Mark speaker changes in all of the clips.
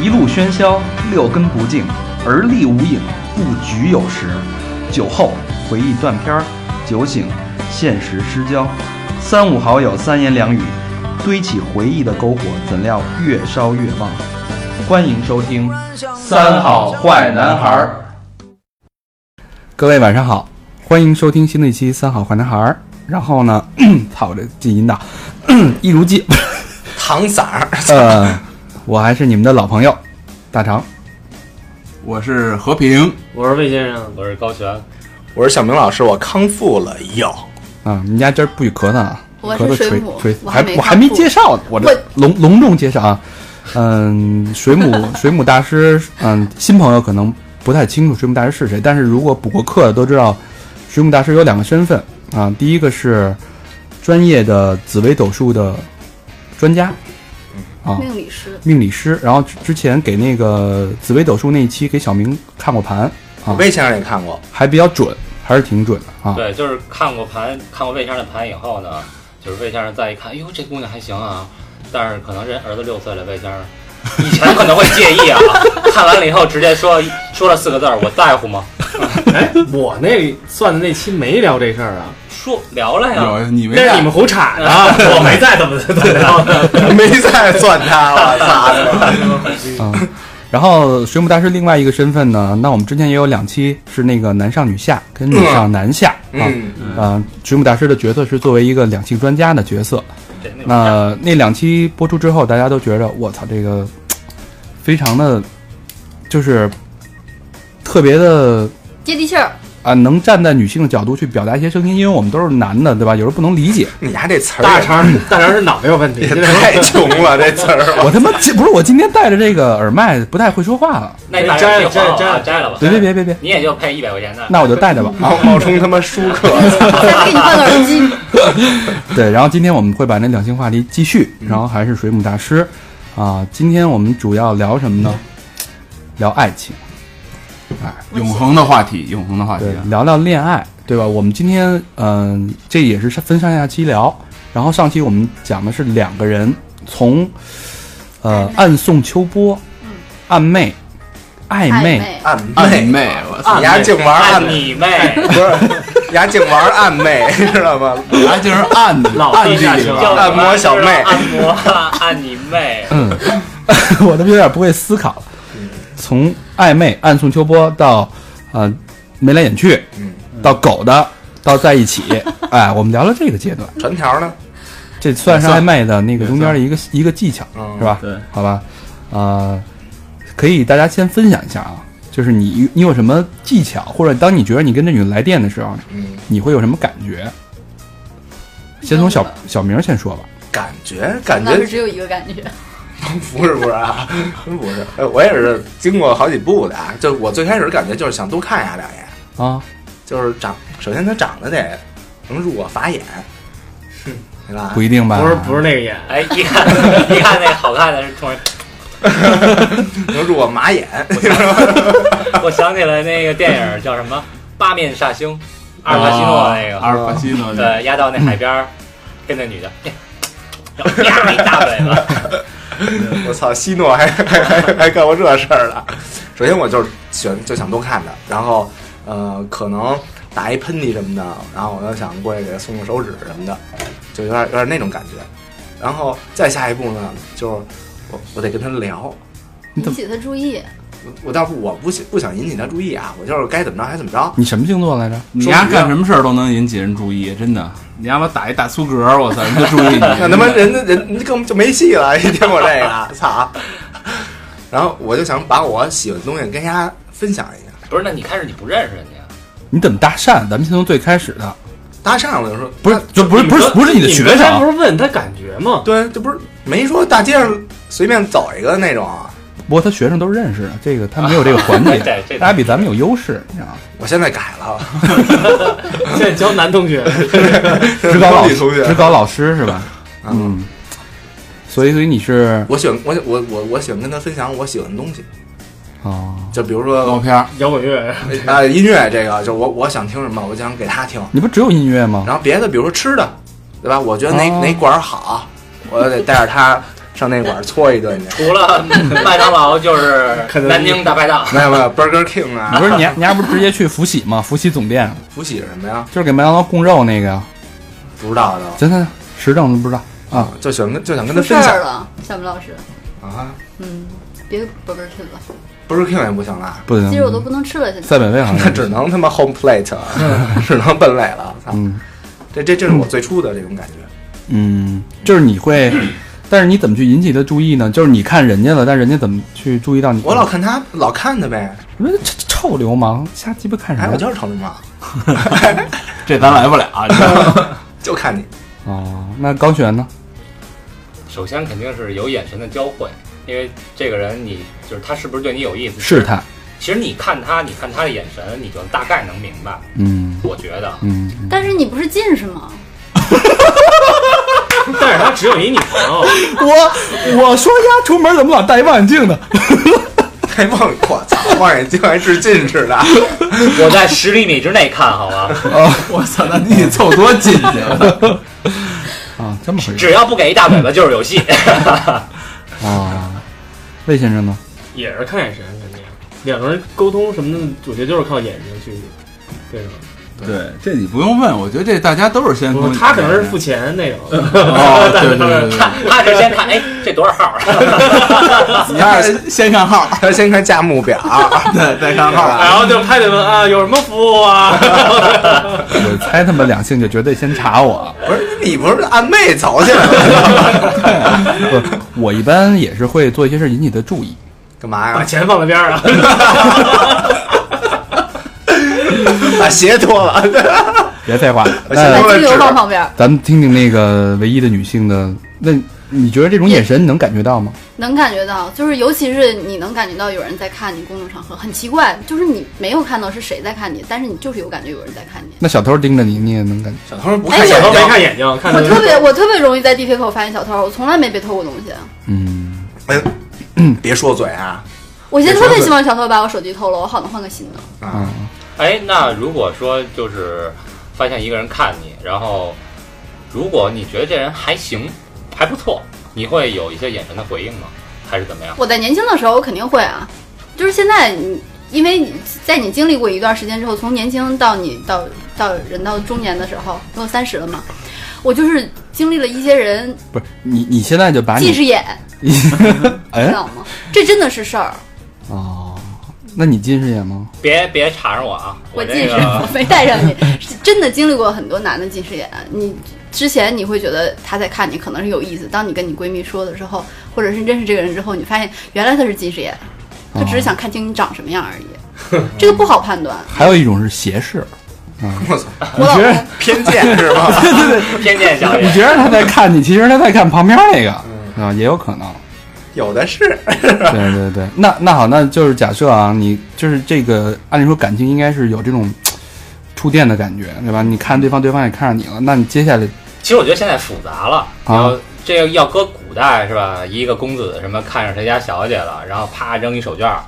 Speaker 1: 一路喧嚣，六根不净，而立无影，不局有时。酒后回忆断片儿，酒醒现实失焦。三五好友三言两语，堆起回忆的篝火，怎料越烧越旺。欢迎收听《三好坏男孩》。
Speaker 2: 各位晚上好，欢迎收听新的一期《三好坏男孩》。然后呢， 操，我这进音的， 一如既
Speaker 3: 搪塞儿，
Speaker 2: 呃，我还是你们的老朋友大长。
Speaker 4: 我是和平，
Speaker 5: 我是魏先生，啊
Speaker 6: 我是高璇，
Speaker 3: 我是小明老师，我康复了哟。
Speaker 2: 啊，你们家今儿不许咳嗽啊！
Speaker 7: 我
Speaker 2: 咳
Speaker 7: 是
Speaker 2: 嗽
Speaker 7: 水
Speaker 2: 锤
Speaker 7: 母
Speaker 2: 锤，
Speaker 7: 我
Speaker 2: 还
Speaker 7: 还没
Speaker 2: 我还没
Speaker 7: 康复
Speaker 2: 介绍呢，
Speaker 7: 我
Speaker 2: 我这隆隆重介绍啊。嗯，水母 水母大师，嗯，新朋友可能不 太清楚水母大师是谁，但是如果补过课的都知道，水母大师有两个身份啊，第一个是专业的紫微斗数的专家啊，
Speaker 7: 命理师，
Speaker 2: 命理师，然后之之前给那个紫微斗数那一期给小明看过盘，啊
Speaker 3: 魏先生也看过，
Speaker 2: 还比较准，还是挺准的啊。
Speaker 6: 对，就是看过盘，看过魏先生的盘以后呢，就是魏先生再一看，哎呦，这姑娘还行啊，但是可能人儿子六岁了，魏先生以前可能会介 意啊，看完了以后直接说说了四个字儿，我在乎吗？
Speaker 5: 哎，我那算的那期没聊这事儿啊，
Speaker 6: 说聊了呀，
Speaker 4: 有你没
Speaker 5: 那是你们胡扯的啊，我没在，怎么怎么聊的？
Speaker 3: 没再算他，我 操！
Speaker 2: 嗯，然后水母大师另外一个身份呢，那我们之前也有两期是那个男上女下跟女上男下、啊。
Speaker 3: 嗯，
Speaker 2: 呃，水母大师的角色是作为一个两性专家的角色。
Speaker 6: 对那
Speaker 2: 那、那两期播出之后，大家都觉得我操，这个非常的，就是特别的
Speaker 7: 接地气儿，
Speaker 2: 啊，能站在女性的角度去表达一些声音，因为我们都是男的，对吧？有时候不能理解。
Speaker 3: 你家这
Speaker 4: 啊
Speaker 3: 词
Speaker 5: 大
Speaker 3: 儿
Speaker 5: 肠大肠是脑袋有问题，
Speaker 3: 也
Speaker 5: 现
Speaker 3: 也
Speaker 5: 在
Speaker 3: 太穷 了，这词儿。
Speaker 2: 我他妈今不是我今天戴着这个耳麦不太会说话了，
Speaker 6: 那大
Speaker 5: 摘
Speaker 6: 家别
Speaker 5: 摘
Speaker 6: 慌啊
Speaker 5: 摘
Speaker 6: 摘了吧，
Speaker 2: 别别别别别，
Speaker 6: 你也就配一百块钱的，
Speaker 2: 那我就戴着吧啊。
Speaker 3: 冒冒充他妈舒克，
Speaker 7: 再给你换个耳机。
Speaker 2: 对，然后今天我们会把那两性话题继续，然后还是水母大师啊。今天我们主要聊什么呢？聊爱情，
Speaker 4: 永恒的话题，永恒的话题
Speaker 2: 对
Speaker 3: 哎
Speaker 4: 啊，，
Speaker 2: 聊聊恋爱，对吧？我们今天嗯、这也是分上下期聊。然后上期我们讲的是两个人从呃暗送秋波、暗昧、暧
Speaker 7: 暧
Speaker 2: 昧，
Speaker 7: 昧，
Speaker 3: 暗
Speaker 4: 暧
Speaker 3: 昧。
Speaker 4: 昧，我操，
Speaker 3: 你家净玩
Speaker 6: 哎
Speaker 3: 暗昧，
Speaker 6: 你妹，
Speaker 3: 不是？你家净玩暗昧， 知道吗？
Speaker 4: 来就是暗的，
Speaker 5: 老
Speaker 4: 暗
Speaker 5: 地
Speaker 4: 地
Speaker 5: 下
Speaker 4: 里
Speaker 5: 情
Speaker 4: 边
Speaker 6: 叫
Speaker 4: 儿，
Speaker 6: 你
Speaker 3: 按摩小妹
Speaker 6: 按摩按你妹，
Speaker 2: 嗯，我他妈有点不会思考了。从暧昧、暗送秋波到呃眉来眼去，
Speaker 3: 嗯，
Speaker 2: 到狗的，到在一起，哎，我们聊聊这个阶段，
Speaker 3: 传条呢？
Speaker 2: 这算是
Speaker 4: 也
Speaker 2: 暧
Speaker 4: 算
Speaker 2: 昧的那个中间的一个一个技巧，
Speaker 3: 嗯
Speaker 2: 是吧？
Speaker 4: 对，
Speaker 2: 好吧，呃，可以大家先分享一下啊，就是你你有什么技巧，或者当你觉得你跟这女的来电的时候，
Speaker 3: 嗯，
Speaker 2: 你会有什么感觉？先从小小明先说吧，
Speaker 3: 感觉感
Speaker 7: 那
Speaker 3: 觉
Speaker 7: 是只有一个感觉，
Speaker 3: 不是不是啊，真 不是。呃我也是经过好几步的啊，就是我最开始感觉就是想多看一下两眼，
Speaker 2: 啊，
Speaker 3: 就是长，首先他长得得能入我法眼，对吧
Speaker 2: 不？一定吧？
Speaker 5: 不是不是那个眼，
Speaker 6: 哎，一看 一看那好看的是冲着。
Speaker 3: 能入我马眼，
Speaker 6: 我想起来那个电影叫什么《八面煞星》，阿尔帕西诺那个，呃
Speaker 4: 阿尔帕西诺的，
Speaker 6: 对，压到那海边儿，跟那女的，哎然后啪一大嘴巴，
Speaker 3: 我操，西诺还 还还还干过这事儿呢。首先我就是选就想多看着，然后呃可能打一喷嚏什么的，然后我又想过去给他送个手指什么的，就有点有点那种感觉。然后再下一步呢，就是我我得跟他聊，
Speaker 2: 你怎
Speaker 7: 引
Speaker 2: 么
Speaker 7: 起他注意。
Speaker 3: 我我倒不我不想不想引起他注意啊，我就是该怎么着还怎么着。
Speaker 2: 你什么星座来着？
Speaker 4: 你丫干什么事儿都能引起人注意，真的。你丫我打一大苏嗝儿，我操，人都注 意你。
Speaker 3: 那他妈人家人家更就没戏了，一听我这个，操！然后我就想把我喜欢的东西跟大家分享一下。
Speaker 6: 不是？那你开始你不认识人家，
Speaker 2: 你怎么搭讪？咱们先从最开始的，
Speaker 3: 搭讪我就说
Speaker 2: 不是，就不是不是不是你的学
Speaker 5: 刚才
Speaker 2: 生啊
Speaker 5: 不，是问他感觉吗？
Speaker 3: 对，这不是没说大街上随便走一个那种啊。
Speaker 2: 不过他学生都认识的，啊这个他没有这个环节，
Speaker 6: 对，这
Speaker 2: 大家比咱们有优势， 你知道吗？
Speaker 3: 我现在改了，
Speaker 5: 现在教男同学，
Speaker 2: 指导老
Speaker 3: 女同
Speaker 2: 师，
Speaker 3: 学
Speaker 2: 指导老师是吧？
Speaker 3: 啊。
Speaker 2: 嗯，所以所以你是
Speaker 3: 我喜欢我我我我喜欢跟他分享我喜欢的东西，
Speaker 2: 哦，
Speaker 3: 就比如
Speaker 4: 照
Speaker 3: 说
Speaker 4: 片儿，
Speaker 5: 摇滚乐，
Speaker 3: 呃音乐这个，就我我想听什么，我就想给他听。
Speaker 2: 你不只有音乐吗？
Speaker 3: 然后别的，比如说吃的，对吧？我觉得哪、
Speaker 2: 哦
Speaker 3: 哪馆儿好，我就得带着他上那馆儿搓一顿去。
Speaker 6: 除了麦当劳就是南京大排档，
Speaker 3: 没有没有，Burger King 啊，
Speaker 2: 你不是你还你还不是直接去福喜吗？福喜总店
Speaker 3: 福喜是什么呀？
Speaker 2: 就是给麦当劳供肉那个呀，
Speaker 3: 不知道的，
Speaker 2: 真的实证都不知道啊。
Speaker 3: 就喜欢跟就想跟他
Speaker 7: 出事
Speaker 3: 分
Speaker 7: 儿
Speaker 3: 享
Speaker 7: 了，小明老师，
Speaker 3: 啊。
Speaker 7: 嗯，别 Burger King 了，
Speaker 3: Burger King 也不行了，
Speaker 2: 不
Speaker 7: 鸡肉都
Speaker 2: 行，
Speaker 7: 不能吃了，现在
Speaker 2: 赛百味好
Speaker 3: 那
Speaker 2: 像
Speaker 3: 只能他妈 home plate，只 能奔垒了。操
Speaker 2: 嗯
Speaker 3: 这这这是我最初的这种感觉。
Speaker 2: 嗯，就是 你会，但是你怎么去引起他注意呢？就是你看人家了，但人家怎么去注意到你？
Speaker 3: 我老看他，老看他呗。
Speaker 2: 我说这这臭流氓，瞎鸡巴看什
Speaker 3: 哎，
Speaker 2: 么
Speaker 3: 我？就是成龙嘛，
Speaker 4: 这咱来不了，你知道吗
Speaker 3: 就看你。
Speaker 2: 哦，那高璇呢？
Speaker 6: 首先肯定是有眼神的交汇，因为这个人你就是他是不是对你有意思？
Speaker 2: 试。探，
Speaker 6: 其实你看他，你看他的眼神，你就大概能明白。
Speaker 2: 嗯
Speaker 6: 我觉得
Speaker 2: 嗯，
Speaker 7: 但是你不是近视吗？
Speaker 5: 但是他只有一女朋友，
Speaker 2: 我我说呀，出门怎么老戴一望远镜呢？
Speaker 3: 还望我操，望远镜还是近视的，
Speaker 6: 我在十厘米之内看好吗？
Speaker 4: 我操，那 你得凑多近去啊！
Speaker 2: 啊，这么回事
Speaker 6: 只要不给一大嘴巴就是有戏。
Speaker 2: 啊？魏先生呢？
Speaker 5: 也是看眼神肯定。两个人沟通什么的，我觉得就是靠眼神去对种。
Speaker 4: 对，这你不用问，我觉得这大家都是 先
Speaker 5: 不
Speaker 2: 嗯
Speaker 4: 从
Speaker 5: 是他可能是付钱那种，
Speaker 4: 哦，对对对对对，
Speaker 6: 他是先看，哎，这多少号？
Speaker 4: 你要是先看号，
Speaker 3: 他先看价目表，
Speaker 4: 对，再看号，
Speaker 5: 然后就拍对问啊，有什么服务啊？
Speaker 2: 我猜他们两性就绝对先查我。
Speaker 3: 不是你不是按妹走起来了？
Speaker 2: 不， 我一般也是会做一些事引起他注意。
Speaker 3: 干嘛
Speaker 5: 把
Speaker 3: 呀？
Speaker 5: 钱放在边儿啊，
Speaker 3: 把鞋脱了，
Speaker 2: 别废话，
Speaker 3: 我
Speaker 2: 那
Speaker 3: 现
Speaker 7: 把
Speaker 3: 在
Speaker 7: 鸡柳放旁边，
Speaker 2: 咱们听听那个唯一的女性的，那你觉得这种眼神你能感觉到吗？
Speaker 7: 能感觉到，就是尤其是你能感觉到有人在看你，公众场合很奇怪，就是你没有看到是谁在看你，但是你就是有感觉有人在看你。
Speaker 2: 那小偷盯着你，你也能感觉。
Speaker 3: 小偷不
Speaker 7: 哎
Speaker 3: 看
Speaker 5: 小
Speaker 3: 眼
Speaker 5: 偷没
Speaker 3: 睛。
Speaker 5: 看眼睛，
Speaker 3: 嗯
Speaker 5: 看
Speaker 7: 我
Speaker 5: 的
Speaker 7: 特别我特别容易在地铁口发现小偷，我从来没被偷过东西。
Speaker 2: 嗯，
Speaker 3: 别说嘴啊
Speaker 7: 我现在特别希望小偷把我手机偷了，我好能换个新的。
Speaker 3: 啊！
Speaker 6: 哎，那如果说就是发现一个人看你，然后如果你觉得这人还行，还不错，你会有一些眼神的回应吗？还是怎么样？
Speaker 7: 我在年轻的时候我肯定会啊，就是现在你，因为你在你经历过一段时间之后，从年轻到你到到人到中年的时候，因为我三十了嘛，我就是经历了一些人
Speaker 2: 不是你，你现在就把
Speaker 7: 近
Speaker 2: 啊你
Speaker 7: 视眼， 知
Speaker 2: 哎
Speaker 7: 道吗？这真的是事儿。
Speaker 2: 哦，那你近视眼吗？
Speaker 6: 别别缠上我啊！
Speaker 7: 我近
Speaker 6: 这
Speaker 7: 视，
Speaker 6: 个
Speaker 7: 我没带上你，是真的经历过很多男的近视眼。你之前你会觉得他在看你可能是有意思，当你跟你闺蜜说的时候，或者是认识这个人之后，你发现原来他是近视眼，他只
Speaker 2: 哦
Speaker 7: 是想看清你长什么样而已。这个不好判断。
Speaker 2: 还有一种是斜视，嗯
Speaker 3: 我操，
Speaker 7: 我老
Speaker 2: 觉
Speaker 7: 公
Speaker 2: 得
Speaker 3: 偏见是吗？
Speaker 6: 偏见小
Speaker 2: 你
Speaker 6: 姐，
Speaker 2: 觉得他在看你，其实他在看旁边那个啊，也有可能。
Speaker 3: 有的是，
Speaker 2: 对对对，那那好，那就是假设啊，你就是这个，按理说感情应该是有这种嘖触电的感觉，对吧？你看对方，对方也看上你了，那你接下来
Speaker 6: 其实我觉得现在复杂了。
Speaker 2: 啊
Speaker 6: 然后这个要搁古代是吧？一个公子什么看上谁家小姐了，然后啪扔一手绢儿，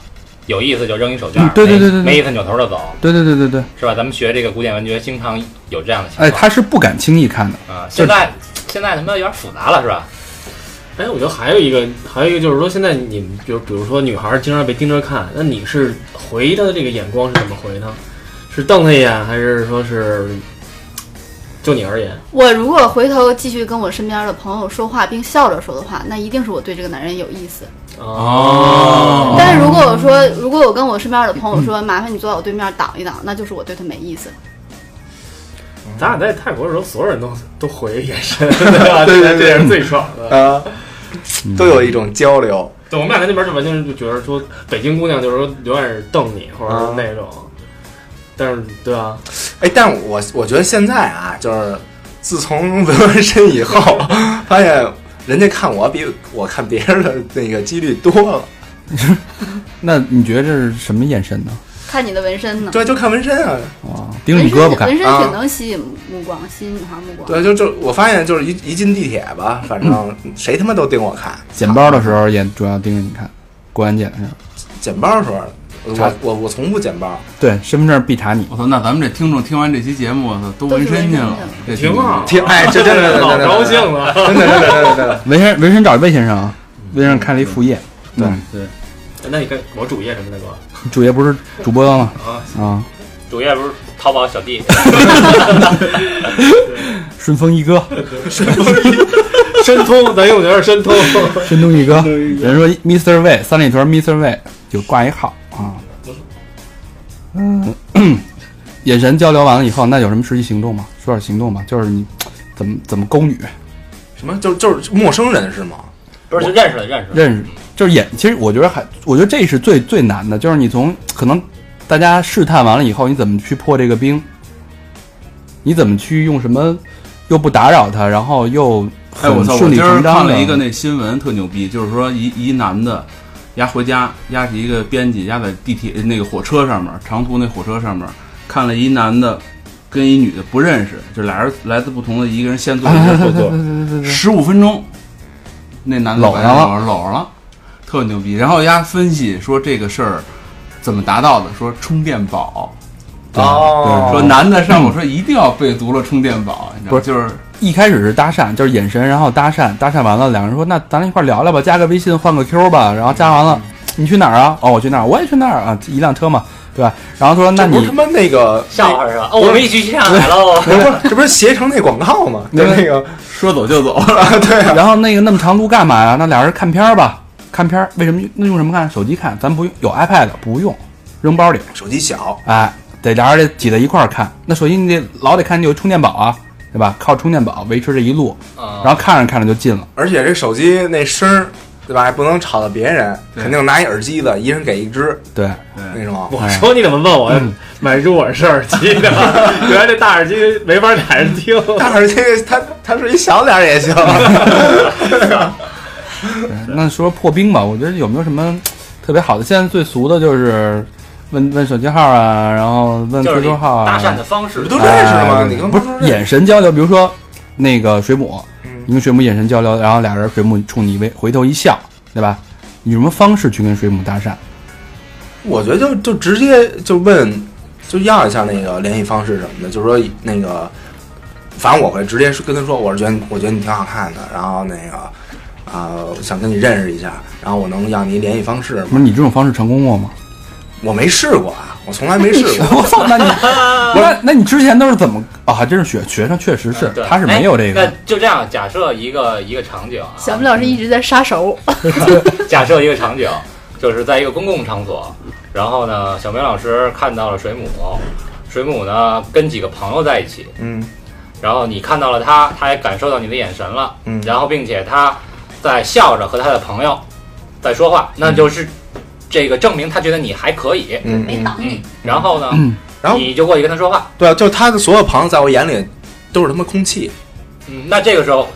Speaker 6: 有意思就扔一手绢儿
Speaker 2: 嗯，对对对对对
Speaker 6: 没没意思扭头就走，
Speaker 2: 对对对对对，
Speaker 6: 是吧？咱们学这个古典文学，经常有这样的情况。
Speaker 2: 哎，他是不敢轻易看的，
Speaker 6: 啊，现在现在他妈有点复杂了，是吧？
Speaker 5: 哎，我觉得还有一个，还有一个就是说，现在你们就比如说女孩儿经常被盯着看，那你是回她的这个眼光是怎么回呢？是瞪她一眼，还是说是就你而言，
Speaker 7: 我如果回头继续跟我身边的朋友说话并笑着说的话，那一定是我对这个男人有意思。
Speaker 4: 哦
Speaker 7: 但是如果我说，如果我跟我身边的朋友说，麻烦你坐在我对面挡一挡，那就是我对他没意思。
Speaker 5: 咱俩在泰国的时候，所有人都都回眼 神，对吧？对对对，这是最爽的。
Speaker 3: 啊，都有一种交流。
Speaker 5: 对，我们俩在那边就完全就觉得说，北京姑娘就是说永远是瞪你，或者
Speaker 3: 啊
Speaker 5: 是那种。但是，对啊，
Speaker 3: 哎，但我我觉得现在啊，就是自从纹纹身以后，发现人家看我比我看别人的那个几率多了。
Speaker 2: 那你觉得这是什么眼神呢？
Speaker 7: 看你的纹身呢？
Speaker 3: 对，就看纹身啊。
Speaker 2: 啊，盯着你胳膊看
Speaker 7: 纹身纹身
Speaker 3: 啊
Speaker 7: 挺能吸引目光，吸引女孩目光。
Speaker 3: 对，就就我发现就是一一进地铁吧，反正谁他妈都盯我看。
Speaker 2: 捡包的时候也主要盯着你看，过安检上嗯
Speaker 3: 捡包的时候，我我我从不剪包，
Speaker 2: 对，身份证必查你。
Speaker 4: 我操，那咱们这听众听完这期节目，我操，都纹身去了，这
Speaker 5: 挺好，啊
Speaker 3: 挺哎，这真的
Speaker 5: 老
Speaker 3: 真的
Speaker 5: 高兴了。
Speaker 3: 真的真的真的真的，
Speaker 2: 纹身纹身找魏先生啊，魏先生开了一副业，
Speaker 4: 对
Speaker 2: 嗯
Speaker 4: 对，
Speaker 5: 那你看我主页什么的，哥
Speaker 2: 主业不是主播吗？
Speaker 5: 啊，
Speaker 2: 啊，
Speaker 6: 主页不是淘宝小弟，
Speaker 2: 顺丰一哥，
Speaker 5: 申通，咱用的是申通。
Speaker 2: 申东一哥，人说 Mr. Wei 三里屯 Mr. Wei 有挂一号啊。嗯，眼神交流完了以后，那有什么实际行动吗？说点行动吧，就是你怎么怎么勾女，
Speaker 3: 什么就就是陌生人是吗？
Speaker 6: 不是就认识了，认识了，
Speaker 2: 认识，就是眼。其实我觉得还，我觉得这是最最难的，就是你从可能大家试探完了以后，你怎么去破这个冰？你怎么去用什么又不打扰他，然后又
Speaker 4: 哎，我
Speaker 2: 很
Speaker 4: 操！我
Speaker 2: 顺理
Speaker 4: 今儿
Speaker 2: 成
Speaker 4: 看
Speaker 2: 章的？
Speaker 4: 了一个那新闻，特牛逼，就是说一一男的，丫回家，丫是一个编辑，丫在地铁那个火车上面，长途那火车上面看了一男的跟一女的不认识，就俩人来自不同的，一个人先坐，一个人后座，十五分钟，那男的
Speaker 2: 搂
Speaker 4: 把
Speaker 2: 上了
Speaker 4: 搂上搂上了，特牛逼。然后丫分析说这个事儿怎么达到的，说充电宝。
Speaker 3: 哦
Speaker 4: 说男的上午说一定要备足了充电宝，你知道
Speaker 2: 不
Speaker 4: 吗
Speaker 2: 是
Speaker 4: 就是
Speaker 2: 一开始是搭讪，就是眼神，然后搭讪，搭讪完了，两人说那咱俩一块儿聊聊吧，加个微信，换个 Q 吧，然后加完了，你去哪儿啊？哦，我去那儿，我也去那儿啊，一辆车嘛，对吧？然后他说那
Speaker 3: 这不是
Speaker 2: 你
Speaker 3: 他妈那个
Speaker 6: 笑话是吧？哦，我们一起去上哦海喽。
Speaker 3: 不是，这不是携程那广告吗？就
Speaker 2: 对
Speaker 3: 是那个
Speaker 4: 说走就走，
Speaker 2: 然后那个那么长途干嘛呀？那俩人看片儿吧，看片儿为什么那用什么看？手机看，咱不用有 iPad 不用，扔包里，
Speaker 3: 手机小，
Speaker 2: 哎，得俩人得挤在一块儿看。那手机你得老得看你有充电宝啊，对吧？靠充电宝维持这一路，然后看着看着就进了。
Speaker 3: 而且这手机那声儿，对吧？还不能吵到别人，肯定拿一耳机的，一人给一只
Speaker 2: 对，
Speaker 3: 那种。
Speaker 5: 我说你怎么问我
Speaker 3: 嗯
Speaker 5: 买入耳式耳机呢？ 原来这大耳机没法俩人听。
Speaker 3: 大耳机它它是一小点儿 也行，
Speaker 2: 那说破冰吧，我觉得有没有什么特别好的？现在最俗的就是问问手机号啊，然后问
Speaker 6: 就是
Speaker 2: QQ
Speaker 6: 你
Speaker 2: 号啊，
Speaker 6: 搭讪的方式
Speaker 3: 不，都认识了吗？
Speaker 2: 哎
Speaker 3: 你跟
Speaker 2: 不
Speaker 3: 不
Speaker 2: 是眼神交流，比如说那个水母
Speaker 3: 嗯，
Speaker 2: 你跟水母眼神交流，然后俩人水母冲你微回头一笑，对吧？你有什么方式去跟水母搭讪？
Speaker 3: 我觉得就就直接就问，就要一下那个联系方式什么的，就是说那个，反正我会直接跟他说，我是觉得我觉得你挺好看的，然后那个啊、想跟你认识一下，然后我能要你联系方式
Speaker 2: 不
Speaker 3: 吗？
Speaker 2: 是你这种方式成功过吗？
Speaker 3: 我没试过啊，我从来没试过。
Speaker 2: 我操， 那你那那你之前都是怎么啊？还真是学学生确实是
Speaker 6: 对，
Speaker 2: 他是没有这
Speaker 6: 哎
Speaker 2: 个
Speaker 6: 那就这样，假设一个一个场景啊，
Speaker 7: 小明老师一直在杀手，
Speaker 6: 假设一个场景，就是在一个公共场所，然后呢，小明老师看到了水母，水母呢跟几个朋友在一起，
Speaker 3: 嗯
Speaker 6: 然后你看到了他，他也感受到你的眼神了，
Speaker 3: 嗯
Speaker 6: 然后并且他在笑着和他的朋友在说话，那就是这个证明他觉得你还可以，
Speaker 3: 嗯
Speaker 7: 没
Speaker 3: 嗯，
Speaker 7: 挡你，
Speaker 6: 然后呢，
Speaker 3: 然后
Speaker 6: 你就过去跟他说话，
Speaker 3: 对啊，就他的所有朋友在我眼里都是他妈空气，
Speaker 6: 嗯，那这个时候。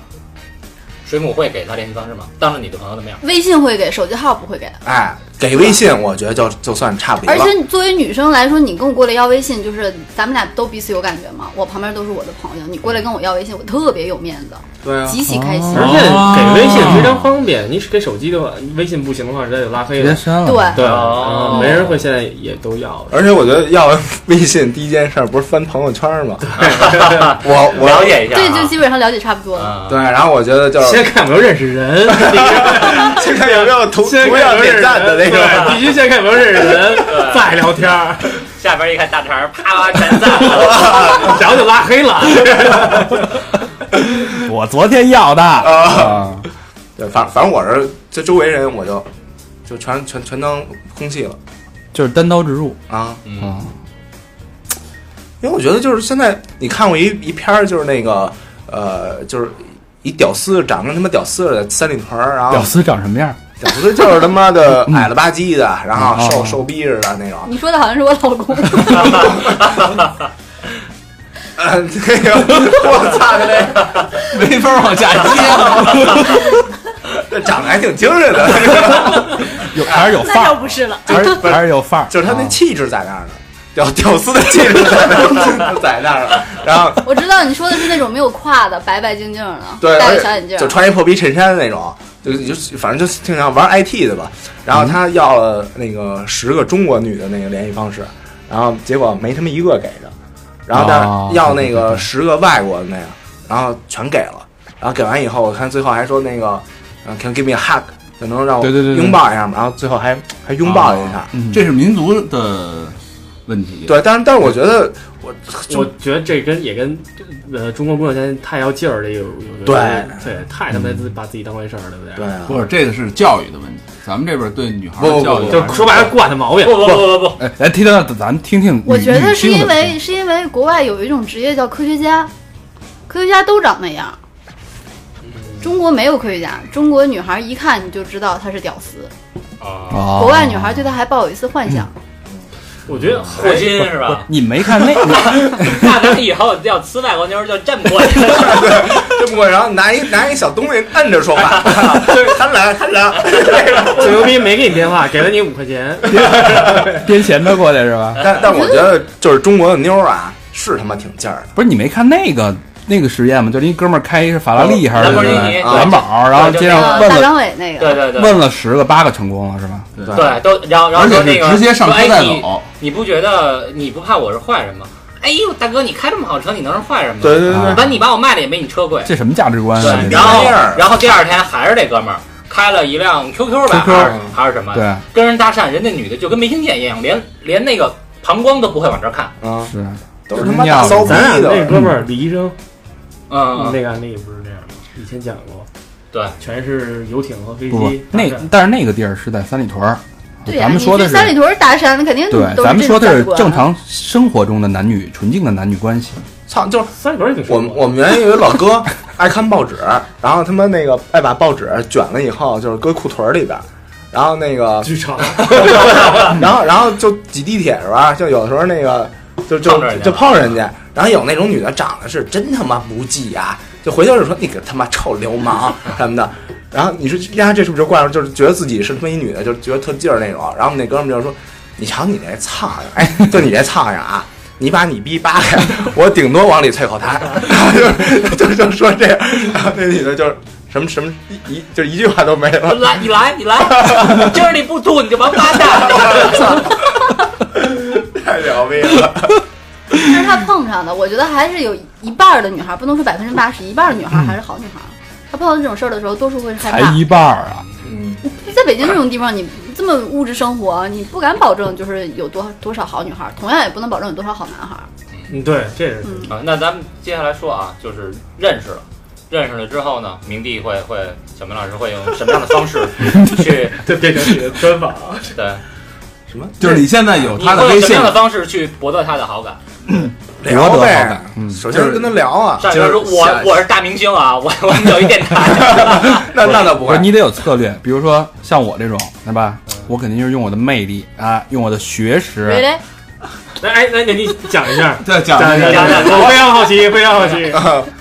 Speaker 6: 水母会给他联系方式吗？当着你的朋友的面儿，
Speaker 7: 微信会给，手机号不会给。
Speaker 3: 哎，给微信我觉得就就算差不离
Speaker 7: 而
Speaker 3: 了
Speaker 7: 且。你作为女生来说，你跟我过来要微信，就是咱们俩都彼此有感觉嘛。我旁边都是我的朋友，你过来跟我要微信，我特别有面子，
Speaker 3: 对啊，
Speaker 7: 极其开心。
Speaker 5: 而且给微信非常方便，你是给手机的话，微信不行的话，人家就拉黑
Speaker 2: 直接
Speaker 5: 了。
Speaker 2: 删了。
Speaker 7: 对，
Speaker 5: 对，
Speaker 6: 哦
Speaker 5: 嗯没人会现在也都要了。
Speaker 3: 而且我觉得要微信第一件事儿不是翻朋友圈吗？ 我我
Speaker 6: 了解一下、啊。
Speaker 7: 这就基本上了解差不多了。
Speaker 6: 嗯
Speaker 3: 对，然后我觉得就是
Speaker 5: 先看有没有认 识人，
Speaker 3: 先看有没有同
Speaker 5: 先
Speaker 3: 同
Speaker 5: 看有
Speaker 3: 样
Speaker 5: 没有认识
Speaker 3: 点
Speaker 5: 人
Speaker 3: 赞的那个。
Speaker 5: 对必须先看有没有认识 人，再聊天儿，
Speaker 6: 下边一看大肠，啪啪全赞了。
Speaker 5: 然后就拉 黑了。
Speaker 2: 我昨天要的啊，
Speaker 3: 对，反反正我是这周围人，我就就全全全当空气了
Speaker 2: 就是单刀直入
Speaker 3: 啊，
Speaker 6: 嗯，
Speaker 2: 啊。
Speaker 3: 因为我觉得就是现在你看过一一篇儿，就是那个呃，就是一屌丝长跟他妈屌丝似的，三里屯儿，然后
Speaker 2: 屌丝长什么样？
Speaker 3: 屌丝就是他妈的
Speaker 2: 嗯
Speaker 3: 矮了吧唧的，然后
Speaker 2: 哦
Speaker 3: 瘦瘦逼似的那种，
Speaker 7: 你说的好像是我老 公，
Speaker 3: 呃，那个我操的那个
Speaker 4: 没法往下接。
Speaker 3: 这长得还挺精神的，
Speaker 2: 有还是有范
Speaker 7: 那
Speaker 2: 儿
Speaker 7: 就，不是了。
Speaker 2: 还是还是有范儿，
Speaker 3: 就是他那
Speaker 2: 啊
Speaker 3: 气质在那儿呢，屌屌丝的气质在那儿， 就在那儿了，然后。
Speaker 7: 我知道你说的是那种没有胯的，白白净净的，
Speaker 3: 对，
Speaker 7: 戴
Speaker 3: 而
Speaker 7: 个
Speaker 3: 且
Speaker 7: 小眼镜儿，
Speaker 3: 就穿一破逼衬衫那种，就就反正就挺像玩 IT 的吧。然后他要了那个十个中国女的那个联系方式，然后结果没他们一个给的，然后但
Speaker 2: 哦
Speaker 3: 是要那
Speaker 2: 对对
Speaker 3: 个
Speaker 2: 对
Speaker 3: 十个外国的那个，然后全给了，然后给完以后，我看最后还说那个，嗯，can you give me a hug，就能让我
Speaker 2: 对对对对
Speaker 3: 拥抱一下嘛，然后最后还还拥抱了一下。
Speaker 2: 嗯
Speaker 4: 这是民族的问题。，
Speaker 3: 对，但是但是我觉得我就
Speaker 5: 我觉得这跟也跟呃中国姑娘现在太要劲儿了，有有
Speaker 3: 对
Speaker 5: 对，太他妈自把自己当回事儿了，对不对？
Speaker 3: 对啊，
Speaker 4: 不是这个是教育的问题，咱们这边对女孩
Speaker 3: 不
Speaker 4: 的
Speaker 3: 不
Speaker 4: 教育
Speaker 3: 不
Speaker 4: 还，
Speaker 5: 就是说白了惯的毛病。
Speaker 6: 不不不不不，
Speaker 2: 哎，来听听，咱们听听女。
Speaker 7: 我觉得是
Speaker 2: 女性
Speaker 7: 因
Speaker 2: 的
Speaker 7: 为是因为国外有一种职业叫科学家，科学家都长那样。
Speaker 2: 嗯
Speaker 7: 中国没有科学家，中国女孩一看你就知道她是屌丝，
Speaker 6: 啊，
Speaker 2: 哦嗯
Speaker 7: 国外女孩对她还抱有一丝幻想。
Speaker 5: 我觉得
Speaker 6: 霍金是吧？
Speaker 2: 你没看那
Speaker 6: 那咱们以后要呲外国妞儿就这么过去，
Speaker 3: 这么过，然后拿一拿一小东西摁着说 话， 贪婪贪婪。
Speaker 5: 最牛逼没给你电话，给了你五块钱，
Speaker 2: 编闲的过来是吧？
Speaker 3: 但但我觉得就是中国的妞儿啊，是他妈挺劲儿的。
Speaker 2: 不是你没看那个那个实验吗？就是一哥们儿开一是法拉利还是
Speaker 6: 兰博基尼
Speaker 3: 啊
Speaker 2: 蓝宝，然后街
Speaker 6: 对
Speaker 2: 上
Speaker 7: 呃，
Speaker 2: 问
Speaker 7: 大
Speaker 2: 了
Speaker 7: 张伟那个，
Speaker 6: 对对对，
Speaker 2: 问了十个八个成功了是吧？
Speaker 4: 对
Speaker 6: 对，都然后然后
Speaker 4: 而
Speaker 6: 说
Speaker 4: 且
Speaker 6: 那个
Speaker 4: 是直接上
Speaker 6: 说
Speaker 4: 车
Speaker 6: 哎
Speaker 4: 带
Speaker 6: 你
Speaker 4: 走。
Speaker 6: 你不觉得你不怕我是坏人吗？哎呦，大哥，你开这么好车，你能是坏人吗？
Speaker 3: 对
Speaker 2: 对
Speaker 6: 完你把我卖了也没你车贵。
Speaker 2: 这什么价值观啊？
Speaker 6: 对，
Speaker 2: 这
Speaker 6: 然
Speaker 2: 是
Speaker 6: 后
Speaker 3: 玩意儿
Speaker 6: 然后第二天还是这哥们儿开了一辆 QQ 吧
Speaker 2: QQ
Speaker 6: 还是还是什么，
Speaker 2: 对，
Speaker 6: 跟人搭讪，人家女的就跟没听见一样，连连那个膀胱都不会往这儿看。
Speaker 3: 啊，
Speaker 2: 是
Speaker 3: 都是他妈大骚逼
Speaker 5: 嗯咱俩那
Speaker 3: 的。
Speaker 5: 哥们儿李医生
Speaker 6: 嗯，
Speaker 5: 那个案例不是这样吗？以前讲过，
Speaker 6: 对，
Speaker 5: 全是游艇和飞
Speaker 2: 不不
Speaker 5: 机，
Speaker 2: 那
Speaker 5: 大战
Speaker 2: 但是那个地儿是在三里屯儿，
Speaker 7: 对呀、
Speaker 2: 咱们
Speaker 7: 你
Speaker 2: 说
Speaker 7: 去
Speaker 2: 的是
Speaker 7: 三里屯大山，肯定都
Speaker 2: 对
Speaker 7: 是，啊
Speaker 2: 咱们说的
Speaker 7: 这
Speaker 2: 是
Speaker 7: 种价值观
Speaker 2: 正。常生活中的男女纯净的男女关系。
Speaker 3: 操，就是
Speaker 5: 三里屯也挺
Speaker 3: 我们我们原先有一老 哥爱看报纸，然后他妈那个爱把报纸卷了以后，就是搁裤腿儿里边儿。然后那个，
Speaker 5: 剧场，
Speaker 3: 然后然后就挤地铁是吧？就有的时候那个，就就
Speaker 6: 碰着人家
Speaker 3: 就碰人家。然后有那种女的长得是真他妈不济啊，就回头就说你个他妈臭流氓什么的。然后你说呀，这是不是就怪上？就是觉得自己是他妈一女的，就觉得特劲儿那种。然后我们那哥们儿就说：“你瞧你这苍蝇，哎，就你这苍蝇啊，你把你逼扒开， 我顶多往里啐口痰。” 就是就就说这样，然后那女的就是什么什么一一就一句话都没了。
Speaker 6: 来你来你来，今儿你不吐你就王八蛋。
Speaker 3: 太牛逼了！
Speaker 7: 这是他碰上的，我觉得还是有一半儿的女孩，不能说百分之八十，一半儿的女孩还是好女孩。她碰到这种事儿的时候，多数会是害
Speaker 2: 嗯才
Speaker 7: 怕。
Speaker 2: 一半儿啊！
Speaker 3: 嗯，
Speaker 7: 在北京这种地方，你这么物质生活，你不敢保证就是有多多少好女孩，同样也不能保证有多少好男孩。
Speaker 5: 嗯，对，这是
Speaker 7: 嗯，
Speaker 6: 啊，那咱们接下来说啊，就是认识了。认识了之后呢，明帝会会小明老师会用什么样的方式去
Speaker 5: 这变成你的专访啊，
Speaker 6: 对？
Speaker 3: 什么
Speaker 4: 就是你现在有
Speaker 6: 你
Speaker 4: 他的
Speaker 6: 会
Speaker 4: 微
Speaker 6: 用什么
Speaker 4: 信，
Speaker 6: 样，的方式去博得他的好感？
Speaker 2: 博
Speaker 3: 聊
Speaker 2: 得好
Speaker 3: 呗
Speaker 2: 感？嗯
Speaker 3: 首先是跟他聊啊，
Speaker 6: 上面说
Speaker 3: 就是
Speaker 6: 我
Speaker 3: 下
Speaker 6: 我是大明星啊，我我们有一电台，
Speaker 3: 那那倒不
Speaker 2: 不
Speaker 3: 会
Speaker 2: 是，你得有策略，比如说像我这种，对吧？我肯定是用我的魅力啊，用我的学识。
Speaker 7: 对对，
Speaker 5: 那哎，那那你讲一下
Speaker 4: 对，讲
Speaker 5: 讲一下，
Speaker 4: 的
Speaker 5: 讲一下，我非常好奇，非常好奇。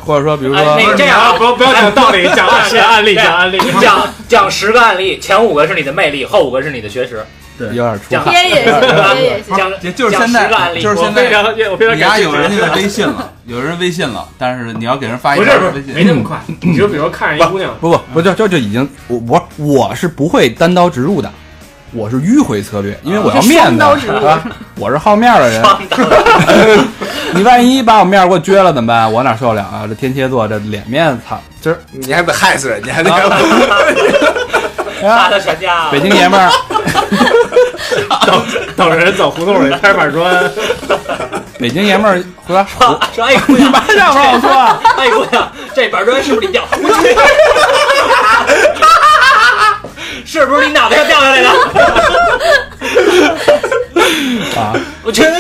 Speaker 2: 或者说，比如
Speaker 6: 哎那
Speaker 2: 说
Speaker 6: 个这样啊
Speaker 5: 不要不要讲道理，讲案例，案例，讲案例。
Speaker 6: 你讲讲十个案例，前五个是你的魅力，后五个是你的学识，
Speaker 2: 有点出
Speaker 6: 讲
Speaker 2: 汗，
Speaker 7: 憋也行，憋也行。
Speaker 6: 讲
Speaker 4: 这就是
Speaker 6: 讲
Speaker 4: 现
Speaker 6: 十个案
Speaker 4: 在，
Speaker 6: 例
Speaker 4: 就是
Speaker 5: 我
Speaker 4: 现
Speaker 5: 非
Speaker 4: 在，
Speaker 5: 常，我非常
Speaker 4: 你丫
Speaker 5: 感兴
Speaker 4: 有人
Speaker 5: 趣。啊
Speaker 4: 家的微信了，有人微信了，但是你要给人发一
Speaker 5: 不是不
Speaker 4: 条
Speaker 5: 是
Speaker 4: 微，信，嗯
Speaker 5: 没那么快。你就比如看上一姑娘，
Speaker 2: 嗯不不不就就就已经我我我是不会单刀直入的，我是迂回策略，因为我要面
Speaker 7: 啊双
Speaker 2: 子，
Speaker 7: 刀直入
Speaker 2: 对吧？我是好面儿的人，
Speaker 6: 放大了
Speaker 2: 你万一把我面儿给我撅了怎么办？我哪受得了啊？这天蝎座这脸面，操，今儿
Speaker 3: 你还得害死人家，你还得
Speaker 6: 大
Speaker 2: 啊，
Speaker 6: 的全家，
Speaker 2: 北京爷们儿，
Speaker 5: 等等人走胡同里拍板砖，
Speaker 2: 北京爷们儿回来，
Speaker 6: 说说哎姑娘，
Speaker 2: 让不让我说啊？
Speaker 6: 哎姑娘，这板砖是不是你掉？ 是不是你脑袋上掉下来 的？
Speaker 2: 啊，
Speaker 6: 我觉得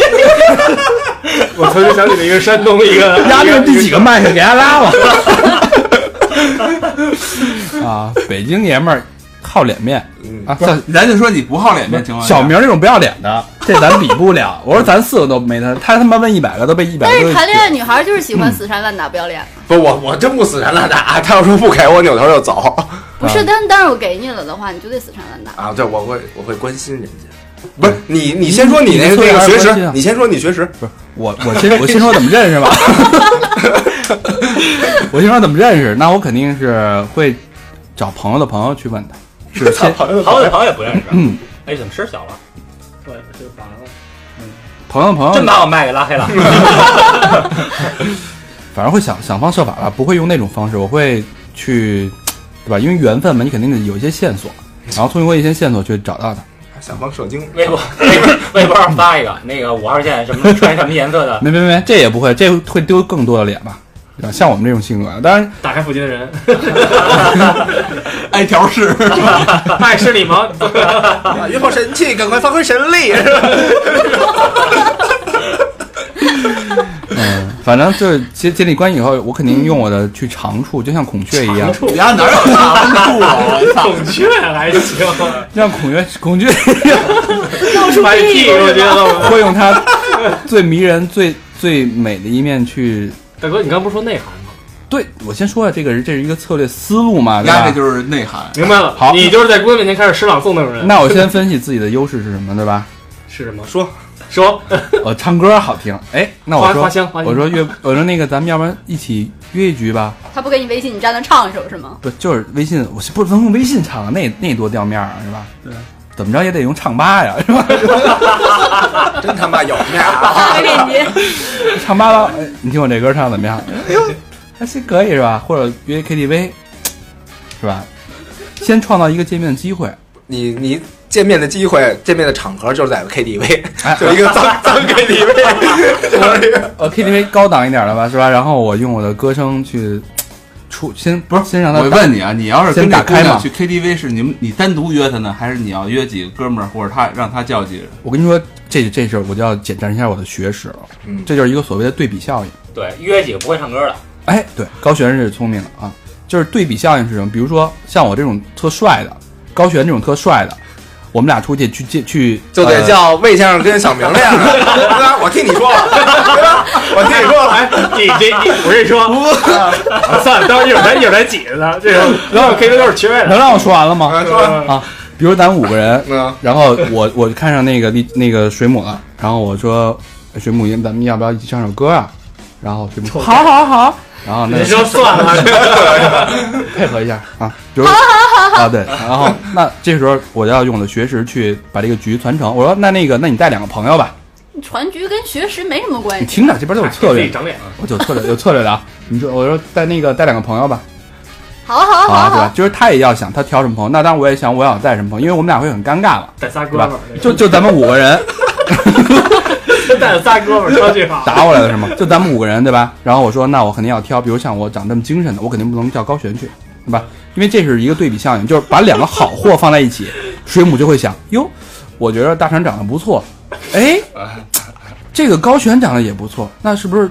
Speaker 5: 我曾经想起了一个山东一个
Speaker 2: 压着第几个麦克给他拉了。 啊，北京爷们儿好脸面
Speaker 3: 嗯
Speaker 2: 啊，像
Speaker 4: 人家说你不好脸面情况下，
Speaker 2: 小明这种不要脸 的，这咱比不了。我说咱四个都没他，他他妈问一百个都被一百
Speaker 7: 但
Speaker 2: 个
Speaker 7: 是。谈恋爱女孩就是喜
Speaker 2: 嗯
Speaker 7: 欢死缠烂打、不要脸。
Speaker 3: 不，我我真不死缠烂打。他要说不给我，扭头就走
Speaker 7: 不是，但但是我给你了的话，你就得死缠烂打。
Speaker 3: 啊！对，我会我会关心人家。不是你，你先说你那
Speaker 2: 你
Speaker 3: 那个学
Speaker 2: 你你
Speaker 3: 识，你先说你学识。
Speaker 2: 我我先我先说怎么认识 吧，我先说怎么认识，那我肯定是会找朋友的朋友去问他，
Speaker 3: 是他朋友的
Speaker 6: 朋
Speaker 3: 朋
Speaker 6: 友
Speaker 3: 友
Speaker 6: 的朋友也不认识。
Speaker 2: 嗯
Speaker 6: 哎，怎么声儿小了？
Speaker 5: 对，就完了。
Speaker 2: 朋友的朋
Speaker 6: 真
Speaker 2: 友，
Speaker 6: 把我麦给拉黑了。
Speaker 2: 反正会想想方设法吧，不会用那种方式，我会去，对吧？因为缘分嘛，你肯定得有一些线索，然后通过一些线索去找到他。
Speaker 3: 想帮射精，
Speaker 6: 微博微博微博上发一个那个五号线什么穿什么颜色的，
Speaker 2: 没没没，这也不会，这会丢更多的脸吧？对吧？像我们这种性格，当然
Speaker 5: 打开附近的人，
Speaker 4: 爱调 试，
Speaker 5: 哎，是你吗？
Speaker 3: 啊约炮神器，赶快发挥神 力！
Speaker 2: 嗯，反正就是建建立关系以后，我肯定用我的去长处，就像孔雀 一样，
Speaker 4: 你家哪有藏住啊？我操！
Speaker 5: 孔雀还行，
Speaker 2: 像孔雀 孔雀
Speaker 7: 到处
Speaker 5: 把你屁股觉得。
Speaker 2: 会用它最迷人、最最美的一面去。
Speaker 5: 大哥，你刚不是说内涵吗？
Speaker 2: 对我先说下这个是这是一个策略思路嘛，对
Speaker 4: 压
Speaker 2: 吧
Speaker 4: 这？就是内涵，
Speaker 5: 明白了，
Speaker 2: 好
Speaker 5: 你就是在姑娘面前开始诗朗诵那种人。
Speaker 2: 那我先分析自己的优势是什么，对吧？
Speaker 5: 是什么？
Speaker 3: 说
Speaker 5: 说，
Speaker 2: 我唱歌好听，哎，那我
Speaker 5: 花花
Speaker 2: 说，
Speaker 5: 香，花香。
Speaker 2: 我说约，我说那个咱们要不然一起约一局吧？
Speaker 7: 他不给你微信，你站那唱一首是吗？
Speaker 2: 不就是微信，我是不能用微信唱，那那多掉面儿啊，是吧？对，怎么着也得用唱吧呀，是吧？
Speaker 3: 真他妈有面儿啊！
Speaker 7: 打开链接，
Speaker 2: 唱吧了，哎你听我这歌唱得怎么样？哎呦，还行可以是吧？或者约 KTV 是吧？先创造一个见面的机会，
Speaker 3: 你你见面的机会，见面的场合就是在 KTV，
Speaker 2: 哎
Speaker 3: 就一个脏脏 KTV，就是一 个
Speaker 2: 呃，KTV 高档一点的吧，是吧？然后我用我的歌声去出，先不是先让他
Speaker 4: 我问你啊，你要是跟
Speaker 2: 先打
Speaker 4: 这姑
Speaker 2: 开嘛
Speaker 4: 娘去 KTV 是你们你单独约她呢，还是你要约几个哥们儿，或者她让她叫几个人？
Speaker 2: 我跟你说，这这事儿我就要检查一下我的学识了。
Speaker 3: 嗯
Speaker 2: 这就是一个所谓的对比效应。
Speaker 6: 对，约几个不会唱歌的，
Speaker 2: 哎，对，高璇是聪明的啊，就是对比效应是什么？比如说像我这种特帅的，高璇这种特帅的，我们俩出去去去去，
Speaker 3: 就得
Speaker 2: 呃
Speaker 3: 叫魏先生跟小明那样的， 对吧？我替你说了，对吧？我替你说了，
Speaker 5: 哎，你这你不是说，啊算了，待会儿一会儿咱一会儿咱挤着他，这种然后 K 歌都是缺位的
Speaker 2: 能。让我说完了吗？
Speaker 3: 啊说，
Speaker 2: 比如咱五个人，
Speaker 3: 嗯，
Speaker 2: 然后我我看上那个丽那个水母了，然后我说水母，咱们要不要一起唱首歌啊？然后水母好好好， 然后那
Speaker 5: 你说算了，
Speaker 2: 配合一下啊，比如啊对，然后那这时候我就要用我的学识去把这个局传承。我说那那个，那你带两个朋友吧，
Speaker 7: 传局跟学识没什么关
Speaker 2: 你
Speaker 7: 系。
Speaker 2: 听着这边都有策
Speaker 5: 自己
Speaker 2: 略，
Speaker 5: 长脸。
Speaker 2: 我有策略有策略的啊。你说我说带那个带两个朋友吧，
Speaker 7: 好啊好啊
Speaker 2: 好
Speaker 7: 好
Speaker 2: 啊
Speaker 7: 啊
Speaker 2: 对
Speaker 7: 好啊，？
Speaker 2: 吧就是他也要想他挑什么朋友，那当然我也想我想带什么朋友，因为我们俩会很尴尬嘛，
Speaker 5: 带仨哥
Speaker 2: 对
Speaker 5: 们
Speaker 2: 吧
Speaker 5: 儿，？
Speaker 2: 就就咱们五个人。
Speaker 5: 就带着仨哥们儿上去好。
Speaker 2: 打我来了是吗？就咱们五个人对吧？然后我说那我肯定要挑，比如像我长这么精神的，我肯定不能叫高璇去，对吧？因为这是一个对比效应，就是把两个好货放在一起，水母就会想哟，我觉得大成长得不错，哎，这个高璇长得也不错，那是不是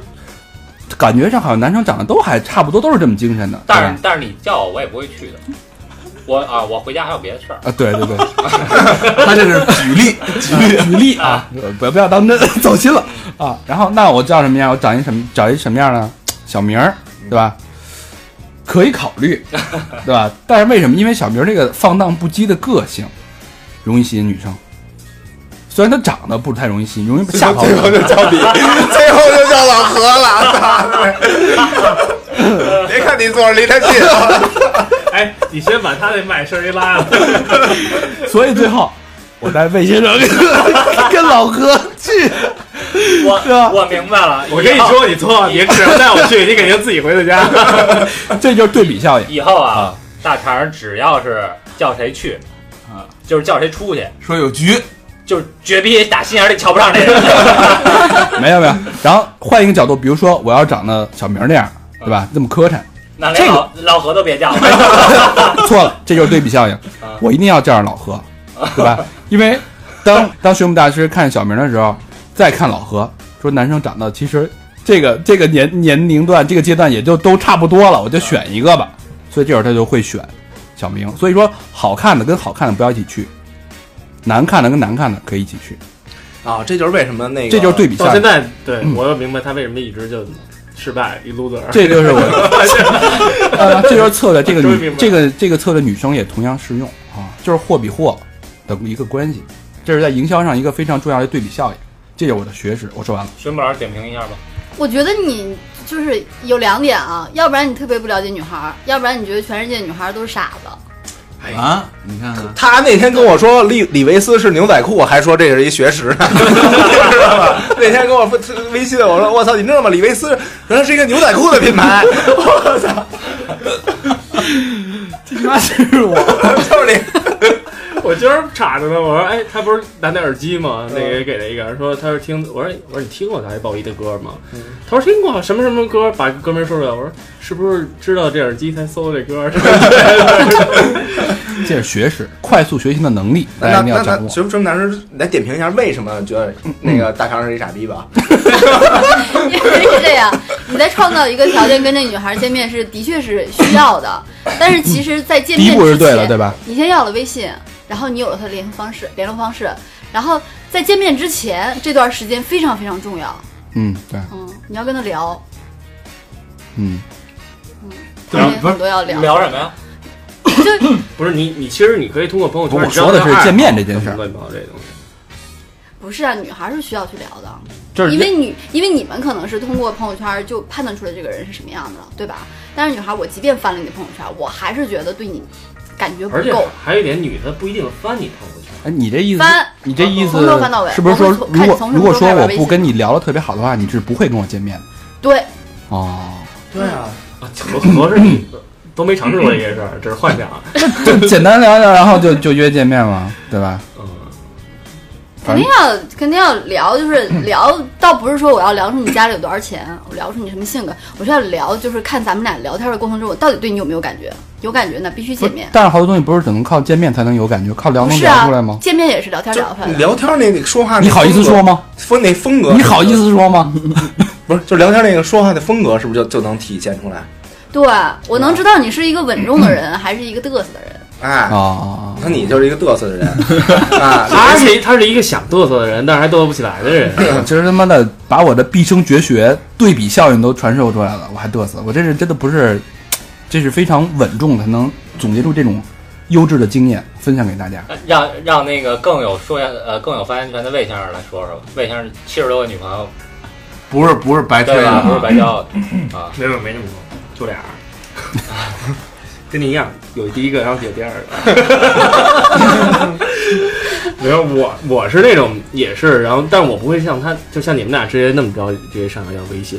Speaker 2: 感觉上好像男生长得都还差不多，都是这么精神的？对
Speaker 6: 但
Speaker 2: 吧
Speaker 5: 嗯
Speaker 6: 是但是你叫我，我也不会去的。我啊，我回家还有别的事儿。
Speaker 2: 啊，对对对，
Speaker 4: 她这是举例，举例，
Speaker 2: 举例啊，不要不要当真， 走心了啊。然后那我叫什么样？我找一什么找一什么样呢？小名儿，对吧？可以考虑，对吧？但是为什么？因为小明这个放荡不羁的个性，容易吸引女生。虽然他长得不太容易吸引，容易吓跑
Speaker 3: 最后就
Speaker 2: 我。
Speaker 3: 叫你，最后就叫老何了，操！ 别看你坐着离他近 啊，
Speaker 5: 哎，你先把他那麦声儿给拉了。
Speaker 2: 所以最后，我带魏先生跟 跟老何去，是吧
Speaker 6: 我我明白了。
Speaker 5: 啊我跟你
Speaker 6: 以后，
Speaker 5: 说，你错，你只要带我去，你肯定自己回的家。
Speaker 2: 这就是对比效应。
Speaker 6: 以后啊，大肠只要是叫谁去，
Speaker 4: 啊，
Speaker 6: 就是叫谁出去，
Speaker 4: 说有局，
Speaker 6: 就是绝逼打心眼里瞧不上这人。
Speaker 2: 没有没有。然后换一个角度，比如说我要长得小明那样，对吧？这么磕碜，
Speaker 6: 那连老老何都别叫了。
Speaker 2: 错了，这就是对比效应。我一定要叫上老何，对吧？因为当当水母大师看小明的时候，再看老何，说男生长得其实这个这个年年龄段这个阶段也就都差不多了，我就选一个吧。所以这会儿他就会选小明。所以说，好看的跟好看的不要一起去，难看的跟难看的可以一起去，
Speaker 3: 啊，这就是为什么那个，
Speaker 2: 这就是对比
Speaker 5: 到
Speaker 2: 效
Speaker 5: 现
Speaker 2: 应。
Speaker 5: 在，对我又明白他为什么一直就失败，一 loser。
Speaker 2: 这就是我，呃，这就是策略。这个
Speaker 5: 终于明
Speaker 2: 女
Speaker 5: 白，了
Speaker 2: 这个这个策略，女生也同样适用啊，就是货比货的一个关系，这是在营销上一个非常重要的对比效应。这就是我的学识。我说完了，
Speaker 6: 水母老师点评一下吧。
Speaker 7: 我觉得你就是有两点啊，要不然你特别不了解女孩儿，要不然你觉得全世界女孩儿都是傻子。
Speaker 4: 啊，你看看，
Speaker 3: 他那天跟我说利李维斯是牛仔裤，还说这是一学识 呢，知道吗？那天跟我微信，我说我操，你知道吗？李维斯原来是一个牛仔裤的品牌， 我操，
Speaker 2: 你妈是我，
Speaker 3: 就是你。
Speaker 5: 我今儿查着呢，我说哎，他不是 拿那耳机吗？那个给了一个，说他是听，我说哎我说你听过大卫鲍伊的歌吗？
Speaker 2: 嗯
Speaker 5: 他说听过，什么什么歌，把歌名说出来。我说是不是知道这耳机才搜的这歌？
Speaker 2: 这是学识，快速学习的能力，大家
Speaker 3: 那
Speaker 2: 一定
Speaker 3: 那那
Speaker 2: 要掌，嗯握。
Speaker 3: 学不学男生来点评一下为什么觉得那个大肠是一傻逼吧？
Speaker 7: 因为是这样，你在创造一个条件跟这女孩见面是的确是需要的，但是其实，在见
Speaker 2: 第一
Speaker 7: 面
Speaker 2: 步是
Speaker 7: 之
Speaker 2: 对了，
Speaker 7: 前，
Speaker 2: 对吧？
Speaker 7: 你先要了微信，然后你有了她的联系方式、联络方式，然后在见面之前这段时间非常非常重要。
Speaker 2: 嗯，对，
Speaker 7: 嗯，你要跟她聊，
Speaker 2: 嗯，
Speaker 7: 后
Speaker 2: 啊
Speaker 7: 面很多要聊。
Speaker 6: 聊什么呀？
Speaker 5: 不是你，你其实你可以通过朋友圈。
Speaker 2: 不我说的是见面这件事儿
Speaker 5: 乱七八糟这东西。
Speaker 7: 不是啊，女孩是需要去聊的，
Speaker 2: 就是
Speaker 7: 因为女，因为你们可能是通过朋友圈就判断出来这个人是什么样的了，对吧？但是女孩，我即便翻了你的朋友圈，我还是觉得对你感觉不
Speaker 5: 而且
Speaker 7: 够。
Speaker 5: 还有一点，女的不一定翻你朋友圈。
Speaker 2: 哎，你这意思是，
Speaker 7: 翻
Speaker 2: 你这意思
Speaker 7: 从头翻到尾
Speaker 2: 是不是说，
Speaker 7: 我会从
Speaker 2: 如
Speaker 7: 看
Speaker 2: 果
Speaker 7: 从什么
Speaker 2: 如果
Speaker 7: 时候
Speaker 2: 说
Speaker 7: 开始
Speaker 2: 我
Speaker 7: 玩微
Speaker 2: 不
Speaker 7: 信
Speaker 2: 跟你聊的特别好的话，你是不会跟我见面的
Speaker 7: 对，
Speaker 2: 哦。
Speaker 3: 对啊，
Speaker 5: 啊，合合是你都没尝试过这件事儿，这是幻想。
Speaker 2: 就 简单聊一聊，然后就就约见面嘛，对吧？
Speaker 5: 嗯，
Speaker 7: 肯定要肯定要聊，就是 聊，倒不是说我要聊出你家里有多少钱，我聊出你什么性格，我是要聊，就是看咱们俩聊天的过程中，我到底对你有没有感觉？有感觉那必须见面。
Speaker 2: 但是好多东西不是只能靠见面才能有感觉，靠聊
Speaker 7: 不
Speaker 2: 能
Speaker 7: 是
Speaker 2: 聊
Speaker 7: 啊
Speaker 2: 出来吗，？
Speaker 7: 见面也是聊天聊出来
Speaker 3: 你
Speaker 7: 的。
Speaker 3: 聊天那个说话，
Speaker 2: 你好意思说？吗？
Speaker 3: 风那风格，
Speaker 2: 你好意思说吗？
Speaker 3: 不是？就聊天那个说话的风格，是不是就就能体现出来？
Speaker 7: 对，我能知道你是一个稳重的人，还是一个嘚瑟的人。
Speaker 3: 哎，
Speaker 2: 哦，
Speaker 3: 那你就是一个嘚瑟的 人啊！
Speaker 5: 他是一他是一个想嘚瑟的人，但是还嘚瑟不起来的人。
Speaker 2: 今儿他妈的把我的毕生绝学对比效应都传授出来了，我还嘚瑟，我这是真的不是，这是非常稳重的，才能总结出这种优质的经验，分享给大家。
Speaker 6: 让让那个更有说呀呃更有发言权的魏先生来说说吧。魏先生七十多个女朋友，
Speaker 4: 不是不是白吹
Speaker 6: 对
Speaker 4: 的
Speaker 6: 吧？不是
Speaker 4: 啊，
Speaker 6: 白交的啊。
Speaker 5: 没有没那么多，就俩。 跟你一样，有第一个，然后有第二个。 没有，我我是那种也是，然后，但我不会像他，就像你们俩直接那么着，直接上来要微信，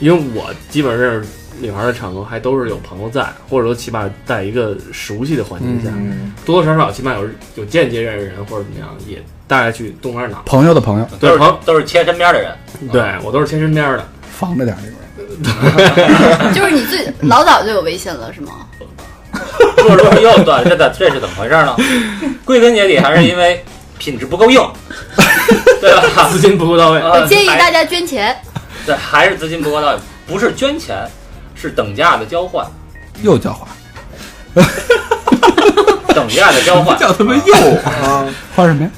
Speaker 5: 因为我基本上是女孩的场合还都是有朋友在，或者说起码在一个熟悉的环境下，
Speaker 3: 嗯，
Speaker 5: 多多少少起码有有间接认识人或者怎么样，也大概去动点脑。
Speaker 2: 朋友的朋友，
Speaker 5: 对
Speaker 6: 都
Speaker 5: 朋
Speaker 6: 是都是切身边的人，
Speaker 5: 对我都是贴身边的，
Speaker 2: 放着点这个人。
Speaker 7: 就是你最老早就有微信了是吗？
Speaker 6: 弱弱又断，这咋这是怎么回事呢？归根结底还是因为品质不够硬，对吧？
Speaker 5: 资金不够到位。
Speaker 6: 呃
Speaker 7: 我建议大家捐钱，
Speaker 6: 对，还是资金不够到位，不是捐钱，是等价的交换，
Speaker 2: 又叫花，
Speaker 6: 等价的交换。
Speaker 4: 叫他妈
Speaker 6: 啊
Speaker 4: 又
Speaker 2: 花什么呀？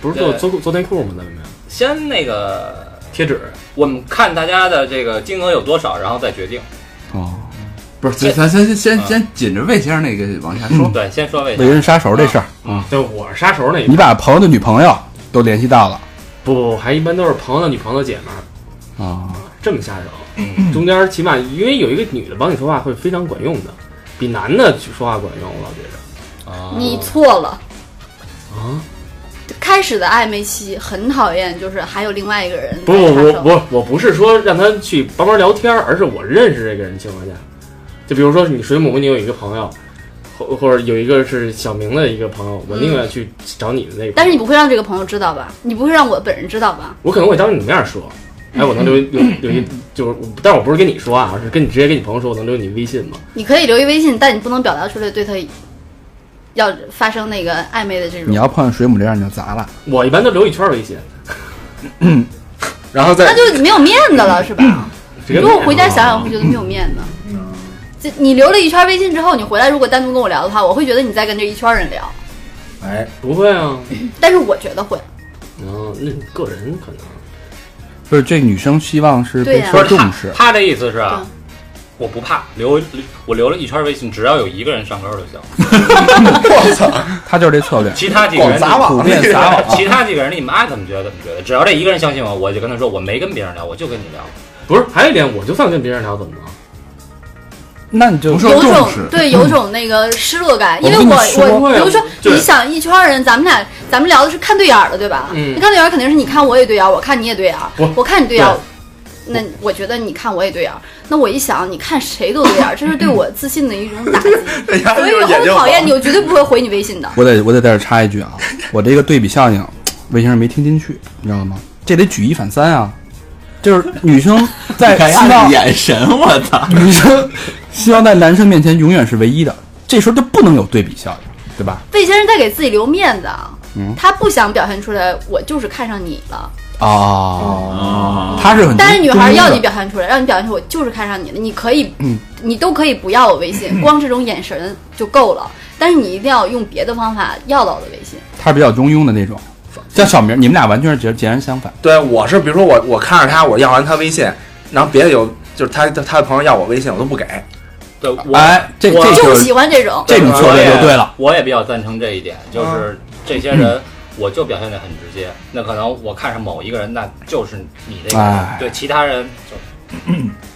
Speaker 5: 不是做做做内裤吗？咱们
Speaker 6: 先那个，
Speaker 5: 贴纸。
Speaker 6: 我们看大家的这个金额有多少，然后再决定。
Speaker 2: 哦，
Speaker 4: 不是，咱咱先先先先紧着魏先生那个往下
Speaker 5: 嗯
Speaker 4: 说，
Speaker 6: 对，先说魏
Speaker 2: 为
Speaker 6: 先生，
Speaker 2: 人杀手这事儿，
Speaker 5: 对，我是杀手那一
Speaker 2: 你
Speaker 5: 派。
Speaker 2: 把朋友的女朋友都联系到了
Speaker 5: 不不不，还一般都是朋友的女朋友的姐们儿，
Speaker 8: 嗯
Speaker 2: 啊？
Speaker 5: 这么下手。中间起码因为有一个女的帮你说话会非常管用的，比男的去说话管用，我老觉着。
Speaker 6: 啊
Speaker 7: 你错了。
Speaker 5: 啊，
Speaker 7: 开始的暧昧期很讨厌，就是还有另外一个人
Speaker 5: 不
Speaker 7: 来插
Speaker 5: 不
Speaker 7: 手
Speaker 5: 不不，我不是说让他去帮忙聊天儿，而是我认识这个人的情况下，就比如说你水母，你有一个朋友，或或者有一个是小明的一个朋友，我宁愿去找你的那个朋友。
Speaker 7: 嗯但是你不会让这个朋友知道吧？你不会让我本人知道吧？
Speaker 5: 我可能会当着你面儿说，哎，我能留一留留一，就是我，但是我不是跟你说啊，是跟你直接跟你朋友说，我能留你微信吗？
Speaker 7: 你可以留一微信，但你不能表达出来对他要发生那个暧昧的这种
Speaker 2: 你。要碰上水母这样你就砸了。
Speaker 5: 我一般都留一圈儿微信。
Speaker 3: 然后再
Speaker 7: 那就没有面子
Speaker 5: 嗯
Speaker 7: 了，是吧？
Speaker 5: 直接
Speaker 7: 如
Speaker 5: 给
Speaker 7: 果
Speaker 5: 他
Speaker 7: 我回家想想，会觉得没有面子。
Speaker 5: 嗯
Speaker 7: 这你留了一圈微信之后，你回来如果单独跟我聊的话，我会觉得你在跟这一圈人聊，
Speaker 3: 哎，
Speaker 5: 不会啊，
Speaker 7: 但是我觉得会。
Speaker 5: 嗯，那个人可能
Speaker 2: 不是，这女生希望是
Speaker 7: 对
Speaker 2: 被
Speaker 7: 呀
Speaker 2: 受
Speaker 6: 不是
Speaker 2: 重
Speaker 6: 他
Speaker 2: 视，
Speaker 6: 他这意思是啊，我不怕留我留了一圈微信，只要有一个人上钩就行，
Speaker 3: 我操，
Speaker 2: 她就是这策 略。
Speaker 6: 其他几个
Speaker 3: 广
Speaker 6: 人
Speaker 3: 撒网
Speaker 2: 普遍
Speaker 3: 那个
Speaker 2: 撒网
Speaker 6: 其他几个人你们爱怎么觉得怎么觉得，只要这一个人相信我，我就跟他说我没跟别人聊，我就跟你聊。
Speaker 5: 不是，还有一点，我就算跟别人聊，怎么了？
Speaker 2: 那你就
Speaker 4: 不受
Speaker 7: 有
Speaker 4: 重
Speaker 7: 种
Speaker 4: 视
Speaker 7: 对有种那个失落感，
Speaker 2: 我
Speaker 7: 因为
Speaker 2: 跟你
Speaker 7: 我
Speaker 2: 说
Speaker 7: 我比如说
Speaker 5: 对
Speaker 7: 你想一圈人，咱们俩咱们聊的是看对眼儿的，对吧？
Speaker 5: 嗯
Speaker 7: 那看对眼儿肯定是你看我也对眼儿，我看你也对眼儿
Speaker 5: 不，
Speaker 7: 我看你对眼儿，那我觉得你看我也对眼儿，那我一想你看谁都对眼儿，这是对我自信的一种打击。
Speaker 3: 对呀，
Speaker 7: 所以
Speaker 3: 就是
Speaker 7: 以后
Speaker 3: 眼睛
Speaker 7: 我讨厌
Speaker 3: 好
Speaker 7: 你，我绝对不会回你微信的。
Speaker 2: 嗯我得我得在这插一句啊，我这个对比效应，魏先生没听进去，你知道吗？这得举一反三啊，就是女生 在
Speaker 8: 看
Speaker 2: 希
Speaker 8: 呀
Speaker 2: 望
Speaker 8: 眼神，我操！
Speaker 2: 女生希望在男生面前永远是唯一的，这时候就不能有对比效应，对吧？
Speaker 7: 魏先生在给自己留面子啊
Speaker 2: 嗯，
Speaker 7: 他不想表现出来，我就是看上你了。
Speaker 2: 哦，
Speaker 3: 哦，
Speaker 8: 哦，
Speaker 2: 她是很
Speaker 7: 但是女孩
Speaker 2: 中立的
Speaker 7: 要你表现出来，让你表现出我就是看上你了，你可以，
Speaker 2: 嗯
Speaker 7: 你都可以不要我微信，光这种眼神就够了。但是你一定要用别的方法要到我的微信。
Speaker 2: 她是比较中庸的那种，像小明，你们俩完全是截截然相反。
Speaker 3: 对，我是比如说我我看着他，我要完他微信，然后别的有就是他他的朋友要我微信，我都不给。
Speaker 6: 对，我
Speaker 2: 哎，这
Speaker 6: 我
Speaker 2: 这
Speaker 7: 就
Speaker 2: 就是
Speaker 7: 喜欢这种，
Speaker 2: 这种策略就对了。嗯
Speaker 6: 我也比较赞成这一
Speaker 5: 啊
Speaker 6: 点，就是这些人，我就表现得很直接。那可能我看上某一个人，那就是你这个
Speaker 2: 哎
Speaker 6: 人，对其他人就，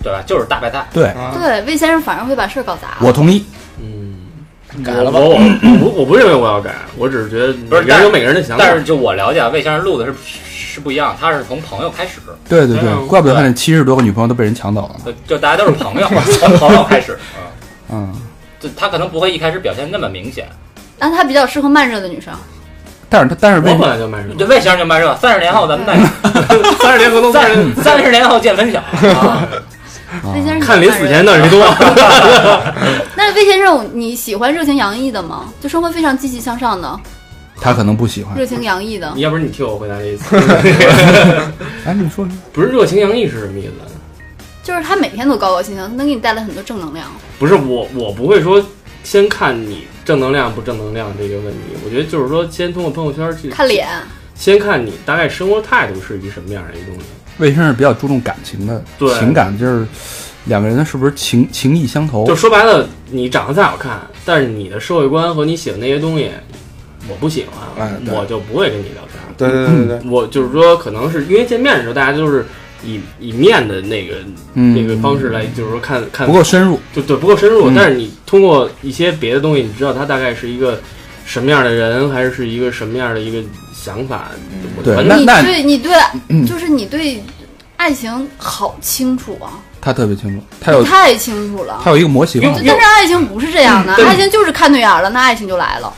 Speaker 6: 对吧？就是大白菜。
Speaker 2: 对，
Speaker 3: 啊，
Speaker 7: 对魏先生反而会把事儿搞砸
Speaker 2: 我
Speaker 7: 了。
Speaker 2: 同意。
Speaker 5: 嗯，
Speaker 3: 改了吧
Speaker 5: 我我我不我不认为我要改，我只是觉得
Speaker 6: 不是
Speaker 5: 每个人有每个人的想法。
Speaker 6: 但是就我了解，魏先生录的是是不一样，他是从朋友开始，
Speaker 2: 对对
Speaker 5: 对啊
Speaker 2: 对，怪不得他那七十多个女朋友都被人抢走了呢。
Speaker 6: 就就大家都是朋 友，从朋友开始。嗯
Speaker 2: 嗯，
Speaker 6: 就他可能不会一开始表现那么明显，
Speaker 7: 但他比较适合慢热的女生，
Speaker 2: 啊但是他但是
Speaker 5: 我
Speaker 2: 为
Speaker 5: 本来就卖 什么
Speaker 6: 对，魏先生就慢热，三十年后咱们再
Speaker 5: 三十年合同三十年，
Speaker 2: 嗯
Speaker 6: 三十年后见 分晓。啊
Speaker 7: 魏先生
Speaker 5: 看临死前
Speaker 7: 的。
Speaker 5: 到底谁多。
Speaker 7: 那魏先生，你喜欢热情洋溢的吗？就生活非常积极向上
Speaker 2: 啊
Speaker 7: 的，
Speaker 2: 他可能不喜欢。
Speaker 7: 热情洋溢的。
Speaker 5: 你要不然你替我回答这一次，
Speaker 2: 哎，你说说，
Speaker 5: 不是热情洋溢是什么意思？
Speaker 7: 就是他每天都高高兴兴，能给你带来很多正能量。
Speaker 5: 不是我，我不会说先看你正能量不正能量这个问题。我觉得就是说，先通过朋友圈去
Speaker 7: 看，脸，
Speaker 5: 先看你大概生活态度是一什么样的一个东西。
Speaker 2: 魏先生比较注重感情的，
Speaker 5: 对
Speaker 2: 情感就是两个人是不是情情意相投
Speaker 5: 就？说白了，你长得再好看，但是你的社会观和你喜欢那些东西，我不喜欢，
Speaker 3: 哎对
Speaker 5: 我就不会跟你聊天。
Speaker 3: 对对对对
Speaker 5: 我就是说，可能是因为见面的时候，大家就是以以面的那个、
Speaker 2: 嗯，
Speaker 5: 那个方式来，就是说看看
Speaker 2: 不够深入。
Speaker 5: 就对不够深入，
Speaker 2: 嗯
Speaker 5: 但是你通过一些别的东西，你知道他大概是一个什么样的人，还是是一个什么样的一个想法。我
Speaker 2: 对
Speaker 5: 反
Speaker 2: 那
Speaker 5: 正
Speaker 7: 你
Speaker 2: 那嗯
Speaker 7: 对你对，就是你对爱情好清楚啊，
Speaker 2: 他特别清楚，他有
Speaker 7: 太清楚了
Speaker 2: 他。有一个嗯模型啊，
Speaker 7: 但是爱情不是这样的，
Speaker 5: 对
Speaker 7: 爱情就是看对眼儿了，那爱情就来了。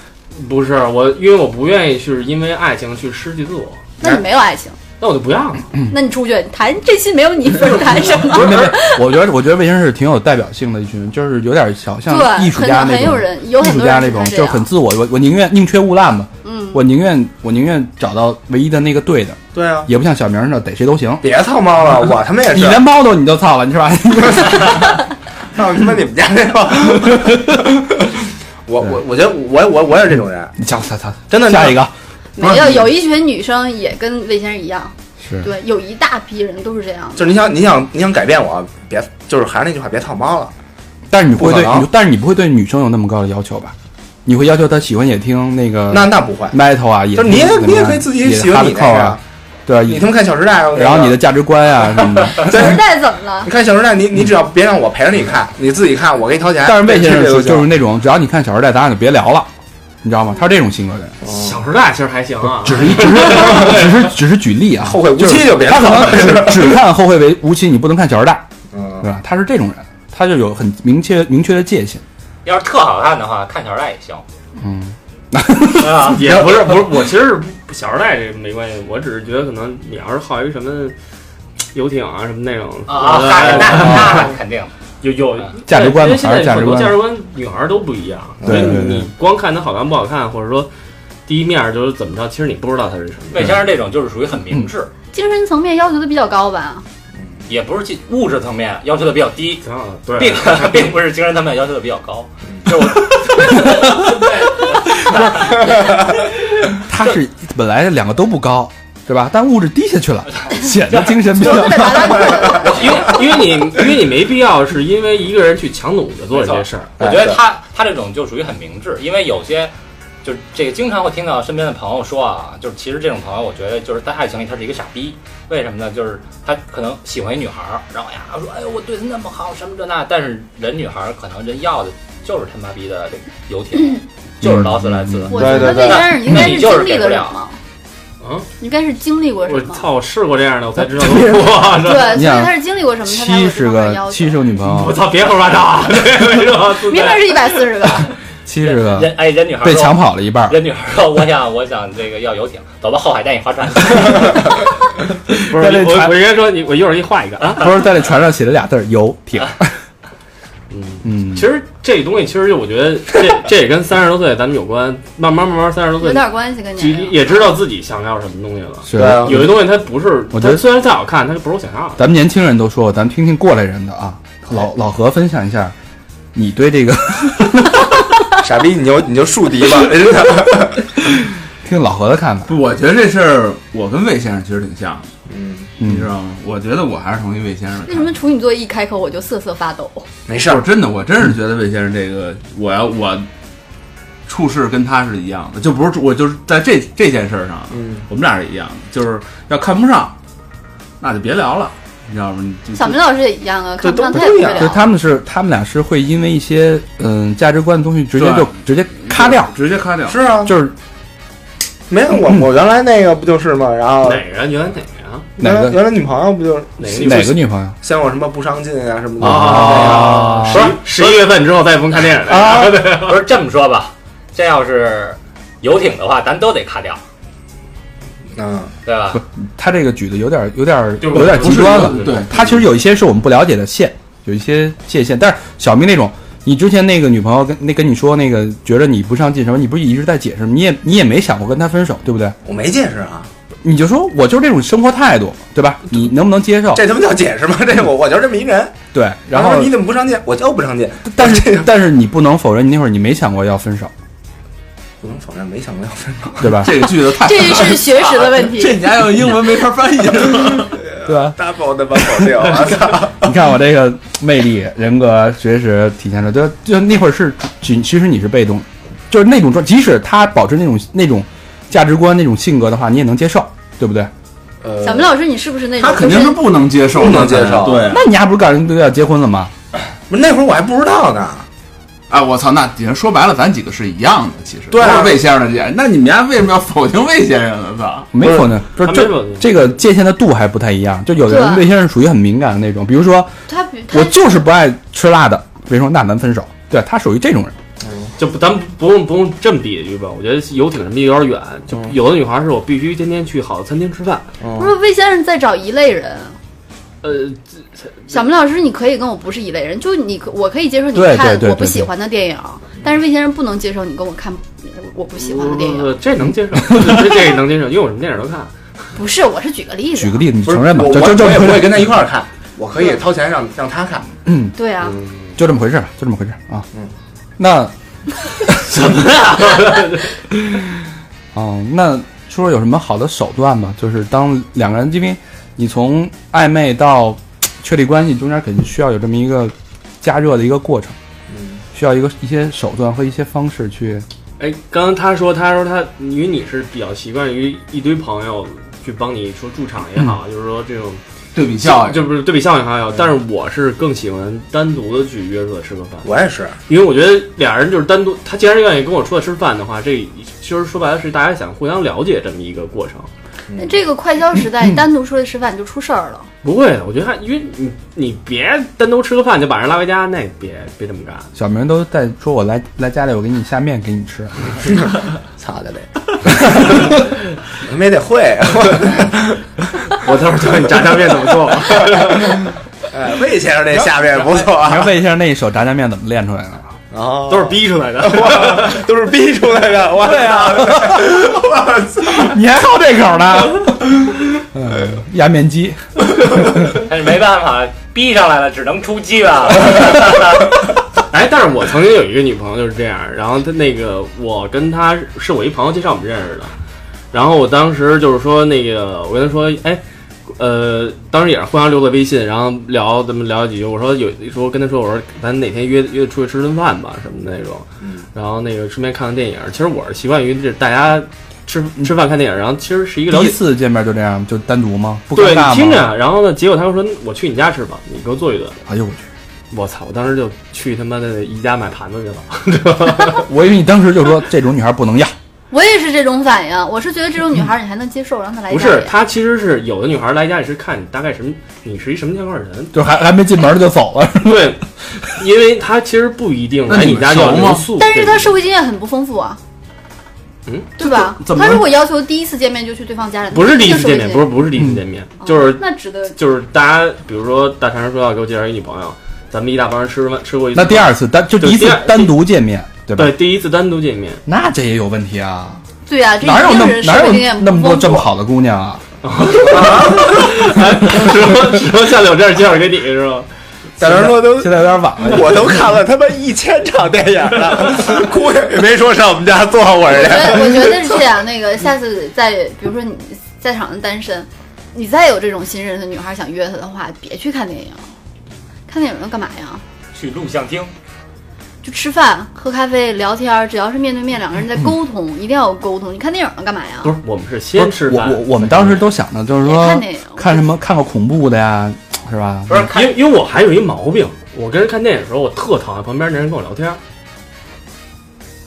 Speaker 5: 不是我，因为我不愿意是因为爱情去失去自我，
Speaker 7: 那你没有爱情，
Speaker 5: 那我就不要了。
Speaker 2: 嗯
Speaker 7: 那你出去你谈这期没有你 份儿，你谈什么？
Speaker 2: 没没 没，我觉得我觉得魏先生是挺有代表性的一群人，就是有点小像
Speaker 7: 对，
Speaker 2: 艺术
Speaker 7: 很
Speaker 2: 家那
Speaker 7: 很有
Speaker 2: 种，
Speaker 7: 人，有
Speaker 2: 艺
Speaker 7: 很
Speaker 2: 术
Speaker 7: 多
Speaker 2: 家
Speaker 7: 人
Speaker 2: 那
Speaker 7: 是
Speaker 2: 种
Speaker 7: 他这
Speaker 2: 就
Speaker 7: 样
Speaker 2: 是很自我，我我宁愿宁缺毋滥嘛，
Speaker 7: 嗯，
Speaker 2: 我宁愿我宁愿找到唯一的那个对的，
Speaker 3: 对啊！
Speaker 2: 也不像小明似的逮谁都行。
Speaker 3: 别操猫了，我他妈也
Speaker 2: 你
Speaker 3: 是，
Speaker 2: 连猫都你都操了，你是吧？
Speaker 3: 操他妈你们家那猫。 我我我觉得我我我也是这种人，
Speaker 2: 你操操操，
Speaker 3: 真的
Speaker 2: 下一个
Speaker 7: 没有有一群女生也跟魏先生一样，
Speaker 2: 是
Speaker 7: 对，有一大批人都是这样的。
Speaker 3: 就是你想你想你想改变我，别就是还是那句话，别操猫了。
Speaker 2: 但是你不会对，
Speaker 3: 不可能
Speaker 2: 你但是你不会对女生有那么高的要求吧？你会要求她喜欢也听那个
Speaker 3: 那那不会，
Speaker 2: metal 啊，也
Speaker 3: 就是
Speaker 2: 听
Speaker 3: 你也
Speaker 2: 什么
Speaker 3: 你也可以自己喜欢你那
Speaker 2: hardcore
Speaker 3: 个
Speaker 2: 啊，，对啊，
Speaker 3: 你
Speaker 2: 也
Speaker 3: 他妈看《小时代》啊，
Speaker 2: 然后你
Speaker 3: 的
Speaker 2: 的价值观啊什 么的。
Speaker 7: 时代怎么了
Speaker 3: 你？看《小时代》，你你只要别让我陪着你看，你自己看，我给你掏钱。
Speaker 2: 但是魏先生
Speaker 3: 哎这
Speaker 2: 就
Speaker 3: 个啊
Speaker 2: 就是
Speaker 3: 行
Speaker 2: 那种，只要你看《小时代》，咱俩就别聊了，你知道吗？他是这种性 格的人，
Speaker 3: 嗯
Speaker 5: 小时代其实还行啊，
Speaker 2: 只是一只是只是只是举例啊，
Speaker 3: 后悔无期就别
Speaker 2: 他
Speaker 3: 看
Speaker 2: 可
Speaker 3: 了。
Speaker 2: 能只只看《后会为无期》，你不能看《小时代》，
Speaker 3: 嗯
Speaker 2: 对吧？他是这种人，他就有很明确明确的界限。
Speaker 6: 要是特好看的话，看小赖也行。
Speaker 2: 嗯，
Speaker 6: 啊，
Speaker 5: 也不是不是，我其实是不小时代这没关系，我只是觉得可能你要是好一个什么游艇啊什么那种
Speaker 6: 啊，那
Speaker 5: 哎
Speaker 6: 那那肯定。
Speaker 5: 有有
Speaker 2: 价值观嘛嗯
Speaker 5: 因为现
Speaker 2: 还
Speaker 5: 在
Speaker 2: 是价值
Speaker 5: 很多
Speaker 2: 观
Speaker 5: 价值观，女孩儿都不一样。
Speaker 2: 对
Speaker 5: 所以
Speaker 2: 对对
Speaker 5: 你光看她好看不好看，或者说第一面儿就是怎么着，其实你不知道她是什么
Speaker 6: 魏
Speaker 5: 样。
Speaker 6: 先生这种就是属于很明智，
Speaker 7: 精神层面要求的比较高吧？
Speaker 6: 也不是技物质层面要求的比较低，
Speaker 5: 挺好的，对，
Speaker 6: 并 并不是精神层面要求的比较高。就是我
Speaker 2: 他是本来两个都不高，对吧？但物质低下去 了，显得精神比
Speaker 7: 我
Speaker 2: 较
Speaker 7: 都得把他过了。
Speaker 5: 因为因为你因为你没必要是因为一个人去强弩的做这些事儿。
Speaker 6: 我觉得他他这种就属于很明智，因为有些就是这个经常会听到身边的朋友说啊，就是其实这种朋友，我觉得就是在爱情里他是一个傻逼，为什么呢？就是他可能喜欢一女孩儿，然后呀说，哎呦我对她那么好，什么这那，但是人女孩儿可能人要的就是他妈逼的游艇， 就是劳斯莱斯。
Speaker 7: 我觉
Speaker 3: 对
Speaker 7: 得
Speaker 3: 对对
Speaker 7: 魏先生应该
Speaker 6: 那你
Speaker 7: 是
Speaker 6: 就是
Speaker 7: 经
Speaker 6: 给
Speaker 7: 历了
Speaker 6: 不
Speaker 7: 什
Speaker 6: 了啊
Speaker 7: 么，
Speaker 5: 嗯，
Speaker 7: 应该是经历过什
Speaker 5: 我
Speaker 7: 么。
Speaker 5: 操，我试过这样的，我才知道我
Speaker 7: 对，
Speaker 5: 操，
Speaker 7: 所以
Speaker 2: 你想
Speaker 7: 他是经历过什么，他才
Speaker 2: 七
Speaker 7: 有这
Speaker 2: 十
Speaker 7: 种的
Speaker 2: 个
Speaker 7: 要
Speaker 2: 七
Speaker 7: 求
Speaker 2: 十。个女朋
Speaker 5: 我
Speaker 2: 友，
Speaker 5: 操，别胡说八道啊！ 对，我说
Speaker 7: 明明是一百四 十个，
Speaker 2: 七十个
Speaker 6: 人哎，人女孩儿
Speaker 2: 被
Speaker 6: 说
Speaker 2: 抢跑了一 半儿，
Speaker 6: 人女孩儿说：“我想，我想这个要游艇，走吧，后海带你划船。
Speaker 5: 不是
Speaker 2: 在这
Speaker 5: 我，
Speaker 2: 船
Speaker 5: 我应该说你，我一会儿给你画一个啊。
Speaker 2: 不是在这船上写了俩字儿游艇。
Speaker 5: 嗯，
Speaker 2: 嗯，
Speaker 5: 其实这东西，其实我觉得这这也跟三十多岁咱们有关，慢慢慢慢三十多
Speaker 7: 有
Speaker 5: 岁
Speaker 7: 点关系跟
Speaker 5: 其
Speaker 7: 年
Speaker 5: 实
Speaker 7: 龄。
Speaker 5: 也知道自己想要什么东西了。
Speaker 2: 是
Speaker 3: 对啊
Speaker 5: 有些东西它不是，
Speaker 2: 我觉得
Speaker 5: 它虽然再好看，它就不是我想要的。
Speaker 2: 咱们年轻人都说过，咱们听听过来人的啊。老老何分享一下，你对这个
Speaker 3: 傻逼，你就你就树敌吧，真的。
Speaker 2: 听老何的看法。
Speaker 4: 不，我觉得这事儿我跟魏先生其实挺像的，
Speaker 3: 嗯，
Speaker 4: 你
Speaker 2: 嗯
Speaker 4: 知，道吗？我觉得我还是同意魏先生的
Speaker 7: 为
Speaker 4: 看
Speaker 7: 什
Speaker 4: 法。
Speaker 7: 么处女座一开口我就瑟瑟发抖？
Speaker 3: 没事
Speaker 4: 是
Speaker 3: 儿，
Speaker 4: 真的，我真是觉得魏先生这个，我要我处事跟他是一样的，就不是我就是在这这件事儿上，
Speaker 3: 嗯，
Speaker 4: 我们俩是一样的，就是要看不上，那就别聊了，你知道吗？你
Speaker 7: 小明老师也一样啊，
Speaker 3: 这
Speaker 7: 看不上
Speaker 3: 都
Speaker 7: 他也不
Speaker 3: 不一
Speaker 7: 会
Speaker 3: 样
Speaker 2: 就
Speaker 7: 聊。
Speaker 2: 他们是他们俩是会因为一些嗯价值观的东西直接就直接咔掉，，嗯
Speaker 4: 直接咔掉。
Speaker 3: 是啊，
Speaker 2: 就是
Speaker 3: 没有我我原来那个不就是吗？然后
Speaker 5: 哪个？原来哪个呀？
Speaker 2: 哪个
Speaker 3: 原来原来女朋友不就是
Speaker 5: 哪个女
Speaker 2: 哪个女朋友？
Speaker 3: 像我什么不上进啊
Speaker 5: 哦
Speaker 3: 什么的
Speaker 5: 啊
Speaker 3: 那个
Speaker 5: 十一十一月份之后再也不用看电影了。
Speaker 3: 啊，
Speaker 6: 不是这么说吧？这要是游艇的话，咱都得卡掉，
Speaker 3: 嗯，
Speaker 6: 对吧？
Speaker 2: 他这个举的有点有点
Speaker 5: 就是
Speaker 2: 有点
Speaker 5: 不
Speaker 2: 极
Speaker 5: 是
Speaker 2: 端
Speaker 5: 不
Speaker 2: 了
Speaker 5: 是。
Speaker 4: 对，
Speaker 2: 他其实有一些是我们不了解的线，有一些界限。但是小明那种，你之前那个女朋友跟那跟你说那个觉得你不上进什么，你不是一直在解释吗，你也你也没想过跟他分手，对不对？
Speaker 3: 我没解释啊，
Speaker 2: 你就说我就是这种生活态度，对吧？你能不能接受？
Speaker 3: 这他妈叫解释吗？这我我就是这么一人。
Speaker 2: 对，然
Speaker 3: 他
Speaker 2: 后
Speaker 3: 说你怎么不上进？我就不上进，
Speaker 2: 但
Speaker 3: 这
Speaker 2: 是
Speaker 3: 个
Speaker 2: 但是你不能否认，你那会儿你没想过要分手，
Speaker 3: 不能否认，没想过要分手。
Speaker 2: 对吧？
Speaker 4: 这个句子太
Speaker 7: 这是学识的问
Speaker 4: 这
Speaker 7: 题。
Speaker 4: 你家用英文没法翻译。
Speaker 2: 对吧？
Speaker 3: double 的把否定，啊 我操！
Speaker 2: 你看我这个魅力、人格、学识体现了，就就那会儿是，其其实你是被动，就是那种状，即使他保持那种那种价值观、那种性格的话，你也能接受，对不对？
Speaker 3: 呃
Speaker 7: 小明老师，你是不是那种
Speaker 4: 他肯定是不能接受的，
Speaker 3: 不 能接受
Speaker 4: 对，
Speaker 2: 那你还不是赶上都要结婚了吗？
Speaker 3: 不是那会儿我还不知道呢，
Speaker 4: 啊，我操，那底说白了，咱几个是一样的，其实
Speaker 3: 对啊
Speaker 4: 都是魏先生的姐。那你们家为什么要否定魏先生呢？操，
Speaker 2: 没有呢，就是
Speaker 5: 他没
Speaker 2: 这
Speaker 5: 有
Speaker 2: 这个界限的度还不太一样。就有的人
Speaker 7: 对
Speaker 2: 对先生属于很敏感的那种，比如说
Speaker 7: 他比他
Speaker 2: 我就是不爱吃辣的，比如说那咱分手，对他属于这种人。
Speaker 5: 就不，咱们不用不用这么比喻吧。我觉得游艇什么的有点远，就
Speaker 3: 嗯
Speaker 5: 有的女孩是我必须天天去好的餐厅吃饭。
Speaker 7: 不是魏先生在找一类人。
Speaker 5: 呃，
Speaker 7: 小明老师，你可以跟我不是一类人，就你可我可以接受你
Speaker 2: 对对
Speaker 7: 看
Speaker 2: 对
Speaker 7: 我不
Speaker 2: 对
Speaker 7: 喜
Speaker 2: 对
Speaker 7: 欢的电影，但是魏先生不能接受你跟我看我我不喜欢的电影。
Speaker 5: 呃这能接受，这这能接受，因为我什么电影都看。
Speaker 7: 不是，我是举个例子。
Speaker 2: 举个例子，你
Speaker 3: 不是
Speaker 2: 承认吧？
Speaker 3: 我
Speaker 2: 就
Speaker 3: 我
Speaker 2: 就这
Speaker 3: 我
Speaker 2: 么
Speaker 3: 也不
Speaker 2: 回
Speaker 3: 会
Speaker 2: 事，
Speaker 3: 跟他一块儿看，我可以掏钱让让他看。
Speaker 2: 嗯，
Speaker 7: 对啊，
Speaker 2: 就这么回事吧，就这么回事啊。
Speaker 3: 嗯，
Speaker 2: 那 什 么呀？哦，那说说有什么好的手段吗？就是当两个人，因为你从暧昧到确立关系中间，肯定需要有这么一个加热的一个过程，
Speaker 3: 嗯，
Speaker 2: 需要一个一些手段和一些方式去。
Speaker 5: 哎，刚刚他说，他说他因为你是比较习惯于一堆朋友去帮你说驻场也好，就是说这种
Speaker 4: 嗯对比效应，
Speaker 5: 就不是对比效应还好。但是我是更喜欢单独的去约出来吃个饭，
Speaker 3: 我也是，
Speaker 5: 因为我觉得俩人就是单独，他既然愿意跟我出来吃饭的话，这其实说白了是大家想互相了解这么一个过程。
Speaker 7: 那这个快消时代，你单独出来吃饭就出事儿了。
Speaker 5: 不会的，我觉得还因为你你别单独吃个饭就把人拉回家，那别别这么干。
Speaker 2: 小明都在说，我来来家里，我给你下面给你 吃。
Speaker 3: 操的嘞，你们也得 会。
Speaker 5: 我到时候教你炸酱面怎么 做。
Speaker 3: 哎，魏先生这下面不错
Speaker 2: 你
Speaker 3: 啊，
Speaker 2: 说魏先生那一手炸酱面怎么练出来的？
Speaker 3: 哦
Speaker 5: 都是逼出来 的。
Speaker 3: 都是逼出来的，我呀， 我操！
Speaker 2: 你还好这口呢？ 嗯，压面机。
Speaker 6: 但是没办法，逼上来了，只能出击了。
Speaker 5: 哎，但是我曾经有一个女朋友就是这样，然后她那个我跟她是我一朋友介绍我们认识的，然后我当时就是说那个我跟她说，哎，呃，当时也是互相留个微信，然后聊咱们聊几句。我说有时候跟他说，我说咱哪天约约出去吃顿饭吧，什么的那种。
Speaker 3: 嗯
Speaker 5: 然后那个顺便看看电影。其实我是习惯于这大家吃吃饭看电影，然后其实是一个了
Speaker 2: 第一
Speaker 5: 解。
Speaker 2: 次见面就这样，就单独吗？不尴
Speaker 5: 对
Speaker 2: 尬吗？
Speaker 5: 你听着，啊然后呢？结果他又说：“我去你家吃吧，你给我做一顿。
Speaker 2: 哎呦我去！”
Speaker 5: 我操！我当时就去他妈的宜家买盘子去了。
Speaker 2: 我以为你当时就说这 种女孩不能要，
Speaker 7: 我也是这种反应，我是觉得这种女孩儿你还能接受，让她来
Speaker 5: 不
Speaker 7: 家
Speaker 5: 是
Speaker 7: 里，。
Speaker 5: 他其实是有的女孩来家里是看你大概什么，你是一什么情况的人。
Speaker 2: 就还还没进门就走了。
Speaker 5: 对，因为他其实不一定来你家就要留宿，
Speaker 7: 但是
Speaker 5: 他
Speaker 7: 她社会经验很不丰富啊，
Speaker 5: 嗯，
Speaker 7: 对吧？
Speaker 4: 怎么
Speaker 7: 她如果要求第一次见面就去对方家里，
Speaker 5: 不是第一
Speaker 7: 那
Speaker 5: 次见面，不
Speaker 7: 是
Speaker 5: 是不是
Speaker 2: 嗯
Speaker 5: 第一次见面，
Speaker 7: 社会经验
Speaker 5: 就是
Speaker 7: 哦那值得。
Speaker 5: 就是大家，比如说大肠说要给我介绍一女朋友，咱们一大帮人吃完吃过一次
Speaker 2: 那
Speaker 5: 饭，
Speaker 2: 第二次单就第一次
Speaker 5: 对第二
Speaker 2: 单独见面，对吧？
Speaker 5: 对第一次单独见面，
Speaker 2: 那这也有问题啊！
Speaker 7: 对呀、这
Speaker 2: 哪有
Speaker 7: 一
Speaker 2: 那
Speaker 7: 定
Speaker 2: 么
Speaker 7: 是
Speaker 2: 哪
Speaker 7: 社会经
Speaker 2: 有
Speaker 7: 验
Speaker 2: 那么
Speaker 7: 不
Speaker 2: 多
Speaker 7: 丰富
Speaker 2: 这么好的姑娘啊？
Speaker 5: 只能只能像柳这样介绍给你是吧？
Speaker 3: 在那说都
Speaker 2: 现在有点晚了，
Speaker 3: 我都看了他妈一千场电影 了，姑爷也没说上我们家坐会儿
Speaker 7: 我觉
Speaker 3: 去。
Speaker 7: 得我觉得是这样，那个下次再比如说你在场的单身，你再有这种新认识的女孩想约她的话，别去看电影，看电影能干嘛呀？
Speaker 6: 去录像厅，
Speaker 7: 就吃饭、喝咖啡、聊天儿，只要是面对面两个人在沟通，一定要有沟通。你看电影能干嘛呀
Speaker 5: 不？是，我们是先
Speaker 2: 不是
Speaker 5: 吃
Speaker 2: 我
Speaker 5: 饭，
Speaker 2: 我我们当时都想的就是
Speaker 7: 别
Speaker 2: 说
Speaker 7: 看电影，
Speaker 2: 看什么看个恐怖的呀，是吧？
Speaker 6: 不是
Speaker 5: 因
Speaker 6: 看
Speaker 5: 为因为我还有一毛病，我跟人看电影的时候，我特讨厌旁边那人跟我聊天，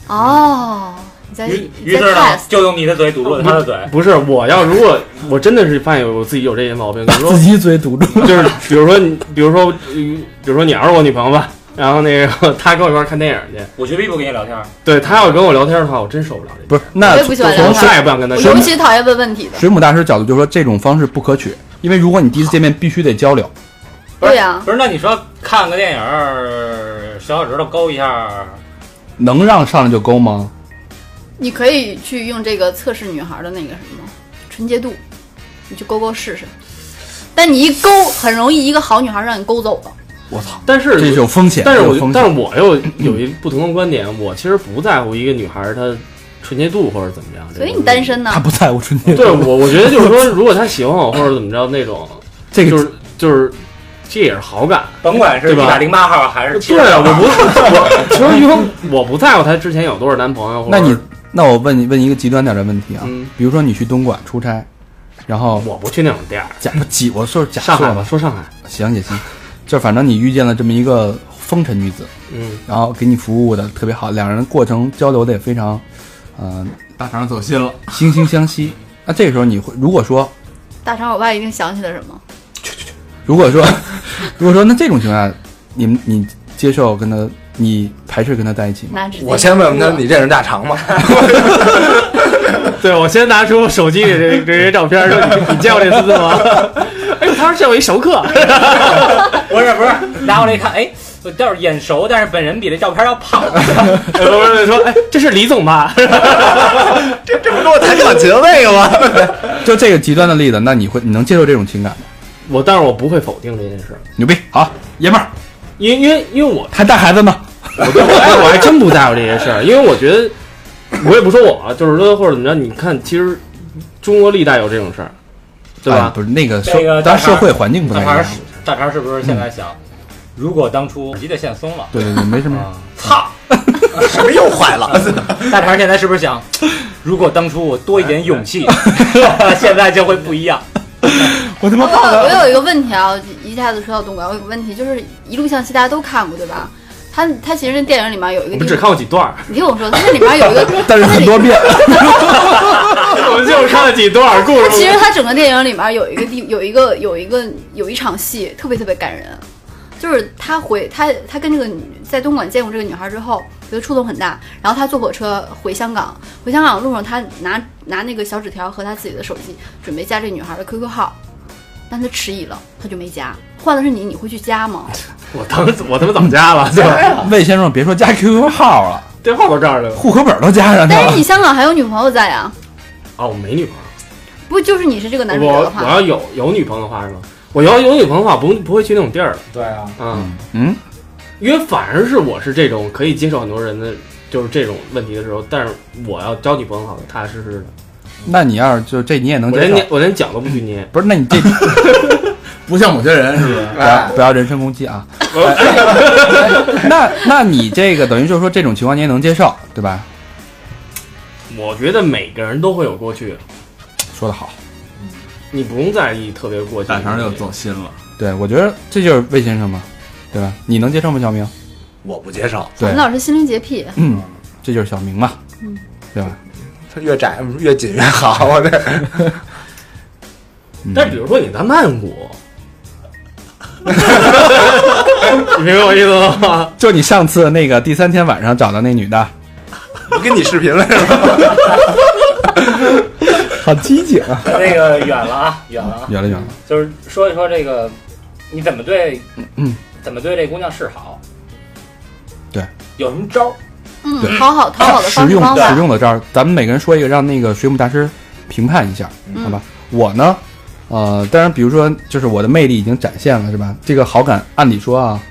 Speaker 7: 哦，你在
Speaker 6: 于
Speaker 7: 你
Speaker 6: 于
Speaker 7: 在
Speaker 6: 是呢
Speaker 7: test，，
Speaker 6: 就用你的嘴堵住了他的嘴。
Speaker 5: 不是我要如果我真的是发现我自己有这些毛 病，比如
Speaker 2: 自
Speaker 5: 说
Speaker 2: 己嘴堵住，
Speaker 5: 就是比如说你比如说呃比如说你要是我女朋友吧，然后那个她跟我一块儿看电影去，
Speaker 6: 我绝逼不跟你聊天儿，
Speaker 5: 对她要跟我聊天的话，我真受不了这。
Speaker 2: 不是？那
Speaker 7: 我也
Speaker 2: 从
Speaker 7: 不喜欢聊
Speaker 5: 我
Speaker 2: 啊从
Speaker 7: 天
Speaker 5: 再也不想跟她
Speaker 7: 我
Speaker 5: 说
Speaker 7: 尤
Speaker 5: 话。
Speaker 7: 其讨厌问问题的。
Speaker 2: 水母大师角度就说这种方式不可取，因为如果你第一次见面必须得交流，
Speaker 6: 不是
Speaker 7: 对啊呀、
Speaker 6: 不是？那你说看个电影儿，小小指头勾一下儿，
Speaker 2: 能让上来就勾吗？
Speaker 7: 你可以去用这个测试女孩的那个什么纯洁度，你去勾勾试试。但你一勾，很容易一个好女孩让你勾走了。
Speaker 2: 我操，
Speaker 5: 但是
Speaker 2: 这是有风险，
Speaker 5: 但是
Speaker 2: 有
Speaker 5: 我
Speaker 2: 风
Speaker 5: 但
Speaker 2: 险。
Speaker 5: 是我又有一不同的观点，我其实不在乎一个女孩儿她纯洁度或者怎么样。
Speaker 7: 所以你单。身呢
Speaker 2: 他？不在乎春节，
Speaker 5: 对我，我觉得就是说，如果她喜欢我或者怎么着那种，
Speaker 2: 这
Speaker 5: 就
Speaker 2: 个
Speaker 5: 是就是这也是好感。
Speaker 6: 甭管是
Speaker 5: 对
Speaker 6: 一
Speaker 5: 吧
Speaker 6: 百零八号还是七
Speaker 5: 对
Speaker 6: 十
Speaker 5: 啊，
Speaker 6: 二
Speaker 5: 我
Speaker 6: 号，
Speaker 5: 不我 其实因为我不在乎她之前有多少男朋友。或 者
Speaker 2: 那你那我问你问一个极端点的问题啊，
Speaker 5: 嗯，
Speaker 2: 比如说你去东莞出差，然后
Speaker 5: 我不去那种店儿。
Speaker 2: 假不挤，我说是假
Speaker 5: 上
Speaker 2: 设
Speaker 5: 海吧，
Speaker 2: 嘛，
Speaker 5: 说上海。
Speaker 2: 行也行，就反正你遇见了这么一个风尘女子，
Speaker 5: 嗯，
Speaker 2: 然后给你服务的特别好，两人过程交流的也非常，呃，
Speaker 4: 大肠走心了，
Speaker 2: 惺惺相惜。那这时候你会如果说
Speaker 7: 大肠，我爸一定想起了什么？
Speaker 2: 如果说 如果说那这种情况下，你们你接受跟他，你排斥跟他在一起吗？
Speaker 7: 拿纸巾
Speaker 3: 我先问问他，你认识大肠 吗？
Speaker 5: 对，我先拿出手机 里这这些照片，说你你见过这姿势吗？ 哎，他说见过一熟客。
Speaker 6: 不是不是，拿过来一看，哎，我倒是眼熟，但是本人比这照片要胖。
Speaker 5: 不是说，哎，这是李总吧？
Speaker 3: 这不跟
Speaker 2: 哦
Speaker 3: 我弹小琴那个吗？
Speaker 2: 就这个极端的例子，那你会你能接受这种情感吗？
Speaker 5: 我，但是我不会否定这件事，
Speaker 2: 牛逼，好，爷们儿
Speaker 5: 因因为因为 我
Speaker 2: 还带孩子呢，
Speaker 5: 哎，我还真不在乎这些事儿，因为我觉得，我也不说我啊，就是说或者怎么着，你看，其实中国历代有这种事儿，对
Speaker 2: 哎
Speaker 5: 吧？
Speaker 2: 不是那个社，
Speaker 6: 这个
Speaker 2: 咱
Speaker 6: 大肠
Speaker 2: 社会环境不太
Speaker 6: 大
Speaker 2: 一
Speaker 6: 肠
Speaker 2: 样
Speaker 6: 是。大肠是不是现在想，如果当初急的线松了，
Speaker 2: 对对对，没什么事。
Speaker 6: 啊，操！
Speaker 3: 什么又坏了？
Speaker 6: 大肠现在是不是想，如果当初我多一点勇气， 现在就会不一样？
Speaker 2: 我他
Speaker 7: 我有我有一个问题啊，一下子说到东莞，我有个问题就是一路向西大家都看过对吧？他他其实那电影里面有一个
Speaker 5: 我们
Speaker 7: 地
Speaker 5: 只
Speaker 7: 方，
Speaker 5: 看过几 段儿，
Speaker 7: 你听我说，他那里面有一个，
Speaker 2: 但是很多遍，
Speaker 5: 我们就是看了几段儿故
Speaker 7: 他 其
Speaker 5: 事。
Speaker 7: 实他整个电影里面有一个地有一个有一个有一场戏特别特别感人，就是他回他他跟这个女在东莞见过这个女孩之后，觉得触动很大，然后他坐火车回香港，回香港的路上他拿拿那个小纸条和他自己的手机准备加这女孩的 QQ 号，但他迟疑了，他就没加。换的是你，你会去加 吗？
Speaker 5: 我当时我他妈怎么加了？对吧？
Speaker 2: 魏先生别说加 QQ 号了，
Speaker 5: 电话都这儿的
Speaker 2: 户口本都加上去
Speaker 7: 但是
Speaker 2: 了。
Speaker 7: 你香港还有女朋友在啊，
Speaker 5: 啊，我没女朋友。
Speaker 7: 不就是你是这个男主角的
Speaker 5: 我我
Speaker 7: 话，
Speaker 5: 要有有女朋友的话是吗？我要有女朋友的话，不不会去那种地儿了
Speaker 3: 对啊，
Speaker 5: 啊，
Speaker 2: 嗯，
Speaker 5: 因为反而是我是这种可以接受很多人的就是这种问题的时候，但是我要交女朋友好的踏踏实实的。
Speaker 2: 那你要是就这你也能
Speaker 5: 我
Speaker 2: 接受
Speaker 5: 连，我连脚都不许捏，
Speaker 2: 不是？那你这不
Speaker 4: 不像某些人是吧？
Speaker 2: 要不要人身攻击啊？ 那那你这个等于就是说这种情况你也能接受，对吧？
Speaker 5: 我觉得每个人都会有过去，
Speaker 2: 说得好，
Speaker 5: 你不用在意特别过去。
Speaker 4: 大肠又走心了，
Speaker 2: 对我觉得这就是魏先生嘛，对吧？你能接受吗，小明？
Speaker 3: 我不接受，
Speaker 7: 我
Speaker 2: 对
Speaker 7: 们，老师心灵洁癖，
Speaker 2: 嗯，这就是小明嘛，
Speaker 7: 嗯
Speaker 2: 对吧？
Speaker 3: 它越窄越紧越好。我这
Speaker 2: 嗯
Speaker 5: 但比如说你在曼谷， 你明白我意思吗？
Speaker 2: 就你上次那个第三天晚上找到那女的，
Speaker 3: 不跟你视频了是吧？
Speaker 2: 好机警啊！
Speaker 6: 这个远了啊，远了啊。
Speaker 2: 远了远了，
Speaker 6: 就是说一说这个，你怎么对，
Speaker 2: 嗯
Speaker 6: 怎么对这姑娘示好？
Speaker 2: 对，
Speaker 6: 有什么招儿？
Speaker 7: 嗯
Speaker 2: 对，
Speaker 7: 讨好讨好的
Speaker 2: 实
Speaker 7: 方式
Speaker 2: 用
Speaker 7: 方
Speaker 2: 实
Speaker 7: 法，
Speaker 2: 用的招儿，咱们每个人说一个，让那个水母大师评判一下，
Speaker 7: 嗯
Speaker 2: 好吧？我呢，呃，当然，比如说，就是我的魅力已经展现了，是吧？这个好感，按理说啊，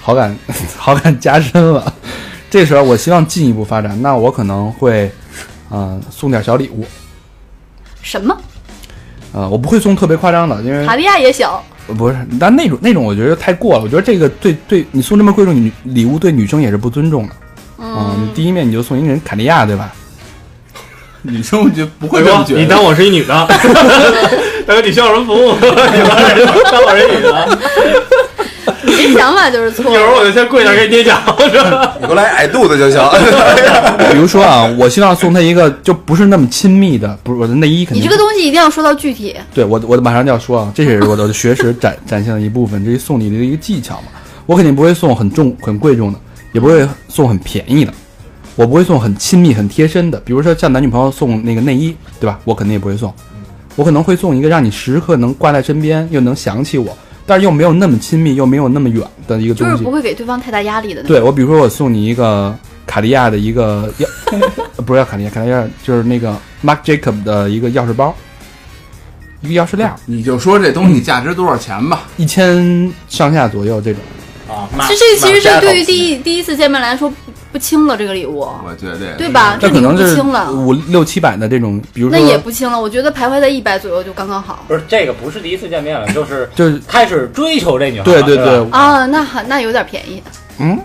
Speaker 2: 好感 好感加深了，这时候我希望进一步发展，那我可能会，呃，送点小礼物，
Speaker 7: 什
Speaker 2: 嗯
Speaker 7: 么
Speaker 2: 呃，我不会送特别夸张的，因为
Speaker 7: 卡地亚也小，
Speaker 2: 不是，但那种那种我觉得太过了，我觉得这个对对你送这么贵重女礼物对女生也是不尊重的啊、你
Speaker 7: 嗯，
Speaker 2: 第一面你就送一人卡地亚，对吧？
Speaker 4: 女生我觉得不
Speaker 5: 大
Speaker 4: 会这
Speaker 5: 哥
Speaker 4: 么，觉得。
Speaker 5: 哎你当我是一女 的？大哥，你需要什么服 务？你当我是一女的，
Speaker 7: 你这想法就是错
Speaker 5: 一会儿我
Speaker 7: 的。
Speaker 5: 就先跪下给你捏脚，是吧？
Speaker 3: 你给我来矮肚子就行。
Speaker 2: 比如说啊，我希望送她一个就不是那么亲密的，不是我的内衣肯
Speaker 7: 你
Speaker 2: 定
Speaker 7: 这个东西一定要说到具体，
Speaker 2: 对我我马上就要说啊，这也是我的学识展展现的一部分，这是送礼的一个技巧嘛。我肯定不会送很重很贵重的，也不会送很便宜的，我不会送很亲密很贴身的，比如说像男女朋友送那个内衣，对吧？我肯定也不会送，我可能会送一个让你时刻能挂在身边，又能想起我，但是又没有那么亲密，又没有那么远的一个
Speaker 7: 就
Speaker 2: 东
Speaker 7: 是
Speaker 2: 西
Speaker 7: 不。会给对方太大压力的那种。
Speaker 2: 对我，比如说我送你一个卡地亚的一个钥， 呃不是要卡地亚，卡地亚就是那个 Marc Jacob 的一个钥匙包，一个钥匙链。
Speaker 4: 你就说这东西价值多少钱吧，
Speaker 2: 一千上下左右这种。
Speaker 3: 啊，
Speaker 7: 其实这其实这对于第一第一次见面来说不不轻了，这个礼物，
Speaker 4: 我觉得
Speaker 7: 对吧？
Speaker 2: 这
Speaker 7: 这
Speaker 2: 可
Speaker 7: 礼物
Speaker 2: 能
Speaker 7: 不
Speaker 2: 是
Speaker 7: 轻了，
Speaker 2: 五六七百的这种，比如
Speaker 7: 那也
Speaker 2: 说，
Speaker 7: 不轻了。我觉得徘徊在一百左右就刚刚好
Speaker 6: 不是这个不是第一次见面了，就是
Speaker 2: 就是
Speaker 6: 开始追求这女孩儿
Speaker 2: 对
Speaker 6: 了。
Speaker 2: 对
Speaker 6: 对吧，
Speaker 2: 对，
Speaker 7: 啊，那还那有点便宜。
Speaker 2: 嗯，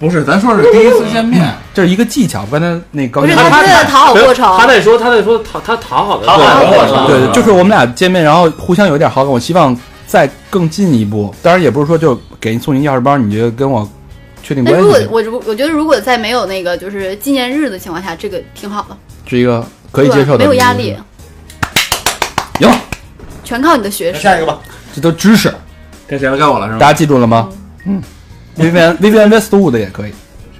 Speaker 4: 不是，咱说是第一次见 面，
Speaker 2: 这是一个技巧。刚才那高
Speaker 7: 不是
Speaker 2: 鑫
Speaker 7: 他
Speaker 2: 说
Speaker 7: 是为了讨好过程，啊
Speaker 5: 他在说，他在说讨他讨好的
Speaker 6: 讨好的
Speaker 5: 过
Speaker 6: 过程，
Speaker 5: 程
Speaker 2: 对，就是我们俩见面，然后互相有点好感，我希望再更进一步。当然也不是说就给你送一钥匙包，你就跟我确定
Speaker 7: 那
Speaker 2: 关
Speaker 7: 哎如果
Speaker 2: 系，
Speaker 7: 我如我觉得如果在没有那个就是纪念日的情况下，这个挺好的，
Speaker 2: 是一个可以接受的，
Speaker 7: 对没有压力。，
Speaker 2: 行，
Speaker 7: 全靠你的学 识。
Speaker 3: 下一个吧。
Speaker 2: 这都知识，
Speaker 4: 该谁了？该我了是
Speaker 2: 大
Speaker 4: 吗？
Speaker 2: 家记住了吗？嗯，Vivian Vivian Westwood 也可以，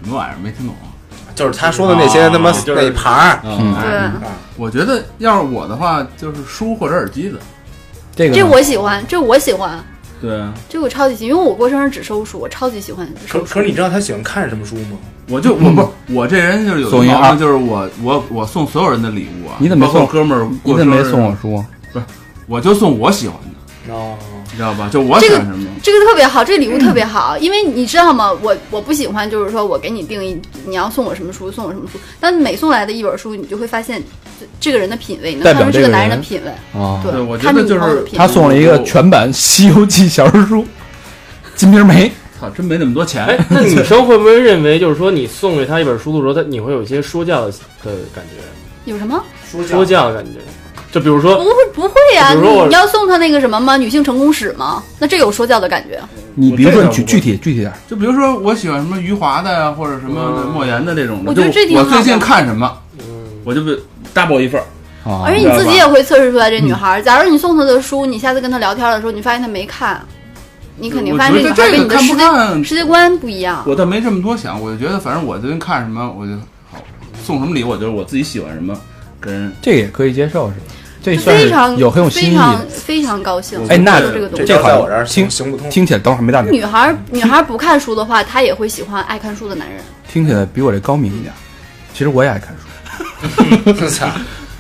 Speaker 4: 什么玩意儿没听懂啊？
Speaker 3: 就是他说的那些
Speaker 4: 啊
Speaker 3: 他妈
Speaker 5: 就是
Speaker 3: 那盘儿，
Speaker 2: 嗯
Speaker 4: 哎
Speaker 7: 对，
Speaker 4: 我觉得要是我的话，就是书或者耳机的。
Speaker 2: 这个
Speaker 7: 这
Speaker 2: 呢
Speaker 7: 我喜欢，这我喜欢，
Speaker 4: 对啊，
Speaker 7: 这我超级喜欢，因为我过生日只收书，我超级喜欢
Speaker 3: 可
Speaker 7: 收书
Speaker 3: 可是你知道他喜欢看什么书吗？
Speaker 4: 我就我不我这人就是有
Speaker 2: 送
Speaker 4: 一
Speaker 2: 一
Speaker 4: 毛
Speaker 2: 二
Speaker 4: 病，就是我我我送所有人的礼物啊，
Speaker 2: 你怎么没
Speaker 4: 包括
Speaker 2: 送
Speaker 4: 哥们儿？
Speaker 2: 你怎么没送啊我？书？
Speaker 4: 啊我就送我喜欢的，
Speaker 3: 哦，
Speaker 4: 你知道吧？就我喜欢什么。
Speaker 7: 这个特别好，这个礼物特别好，因为你知道吗？我我不喜欢，就是说我给你定义你要送我什么书，送我什么书。但每送来的一本书，你就会发现这这个人的品味，你能
Speaker 2: 代
Speaker 7: 看出
Speaker 2: 表这
Speaker 7: 这个
Speaker 2: 个
Speaker 7: 男
Speaker 2: 人
Speaker 7: 的品味。
Speaker 2: 啊，
Speaker 7: 对，
Speaker 4: 对我觉
Speaker 7: 看
Speaker 4: 得
Speaker 7: 你
Speaker 4: 就
Speaker 7: 以后
Speaker 4: 是
Speaker 7: 的品
Speaker 2: 他
Speaker 7: 味
Speaker 2: 送了一个全版《西游记》小说书，《金瓶梅》。
Speaker 4: 操，真没那么多钱。
Speaker 5: 哎，那女生会不会认为，就是说你送给她一本书的时候，她你会有一些说教的的感觉，
Speaker 7: 有什么？
Speaker 3: 书
Speaker 5: 说教的感觉？就比如说，
Speaker 7: 不会不会呀、
Speaker 5: 呃比如说我
Speaker 7: 你要送他那个什么吗？女性成功史吗？那这有说教的感觉。
Speaker 2: 你比如
Speaker 4: 我
Speaker 2: 说，
Speaker 4: 这个
Speaker 2: 你具
Speaker 4: 我
Speaker 2: 具体具体点儿，
Speaker 4: 就比如说，我喜欢什么余华的呀，或者什么
Speaker 5: 嗯
Speaker 4: 莫言的这种的。
Speaker 7: 我觉得
Speaker 4: 就
Speaker 7: 这挺
Speaker 4: 我
Speaker 7: 好
Speaker 4: 最
Speaker 7: 的
Speaker 4: 近看什么，
Speaker 5: 嗯，
Speaker 4: 我就被 double 一份儿。
Speaker 2: 啊
Speaker 7: 而且你自己也会测试出来这女孩儿。假如你送她的书，你下次跟她聊天的时候，你发现她没看，你肯定
Speaker 4: 我
Speaker 7: 发现
Speaker 4: 觉得
Speaker 7: 这女孩儿
Speaker 4: 这
Speaker 7: 跟
Speaker 4: 个
Speaker 7: 你的
Speaker 4: 看
Speaker 7: 世
Speaker 4: 不
Speaker 7: 界
Speaker 4: 看，
Speaker 7: 世界观不一样。
Speaker 4: 我倒没这么多想。我就觉得，反正我最近看什么，我就好送什么礼，我就是我自己喜欢什么，跟
Speaker 2: 这个也可以接受，是吧？这
Speaker 7: 就
Speaker 2: 算
Speaker 7: 非
Speaker 2: 是
Speaker 7: 常
Speaker 2: 有很有
Speaker 7: 非
Speaker 2: 新意。
Speaker 7: 常非常高兴。
Speaker 2: 哎那
Speaker 7: 做这个东
Speaker 3: 这
Speaker 7: 西。
Speaker 2: 这
Speaker 3: 招
Speaker 2: 款
Speaker 3: 在我这儿
Speaker 2: 听
Speaker 3: 行行不通。
Speaker 2: 听起来等会儿没大点儿，
Speaker 7: 女孩儿女孩儿不看书的话，她也会喜欢爱看书的男人。
Speaker 2: 听起来比我这高明一点儿。其实我也爱看书。
Speaker 3: 操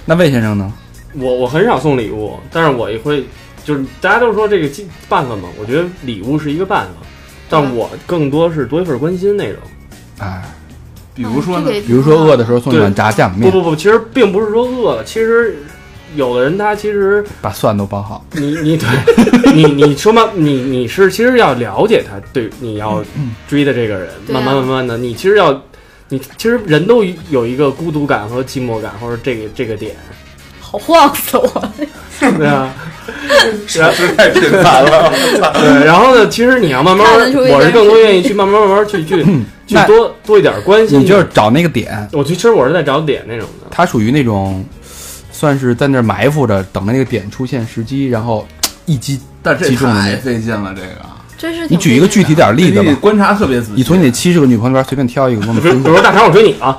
Speaker 2: 那魏先生呢？
Speaker 5: 我我很少送礼物，但是我也会，就是大家都说这个技办法嘛，我觉得礼物是一个办法，但我更多是多一份关心那种。
Speaker 2: 哎，
Speaker 4: 比
Speaker 7: 嗯
Speaker 4: 如说呢，
Speaker 2: 比如说饿的时候送一碗
Speaker 5: 对
Speaker 2: 炸酱
Speaker 5: 不
Speaker 2: 面，
Speaker 5: 不不，其实并不是说饿了，其实有的人他其实
Speaker 2: 把蒜都包好。
Speaker 5: 你你对你你说嘛，你你是其实要了解他，对你要
Speaker 2: 嗯
Speaker 5: 追的这个人，
Speaker 7: 对啊
Speaker 5: 慢慢慢慢的，你其实要你其实人都有一个孤独感和寂寞感，或者这个这个点，
Speaker 7: 好晃死我！
Speaker 5: 对啊，
Speaker 3: 实太频繁了。
Speaker 5: 对，然后呢，其实你要慢慢
Speaker 7: 看得出，一点
Speaker 5: 我是更多愿意去慢慢慢慢去去去
Speaker 2: 嗯那
Speaker 5: 多多一点关心的，
Speaker 2: 你就是找那个点，
Speaker 5: 我其实我是在找点那种的，
Speaker 2: 它属于那种，算是在那儿埋伏着，等着那个点出现时机，然后一击。
Speaker 4: 但这
Speaker 2: 击中了
Speaker 4: 太
Speaker 2: 你
Speaker 4: 费劲了，这个。
Speaker 7: 真是
Speaker 2: 你
Speaker 7: 挺
Speaker 2: 举一个
Speaker 7: 费劲
Speaker 2: 具体点儿例
Speaker 4: 你
Speaker 2: 子吧
Speaker 4: 得。观察特别仔细。
Speaker 2: 你从你七十个女朋友里边随便挑一个给我们
Speaker 5: 比如
Speaker 2: 分
Speaker 5: 比
Speaker 2: 享，
Speaker 5: 如大肠我追你啊，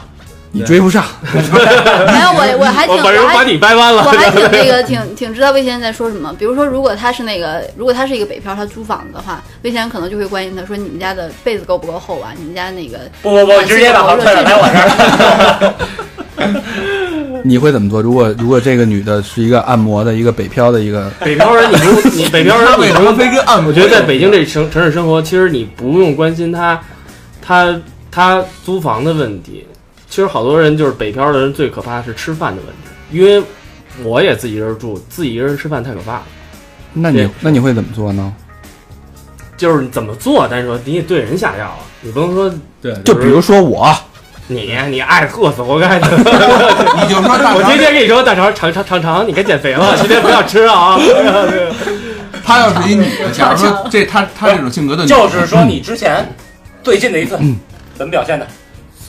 Speaker 2: 你追不上，
Speaker 7: 的没有我我哎还挺
Speaker 5: 我哦把人
Speaker 7: 我还
Speaker 5: 把你掰 弯
Speaker 7: 我
Speaker 5: 了，
Speaker 7: 还 挺那个，挺挺知道魏先生在说什么。比如说，如果他是那个，如果他是一个北漂，他租房子的话，魏先生可能就会关心他说：“你们家的被子够不够厚啊？你们家那个……
Speaker 6: 不不不，直接把房退了，来我这儿。
Speaker 2: 你会怎么做？如果如果这个女的是一个按摩的一个北漂的一个，
Speaker 5: 北漂人你不用你北漂人
Speaker 4: 为
Speaker 5: 你
Speaker 4: 什
Speaker 5: 不
Speaker 4: 么
Speaker 5: 用
Speaker 4: 非跟按摩？
Speaker 5: 我觉得在北京这城城市生活，其实你不用关心他，他他租房的问题。其实好多人就是北漂的人，最可怕是吃饭的问题，因为我也自己一个人住，自己一个人吃饭太可怕了。
Speaker 2: 那你
Speaker 5: 对
Speaker 2: 那你会怎么做呢？
Speaker 5: 就是你怎么做，但是说你也对人下药啊，你不能说
Speaker 4: 对，
Speaker 2: 就比如说我，
Speaker 5: 你你爱饿死活该的。
Speaker 4: 你就说大
Speaker 5: 我天
Speaker 4: 肠，
Speaker 5: 天跟你说大肠尝尝尝尝，你该减肥了，今天不要吃啊。
Speaker 7: 哎
Speaker 4: 她要是一女的，假如 说这她她这种性格的女的，
Speaker 6: 就是说你之
Speaker 2: 嗯
Speaker 6: 前最近的一次怎么表现的？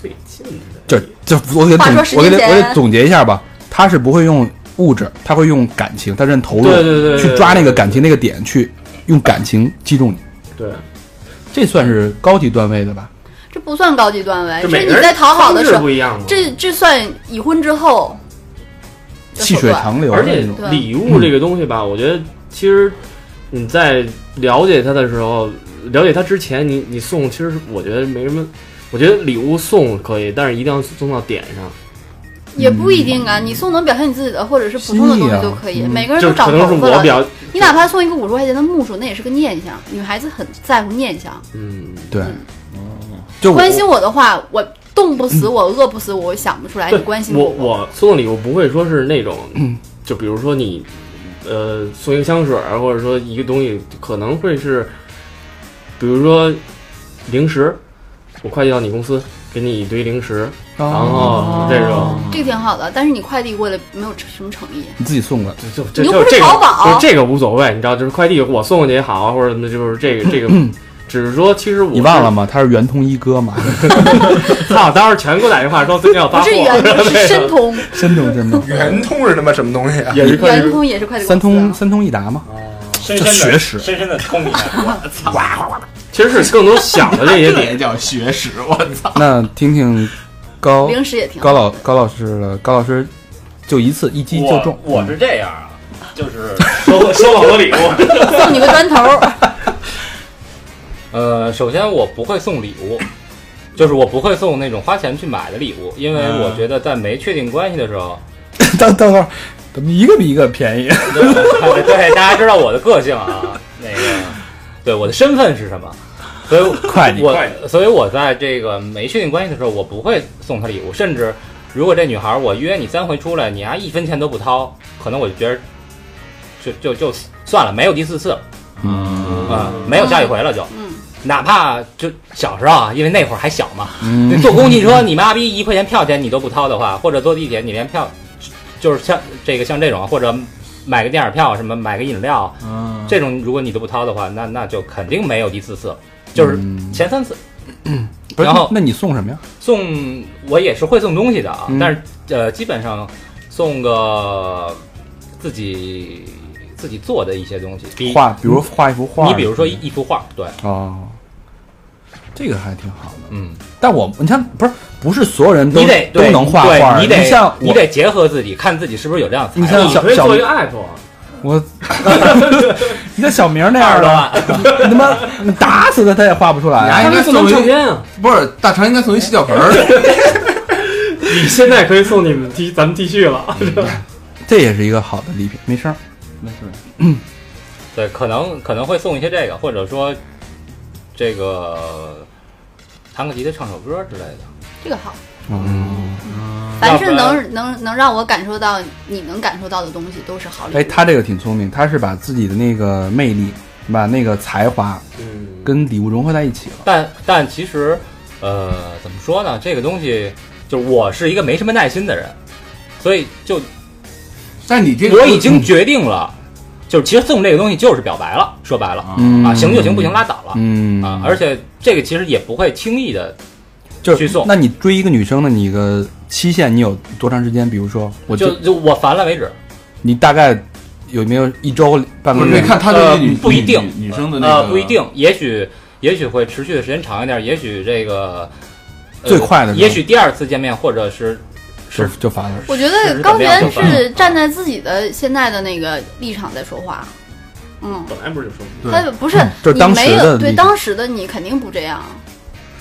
Speaker 5: 最近的
Speaker 2: 就就我给
Speaker 7: 话说
Speaker 2: 总
Speaker 7: 十
Speaker 2: 我给
Speaker 7: 年前
Speaker 2: 我得总结一下吧，他是不会用物质，他会用感情，他认投入，
Speaker 5: 对对对对
Speaker 2: 去抓那个感情那个点，去用感情击中你，
Speaker 5: 对，
Speaker 2: 这算是高级段位的吧？
Speaker 7: 这不算高级段位，
Speaker 5: 就
Speaker 7: 这
Speaker 5: 每
Speaker 7: 是
Speaker 5: 个
Speaker 7: 你
Speaker 5: 人
Speaker 7: 在讨好的时
Speaker 5: 方式
Speaker 7: 候
Speaker 5: 不，一样嘛。
Speaker 7: 这这算已婚之后的
Speaker 2: 细
Speaker 7: 手
Speaker 2: 水
Speaker 7: 段。
Speaker 2: 长流的
Speaker 5: 而
Speaker 2: 那
Speaker 5: 且
Speaker 2: 种。嗯
Speaker 7: 对
Speaker 5: 礼物这个东西吧，我觉得其实你在了解他的时候，了解他之前，你你送其实我觉得没什么。我觉得礼物送可以，但是一定要送到点上，
Speaker 7: 也不一定啊。你送能表现你自己的，或者是普通的东西都可
Speaker 2: 心
Speaker 7: 以。
Speaker 2: 嗯意啊嗯
Speaker 7: 每个人
Speaker 5: 就
Speaker 7: 都
Speaker 5: 是可
Speaker 7: 长
Speaker 5: 能是
Speaker 7: 头发
Speaker 5: 我比
Speaker 7: 了，哎
Speaker 5: 较，
Speaker 7: 你哪怕送一个五十块钱的木梳，那也是个念想。女孩子很在乎念想，
Speaker 5: 嗯，
Speaker 2: 对，就
Speaker 7: 嗯
Speaker 2: 我
Speaker 7: 关心我的话，我冻不死我，饿不死我，我想不出来你
Speaker 5: 对
Speaker 7: 关心
Speaker 5: 我我送的礼物不会说是那种，
Speaker 2: 嗯
Speaker 5: 就比如说你，呃，送一个香水儿，或者说一个东西，可能会是，比如说零食，我快递到你公司，给你一堆零食，
Speaker 2: 哦
Speaker 5: 然后这种，
Speaker 7: 这个挺好的，但是你快递过来没有什么诚意。
Speaker 2: 你自己送过来，
Speaker 5: 就就
Speaker 7: 你
Speaker 5: 就
Speaker 7: 又不是
Speaker 5: 这个
Speaker 7: 淘宝
Speaker 5: 就是这个无所谓，你知道，就是快递我送过去也好，啊或者什么，就是这个这个， 只是说其实我
Speaker 2: 你忘了？吗？ 他是圆通一哥嘛，
Speaker 5: 操，当时全给我打电话说最近要
Speaker 7: 不
Speaker 5: 发货
Speaker 7: 是， 圆通，是申通，
Speaker 2: 真的真的，
Speaker 3: 圆通是他妈什么东西啊？
Speaker 5: 也是快
Speaker 7: 圆
Speaker 5: 递，
Speaker 7: 通也是快递
Speaker 2: 三
Speaker 7: 公司啊
Speaker 2: 通三通一达嘛，
Speaker 6: 深深的
Speaker 2: 学识
Speaker 6: 深深的通你。
Speaker 5: 其实是更多小的这些
Speaker 4: 这也
Speaker 5: 点，
Speaker 4: 叫学识，我操！
Speaker 2: 那听听高
Speaker 7: 零食也挺好
Speaker 2: 高老高老师了，高老师就一次一击就中
Speaker 6: 我，我是这样啊，
Speaker 2: 嗯
Speaker 6: 就是
Speaker 5: 收收好多礼物，
Speaker 7: 送你个砖头，
Speaker 6: 呃，首先我不会送礼物，就是我不会送那种花钱去买的礼物，因为我
Speaker 2: 嗯
Speaker 6: 觉得在没确定关系的时候，
Speaker 2: 等等会儿，怎么一个比一个便宜？
Speaker 6: 对哎对，大家知道我的个性啊，那个，对我的身份是什么，所以我
Speaker 2: 快递
Speaker 6: 我，所以我在这个没确定关系的时候，我不会送她礼物，甚至如果这女孩儿我约你三回出来，你还一分钱都不掏，可能我就觉得就就就算了，没有第四次了
Speaker 4: 嗯
Speaker 6: 啊、没有下一回了就。
Speaker 7: 嗯，
Speaker 6: 哪怕就小时候啊，因为那会儿还小嘛，
Speaker 2: 嗯
Speaker 6: 坐公汽车你妈逼一块钱票钱你都不掏的话，或者坐地铁你连票，就是像这个像这种，或者买个电影票什么买个饮料
Speaker 4: 嗯，
Speaker 6: 这种，如果你都不掏的话，那那就肯定没有第四次，就是
Speaker 2: 嗯
Speaker 6: 前三次。
Speaker 2: 不是
Speaker 6: 然后
Speaker 2: 那你送什么呀？
Speaker 6: 送我也是会送东西的啊，
Speaker 2: 嗯
Speaker 6: 但是呃，基本上送个自己自己做的一些东西，比
Speaker 2: 画，比如画一幅画。
Speaker 6: 你比如说一一幅画，对，
Speaker 2: 哦，这个还挺好的。
Speaker 6: 嗯，
Speaker 2: 但我你看，不是不是所有人都
Speaker 6: 你得
Speaker 2: 都
Speaker 6: 对
Speaker 2: 能画
Speaker 6: 对
Speaker 2: 画，
Speaker 6: 你得
Speaker 2: 像
Speaker 6: 你
Speaker 2: 我，
Speaker 6: 得结合自己，看自己是不是有这样的才
Speaker 2: 你
Speaker 6: 能。
Speaker 2: 像
Speaker 5: 你
Speaker 2: 小
Speaker 5: 可以
Speaker 2: 小
Speaker 5: 做一个 app，
Speaker 2: 我， 你像小明那样的，
Speaker 6: 万，
Speaker 2: 你他妈打死他他也画不出来
Speaker 4: 你
Speaker 2: 啊。
Speaker 5: 他
Speaker 4: 应该
Speaker 5: 们送咱
Speaker 4: 送
Speaker 5: 们
Speaker 4: 一
Speaker 5: 照片啊！
Speaker 4: 不是大肠应该送一洗脚盆儿，
Speaker 5: 你现在可以送你们 T 咱们 T 恤了，
Speaker 2: 这也是一个好的礼品，没声儿。
Speaker 4: 没事，
Speaker 6: 对，可能可能会送一些这个，或者说这个弹个吉他、唱首歌之类的。
Speaker 7: 这个好。
Speaker 2: 嗯，
Speaker 7: 凡是能能能让我感受到你能感受到的东西，都是好礼物。
Speaker 2: 哎，他这个挺聪明，他是把自己的那个魅力，把那个才华
Speaker 3: 嗯，
Speaker 2: 跟礼物融合在一起了。
Speaker 6: 但但其实，呃，怎么说呢？这个东西就是我是一个没什么耐心的人，所以就
Speaker 4: 但你这个
Speaker 6: 我已
Speaker 2: 嗯
Speaker 6: 经决定了，就是其实送这个东西就是表白了，说白了、
Speaker 4: 嗯
Speaker 6: 啊，行就行，不行拉倒了、
Speaker 2: 嗯
Speaker 6: 啊。而且这个其实也不会轻易的，
Speaker 2: 就是
Speaker 6: 去送
Speaker 2: 那你追一个女生的，你个期限你有多长时间？比如说，我
Speaker 6: 就就我烦了为止。
Speaker 2: 你大概有没有一周、半
Speaker 4: 不
Speaker 2: 个
Speaker 4: 是，
Speaker 2: 月？
Speaker 4: 嗯你看他
Speaker 6: 呃
Speaker 4: 对女
Speaker 6: 不一定
Speaker 4: 女女女生的那
Speaker 6: 呃，
Speaker 4: 个
Speaker 6: 不一定，也许也许会持续的时间长一点，也许这个、呃
Speaker 2: 最快的时候
Speaker 6: 也许第二次见面或者是
Speaker 2: 就是就发了。
Speaker 7: 我觉得高原
Speaker 2: 嗯
Speaker 7: 是站在自己的现在的那个立场在说话，嗯，
Speaker 5: 本来不是就说
Speaker 4: 对
Speaker 7: 他不是、
Speaker 2: 嗯就是
Speaker 7: 你
Speaker 2: 当时
Speaker 7: 没有
Speaker 2: 的
Speaker 7: 对
Speaker 2: 立
Speaker 7: 当时的你肯定不这样，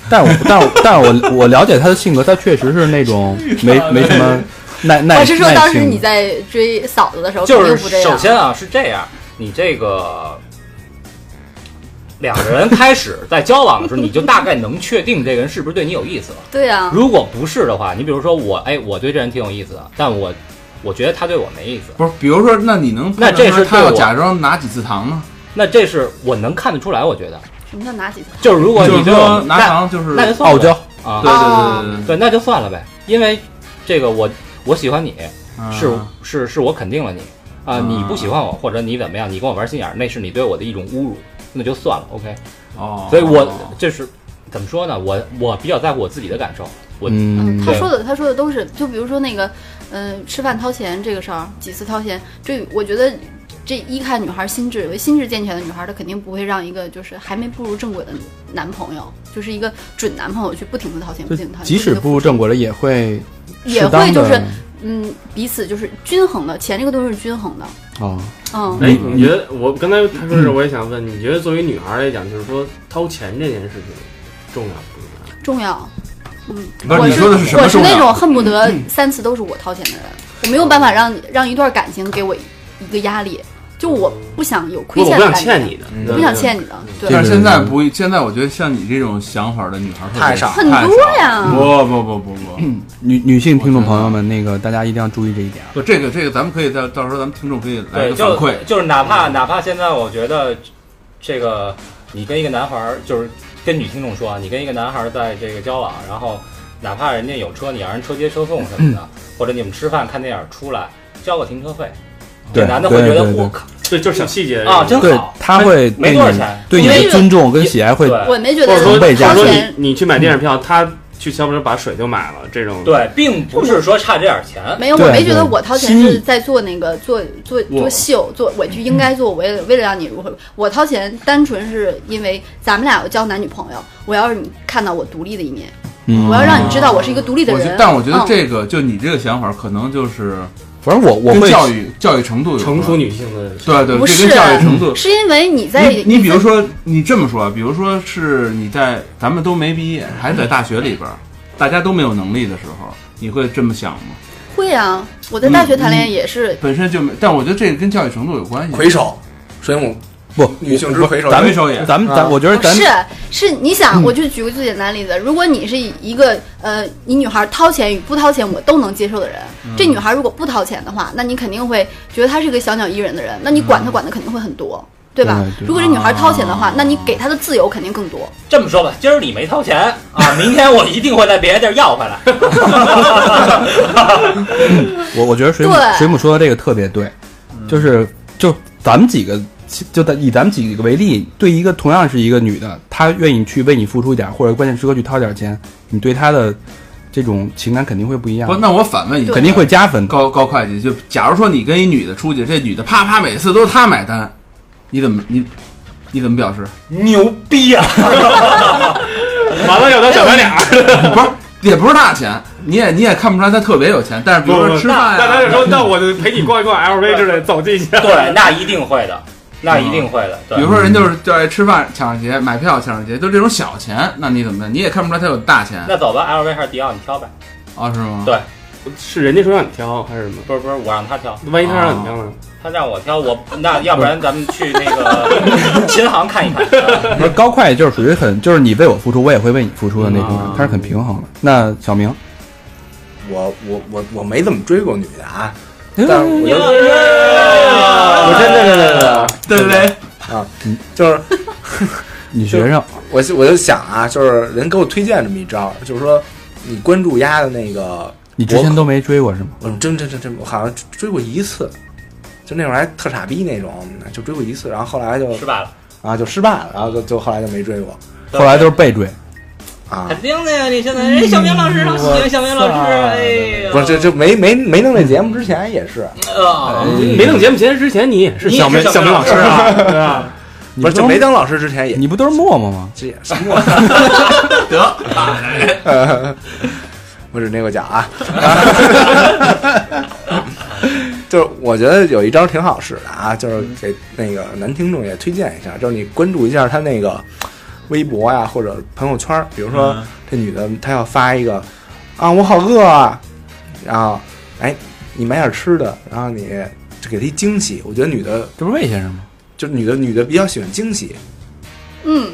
Speaker 2: 但我但我但我我了解他的性格，他确实是那种 没没什么耐耐
Speaker 7: 哦我是说当
Speaker 2: 耐
Speaker 7: 时
Speaker 2: 性
Speaker 7: 你在追嫂子的时候肯
Speaker 6: 就
Speaker 7: 定
Speaker 6: 是
Speaker 7: 不这
Speaker 6: 首
Speaker 7: 样。
Speaker 6: 先啊是这样，你这个两个人开始在交往的时候，你就大概能确定这个人是不是对你有意思了。
Speaker 7: 对呀、啊，
Speaker 6: 如果不是的话，你比如说我，哎，我对这人挺有意思的，但我我觉得他对我没意思，
Speaker 4: 不是，比如说，那你能
Speaker 6: 那这是对我
Speaker 4: 他要假装拿几次糖吗？
Speaker 6: 那这是我能看得出来。我觉得，
Speaker 7: 什么叫拿几次？
Speaker 6: 就是如果
Speaker 4: 就
Speaker 6: 你
Speaker 4: 是
Speaker 6: 对我
Speaker 4: 说拿糖就是
Speaker 6: 那那就算
Speaker 2: 傲
Speaker 6: 了呗
Speaker 2: 娇，
Speaker 6: 啊，
Speaker 4: 对对对对对
Speaker 6: 对，那就算了呗，因为这个我我喜欢你，
Speaker 4: 啊
Speaker 6: 是是是我肯定了你啊，
Speaker 4: 啊
Speaker 6: 你不喜欢我或者你怎么样，你跟我玩心眼儿，那是你对我的一种侮辱，那就算了，OK。
Speaker 4: 哦，
Speaker 6: 所以我这是怎么说呢？我我比较在乎我自己的感受，我
Speaker 7: 嗯，
Speaker 2: 嗯
Speaker 7: 他
Speaker 6: 对
Speaker 7: 说的他说的都是，就比如说那个，嗯、吃饭掏钱这个事儿，几次掏钱，这我觉得这一看女孩心智，有一心智健全的女孩，她肯定不会让一个就是还没步入正轨的男朋友，就是一个准男朋友去不停的掏钱，不
Speaker 2: 就
Speaker 7: 停的掏钱，
Speaker 2: 即使
Speaker 7: 不停地
Speaker 2: 步入正轨了，也会
Speaker 7: 也
Speaker 2: 适当
Speaker 7: 会
Speaker 2: 地
Speaker 7: 就是嗯彼此就是均衡的，钱这个东西是均衡的，
Speaker 2: 哦，
Speaker 7: 嗯，
Speaker 5: 哎，你觉得我刚才他说这，我也想问，你觉得作为女孩来讲，就是说掏钱这件事情重要不重要？
Speaker 7: 重要。嗯，
Speaker 4: 不是
Speaker 7: 我
Speaker 4: 你说的是什么
Speaker 7: 我是
Speaker 4: 重要嗯
Speaker 7: 那种恨不得三次都是我掏钱的人，我没有办法让让一段感情给我一个压力，就我不想有亏
Speaker 5: 不，我
Speaker 7: 欠
Speaker 5: 不
Speaker 7: 的
Speaker 5: 想
Speaker 7: 感觉，
Speaker 5: 欠你的，
Speaker 3: 嗯
Speaker 5: 对
Speaker 7: 我不想。欠你的，对
Speaker 4: 但是现在不一，现在我觉得像你这种想法的女孩儿特别
Speaker 3: 太少
Speaker 7: 很多呀
Speaker 4: 不不不不不，
Speaker 2: 女女性听众朋友们，那个大家一定要注意这一点啊。
Speaker 4: 不这个这个咱们可以到到时候咱们听众可以来
Speaker 6: 对，
Speaker 4: 个反
Speaker 6: 就
Speaker 4: 馈，
Speaker 6: 就是哪怕哪怕现在我觉得这个你跟一个男孩儿，就是跟女听众说啊，你跟一个男孩儿在这个交往，然后哪怕人家有车，你让人车接车送什么
Speaker 4: 嗯
Speaker 6: 的，或者你们吃饭看电影出来交个停车费，这
Speaker 2: 对
Speaker 6: 男的会觉得
Speaker 2: 对对
Speaker 6: 我靠
Speaker 5: 对，就是小细节
Speaker 6: 啊，真
Speaker 2: 对
Speaker 6: 好，，
Speaker 2: 他会
Speaker 6: 没
Speaker 2: 对
Speaker 6: 多少
Speaker 2: 你
Speaker 6: 钱，
Speaker 2: 对你
Speaker 7: 因为
Speaker 2: 的尊重跟喜爱会
Speaker 6: 对
Speaker 7: 我没觉
Speaker 5: 或
Speaker 7: 得
Speaker 5: 者说，
Speaker 2: 成倍
Speaker 5: 或
Speaker 2: 加
Speaker 5: 者
Speaker 7: 掏
Speaker 5: 说
Speaker 7: 钱
Speaker 5: 你你去买电影票，他去消费者把水就买了，这种
Speaker 6: 对，并不是说差这点钱，
Speaker 7: 没有，我
Speaker 2: 对
Speaker 7: 没觉得
Speaker 2: 对
Speaker 7: 我掏钱
Speaker 2: 心意
Speaker 7: 是在做那个做做
Speaker 4: 嗯
Speaker 7: 做秀，做我就应该做，为了为了让你如何，我掏钱单纯是因为咱们俩有交男女朋友，我要让你看到我独立的一面，
Speaker 2: 嗯
Speaker 7: 我要让你知道我是一个独立的
Speaker 4: 我觉
Speaker 7: 人
Speaker 4: 得。但我觉得
Speaker 7: 嗯、
Speaker 4: 这个就你这个想法可能就是
Speaker 2: 反正我我
Speaker 4: 跟
Speaker 2: 会
Speaker 4: 教育教育程度有
Speaker 5: 成熟
Speaker 4: 关，
Speaker 5: 女性的
Speaker 4: 对对，
Speaker 7: 不
Speaker 4: 这
Speaker 7: 是
Speaker 4: 跟教育程度
Speaker 7: 是因为你在
Speaker 4: 你你比如说，你这么说啊，比如说是你在咱们都没毕业，还在大学里边儿，大家都没有能力的时候，你会这么想吗？
Speaker 7: 会啊，我在
Speaker 4: 嗯
Speaker 7: 大学谈恋爱也是，
Speaker 4: 本身就没，但我觉得这个跟教育程度有关系。
Speaker 3: 魁首，水母
Speaker 2: 不
Speaker 3: 女性之魁首，
Speaker 2: 咱
Speaker 4: 没
Speaker 2: 们
Speaker 4: 收也
Speaker 2: 咱们咱
Speaker 3: 啊
Speaker 2: 我觉得咱
Speaker 7: 哦是是，你
Speaker 4: 嗯
Speaker 7: 想，我就举个最简单的例子，如果你是一个呃，你女孩掏钱与不掏钱我都能接受的人，
Speaker 4: 嗯
Speaker 7: 这女孩如果不掏钱的话，那你肯定会觉得她是个小鸟依人的人，那你管
Speaker 4: 嗯
Speaker 7: 她管的肯定会很多。对吧
Speaker 2: 对？对
Speaker 7: 如果这
Speaker 4: 啊
Speaker 7: 女孩掏钱的话，那你给她的自由肯定更多。
Speaker 6: 这么说吧，今儿你没掏钱啊，明天我一定会在别的地儿 要回来。
Speaker 2: 我我觉得水母
Speaker 7: 对
Speaker 2: 水母说的这个特别对，
Speaker 6: 嗯
Speaker 2: 就是就咱们几个，就咱以咱们几个为例，对一个同样是一个女的，她愿意去为你付出一点，或者关键时刻去掏点钱，你对她的这种情感肯定会不一样
Speaker 4: 不，，那我反问一下，
Speaker 2: 肯定会加分。
Speaker 4: 高高会计，就假如说你跟一女的出去，这女的啪啪每次都是她买单，你怎么你你怎么表示？
Speaker 9: 牛逼啊！
Speaker 5: 完了要当小白脸儿，
Speaker 4: 不是，也不是大钱，你也你也看不出来她特别有钱，但是比如
Speaker 5: 不
Speaker 4: 说
Speaker 5: 不
Speaker 4: 吃饭啊
Speaker 5: 那
Speaker 4: 呀、
Speaker 5: 他就说，那我就陪你逛一逛 LV 之类，走进去。
Speaker 6: 对，那一定会的，那一定会的。对
Speaker 4: 啊比如说人就是就爱吃饭抢上节，买票抢上节，就这种小钱，那你怎么办？你也看不出来他有大钱
Speaker 6: 那走吧，LV 还是迪奥，你挑呗。
Speaker 4: 啊，是吗？
Speaker 6: 对，
Speaker 5: 是人家说让你挑还是什么？
Speaker 8: 不是不是，我让他挑，
Speaker 5: 万一他让你挑呢？
Speaker 8: 他让我挑，我那要不然咱们去那个琴行看一看。啊
Speaker 2: 那高快就是属于很，就是你为我付出，我也会为你付出的那种
Speaker 5: 嗯
Speaker 6: 啊
Speaker 2: 人，他是很平衡的。那小明，
Speaker 3: 我我我我没怎么追过女的啊，但是
Speaker 2: 嗯
Speaker 3: 我就我真的真的真的
Speaker 4: 对不对？
Speaker 3: 就是
Speaker 2: 女学生，
Speaker 3: 我就我就想啊，就是人给我推荐这么一招，就是说你关注丫的那个，
Speaker 2: 你之前都没追过是吗？
Speaker 3: 我真真真真，我好像追过一次，就那会儿还特傻逼那种，就追过一次，然后后来就
Speaker 8: 失败了，
Speaker 3: 啊就失败了，然后就就后来就没追过
Speaker 2: 后来都是被追，
Speaker 3: 啊，
Speaker 8: 肯定的呀！你现在，哎，小明老师，好喜欢小明老师，哎呀，
Speaker 3: 嗯不是这这没没没弄这节目之前也是，
Speaker 8: 啊，
Speaker 5: 没弄节目前之前，你也是
Speaker 8: 你也是
Speaker 5: 小明
Speaker 8: 小
Speaker 5: 小
Speaker 8: 明
Speaker 5: 明
Speaker 8: 老
Speaker 5: 老
Speaker 8: 师
Speaker 5: 师啊， 对吧？
Speaker 2: 你
Speaker 3: 不是
Speaker 2: 都
Speaker 3: 就没当老师之前也
Speaker 2: 你不都是默默吗？
Speaker 3: 这也是默 得，我只那个讲啊， 就是我觉得有一招挺好使的啊，就是给那个男听众也推荐一下，就是你关注一下他那个微博呀、或者朋友圈儿，比如说、这女的她要发一个啊我好饿啊，然后哎你买点吃的，然后你就给她一惊喜，我觉得女的
Speaker 2: 这不是魏先生吗？
Speaker 3: 就女的女的比较喜欢惊喜，
Speaker 7: 嗯，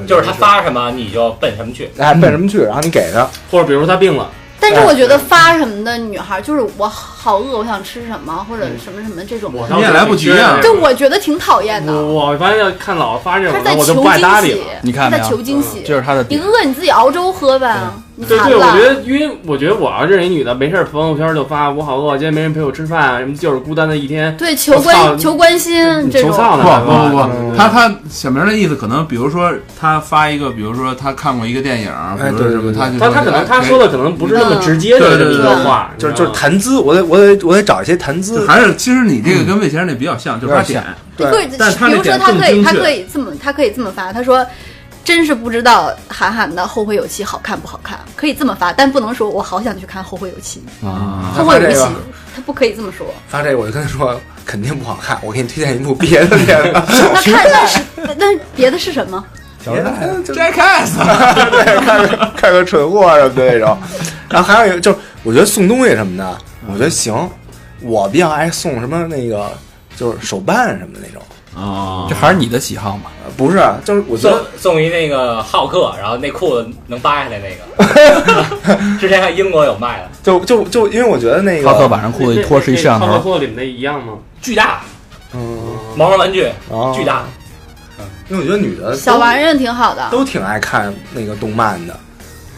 Speaker 3: 我觉
Speaker 8: 就
Speaker 3: 得
Speaker 8: 是他发什么你就奔什么去。
Speaker 3: 哎奔什么去，然后你给她。
Speaker 5: 或者比如说他病了，
Speaker 7: 但是
Speaker 4: 哎
Speaker 7: 我觉得发什么的女孩，就是我好饿，我想吃什么或者
Speaker 4: 嗯
Speaker 7: 什么什么这种，
Speaker 5: 我
Speaker 4: 你也来不及啊
Speaker 7: 对，我觉得挺讨厌的。
Speaker 5: 我我发现要看老发这
Speaker 7: 他
Speaker 5: 种
Speaker 7: 是在
Speaker 5: 的，我
Speaker 7: 求
Speaker 5: 就不爱搭
Speaker 7: 惊
Speaker 5: 理
Speaker 7: 喜
Speaker 5: 了。，
Speaker 2: 你看
Speaker 7: 他
Speaker 2: 没
Speaker 7: 在
Speaker 2: 有
Speaker 7: 求惊喜。
Speaker 2: 这是他的
Speaker 7: 你
Speaker 2: 点。
Speaker 7: 饿你自己熬粥喝呗，你
Speaker 5: 对
Speaker 7: 馋
Speaker 5: 对，我觉
Speaker 7: 了。
Speaker 5: 得，因为我觉得我要认识一女的，没事儿朋友圈就发我好饿，今天没人陪我吃饭，什么就是孤单的一天，
Speaker 7: 对，求
Speaker 5: 我操嗯
Speaker 7: 关求关心这
Speaker 5: 求
Speaker 7: 种，
Speaker 5: 臊
Speaker 4: 不
Speaker 5: 呢。
Speaker 4: 不
Speaker 5: 对吧
Speaker 4: 不不，他他小明的意思可能，比如说他发一个，比如说他看过一个电影，
Speaker 3: 哎
Speaker 4: 比如说什么，他就哎
Speaker 5: 他他可能他说
Speaker 4: 的
Speaker 5: 的可能不是那么直接
Speaker 7: 嗯
Speaker 5: 的这么一个话，
Speaker 3: 就是
Speaker 5: 你
Speaker 3: 就
Speaker 5: 知道
Speaker 3: 是
Speaker 5: 吗
Speaker 3: 谈资，我得我得我得找一些谈资。
Speaker 4: 还是其实你这个跟魏先生那比较像，就是他点
Speaker 7: 对
Speaker 3: 对
Speaker 7: 比
Speaker 4: 但是他那
Speaker 7: 如说
Speaker 4: 点
Speaker 7: 他
Speaker 4: 更
Speaker 7: 可以
Speaker 4: 精
Speaker 7: 他
Speaker 4: 确
Speaker 7: 可以这么他可以这么发，他说。真是不知道韩寒的《后会有期》好看不好看，可以这么发，但不能说我好想去看《后会有期
Speaker 2: 啊》，，
Speaker 7: 后会
Speaker 3: 这
Speaker 7: 无期
Speaker 3: 个，
Speaker 7: 他不可以这么说。
Speaker 3: 发这个我就跟他说肯定不好看，我给你推荐一部别的片子。
Speaker 7: 那看那是那别的是什么？
Speaker 3: 小时代就
Speaker 4: Jackass，
Speaker 3: 对，看个看个蠢货什么的那种。然后还有一个就是，我觉得送东西什么的，我觉得行。我比较爱送什么那个就是手办什么的那种，
Speaker 4: 啊
Speaker 2: 这还是你的喜好嘛？
Speaker 3: 呃不是，就是我觉
Speaker 8: 送
Speaker 3: 得
Speaker 8: 送一那个浩克，然后内裤子能扒下来那个，之前看英国有卖的，
Speaker 3: 就就就因为我觉得那
Speaker 2: 浩克
Speaker 3: 个
Speaker 2: 把上裤子一脱是一摄像
Speaker 5: 套
Speaker 2: 头，
Speaker 5: 裤子里面的一样吗？
Speaker 8: 巨大
Speaker 3: 嗯，
Speaker 8: 毛绒玩具，
Speaker 3: 哦
Speaker 8: 巨大，
Speaker 3: 因为我觉得女的
Speaker 7: 小
Speaker 3: 都
Speaker 7: 玩意儿挺好的，
Speaker 3: 都挺爱看那个动漫的，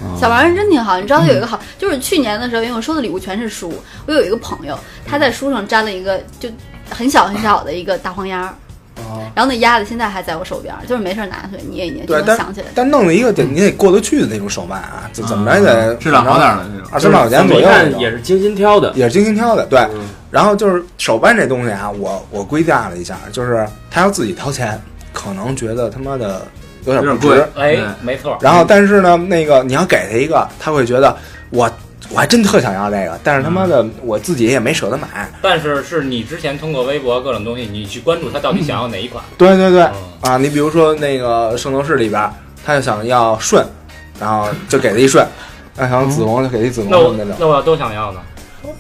Speaker 3: 嗯
Speaker 7: 小玩意儿真挺好，你知道有一个好，就是去年的时候，因为我收的礼物全是书，我有一个朋友，他在书上粘了一个就很小很小的一个大黄鸭儿，然后那鸭子现在还在我手边儿，就是没事儿拿出来捏一捏就
Speaker 3: 哦对
Speaker 7: 能
Speaker 3: 但
Speaker 7: 想起来。
Speaker 3: 但弄了一个得你得过得去的那种手办啊，怎怎么着也得
Speaker 4: 质量好点的那种。
Speaker 3: 二三百块钱左右
Speaker 5: 就是
Speaker 3: 那
Speaker 5: 怎么
Speaker 3: 种
Speaker 5: 看也是精心挑的，
Speaker 3: 也是精心挑的，对。
Speaker 5: 嗯
Speaker 3: 然后就是手办这东西啊，我我归纳了一下，就是他要自己掏钱，可能觉得他妈的有点
Speaker 4: 有点
Speaker 3: 不
Speaker 4: 贵
Speaker 3: 值。
Speaker 8: 哎
Speaker 4: 对，
Speaker 8: 没错，
Speaker 3: 然后但是呢，那个你要给他一个，他会觉得我我还真特想要这个，但是他妈的我自己也没舍得买。
Speaker 8: 但是是你之前通过微博各种东西，你去关注他到底想要哪一款，
Speaker 3: 对对对，
Speaker 8: 嗯，
Speaker 3: 啊，你比如说那个《圣斗士》里边，他就想要顺，然后就给了一顺。那想要子龙就给一子龙
Speaker 8: 那
Speaker 3: 什
Speaker 8: 我
Speaker 3: 么那种，
Speaker 8: 那我要都想要呢，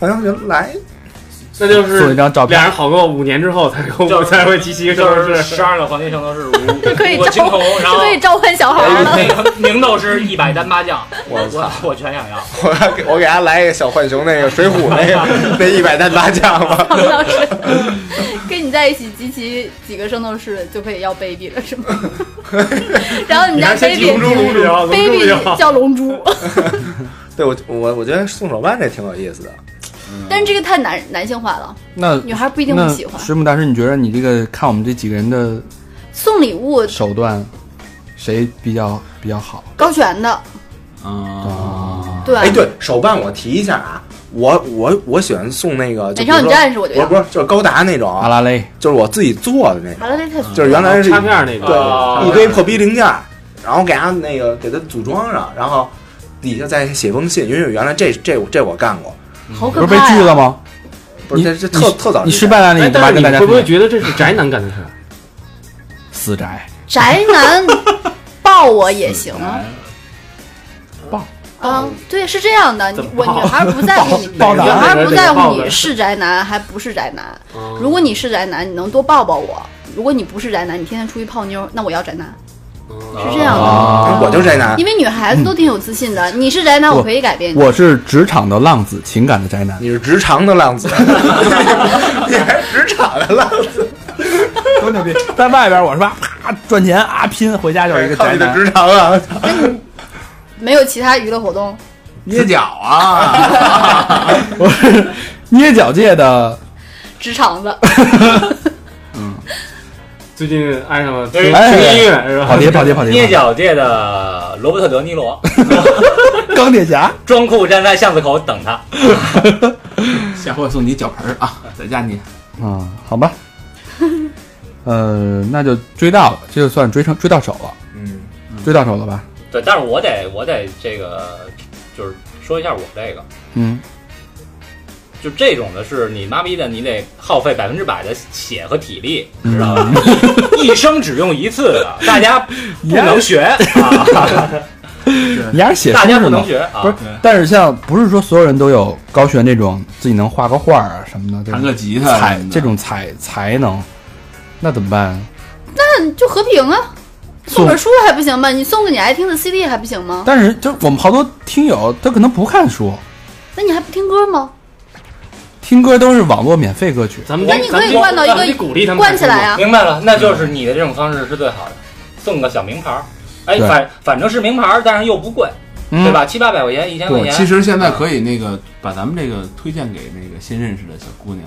Speaker 3: 好像人来
Speaker 5: 那就
Speaker 2: 做一
Speaker 5: 是
Speaker 2: 张照
Speaker 5: 俩
Speaker 2: 片，
Speaker 5: 人好过五年之后才
Speaker 8: 就是
Speaker 5: 会 才会集齐一个
Speaker 8: 就
Speaker 5: 超
Speaker 8: 是
Speaker 5: 市。
Speaker 8: 十二个黄金圣斗士，五
Speaker 7: 这可以
Speaker 8: 五个金
Speaker 7: 招
Speaker 8: 童，然
Speaker 7: 就
Speaker 8: 后
Speaker 7: 可以召唤小孩儿了。
Speaker 8: 哎那个明斗士一百单八将，
Speaker 3: 我操
Speaker 8: 我我全想要，
Speaker 3: 我要给我给他来一个小浣熊那个水浒那 个那一百单八将吧。
Speaker 7: 他们当时
Speaker 3: 哎
Speaker 7: 跟你在一起集齐几个圣斗士就可以要 baby 了，是吗？ 然后你家 baby
Speaker 5: 要
Speaker 7: baby 叫龙珠，
Speaker 3: 嗯对我我我觉得送手办这挺有意思的，
Speaker 7: 但是这个太男男性化了，
Speaker 2: 那
Speaker 7: 女孩不一定
Speaker 2: 那
Speaker 7: 会喜欢。
Speaker 2: 水母大师，你觉得你这个看我们这几个人的
Speaker 7: 送礼物
Speaker 2: 手段，谁比较比较好？
Speaker 7: 高悬的，
Speaker 4: 啊，
Speaker 7: 对，
Speaker 3: 哎，对手办我提一下啊，我我我喜欢送那个，就比
Speaker 7: 美
Speaker 3: 如
Speaker 7: 少女
Speaker 3: 说
Speaker 7: 哎战士我觉
Speaker 3: 不是
Speaker 7: 得
Speaker 3: 不是就是高达那种，啊
Speaker 2: 阿拉蕾，
Speaker 3: 就是我自己做的那
Speaker 2: 啊
Speaker 3: 种，
Speaker 7: 完了，这太
Speaker 3: 就是原来是一
Speaker 5: 插片
Speaker 3: 对、
Speaker 5: 那个，
Speaker 8: 啊
Speaker 3: 一堆破逼零件儿，然后给它那个给它组装上，然后底下再写封信，因为原来这这我这我干过，
Speaker 7: 好
Speaker 2: 不
Speaker 7: 可啊
Speaker 2: 是
Speaker 7: 怕
Speaker 2: 被
Speaker 7: 呀！
Speaker 2: 拒了吗？
Speaker 3: 不是
Speaker 2: 你
Speaker 3: 这这特特早
Speaker 2: 你
Speaker 3: 之前
Speaker 2: 失败了，你
Speaker 5: 哎，
Speaker 2: 干嘛
Speaker 5: 但
Speaker 2: 跟
Speaker 5: 是
Speaker 2: 大
Speaker 5: 你
Speaker 2: 家
Speaker 5: 会不会
Speaker 2: 提
Speaker 5: 觉得这是宅男干的事儿？
Speaker 2: 死宅？
Speaker 7: 宅男抱我也行啊，
Speaker 4: 嗯
Speaker 7: 啊啊，对，是这样的，你
Speaker 5: 怎么
Speaker 7: 我
Speaker 5: 报
Speaker 7: 女孩儿不在乎你，
Speaker 2: 报报
Speaker 7: 女
Speaker 2: 哪儿
Speaker 7: 孩儿不在乎
Speaker 5: 这个报
Speaker 7: 你
Speaker 5: 哪
Speaker 7: 是宅男还不是宅男。
Speaker 5: 嗯
Speaker 7: 如果你是宅男，你能多抱抱我；如果你不是宅男，你天天出去泡妞，那我要宅男，
Speaker 5: 嗯
Speaker 7: 是这样的。
Speaker 2: 啊，
Speaker 3: 我就是宅男，
Speaker 7: 因为女孩子都挺有自信的，你是宅男，
Speaker 2: 我
Speaker 7: 我可以改变你。
Speaker 2: 我是职场的浪子，情感的 宅男，
Speaker 3: 你是职场的浪子，你还是职场的浪子，
Speaker 2: 多牛逼！在外边我是吧，啪赚钱啊拼，回家就是一个
Speaker 3: 靠
Speaker 2: 宅
Speaker 3: 你的
Speaker 2: 男，
Speaker 3: 职场啊，
Speaker 7: 没有其他娱乐活动，
Speaker 3: 捏脚啊，
Speaker 2: 我是 捏脚界的，
Speaker 7: 直肠 子。
Speaker 5: 最近爱上了听
Speaker 2: 哎
Speaker 5: 听音乐是
Speaker 2: 跑
Speaker 5: 吧？
Speaker 2: 题跑题跑题，
Speaker 6: 捏脚界的罗伯特·德尼罗，
Speaker 2: 钢铁侠，
Speaker 6: 装酷站在巷子口等他。
Speaker 4: 下回我送你脚盆儿啊，在家捏。
Speaker 2: 啊，好吧， 呃，那就追到了，这就算追成追到手了，
Speaker 3: 嗯，
Speaker 2: 追到手了吧？
Speaker 6: 对，但是我得我得这个，就是说一下我这个，
Speaker 2: 嗯，
Speaker 6: 就这种的是你妈逼的，你得耗费百分之百的血和体力，知道吧？一生只用一次的，大家不能 学啊，
Speaker 2: 你还是写
Speaker 6: 大
Speaker 2: 生
Speaker 6: 家
Speaker 2: 是
Speaker 6: 不能
Speaker 2: 吗？
Speaker 6: 学
Speaker 2: 不是
Speaker 6: 啊。，
Speaker 2: 但是像不是说所有人都有高璇这种自己能画个画啊什么的，这
Speaker 4: 弹
Speaker 2: 种
Speaker 4: 个吉他
Speaker 2: 才
Speaker 4: 什么的
Speaker 2: 这种才才能，那怎么办？
Speaker 7: 那就和平啊，
Speaker 2: 送
Speaker 7: 送本书还不行吗？你送个你爱听的 CD 还不行吗？
Speaker 2: 但是就我们好多听友，他可能不看书，
Speaker 7: 那你还不听歌吗？
Speaker 2: 听歌都是网络免费歌曲。
Speaker 5: 咱们
Speaker 7: 那你
Speaker 5: 咱
Speaker 7: 可
Speaker 5: 们
Speaker 7: 以
Speaker 5: 得
Speaker 7: 灌到一
Speaker 5: 咱们得
Speaker 7: 个
Speaker 5: 鼓励他们
Speaker 7: 灌起来
Speaker 5: 啊！
Speaker 7: 啊！
Speaker 6: 明白了，那就是你的这种方式是最好的，送个小名牌儿，哎，
Speaker 2: 对
Speaker 6: 反反正是名牌儿，但是又不贵，
Speaker 2: 嗯
Speaker 6: 对吧？七八百块钱，一千块
Speaker 4: 对，其
Speaker 6: 钱。
Speaker 4: 实现在可以那个把咱们这个推荐给那个新认识的小姑娘，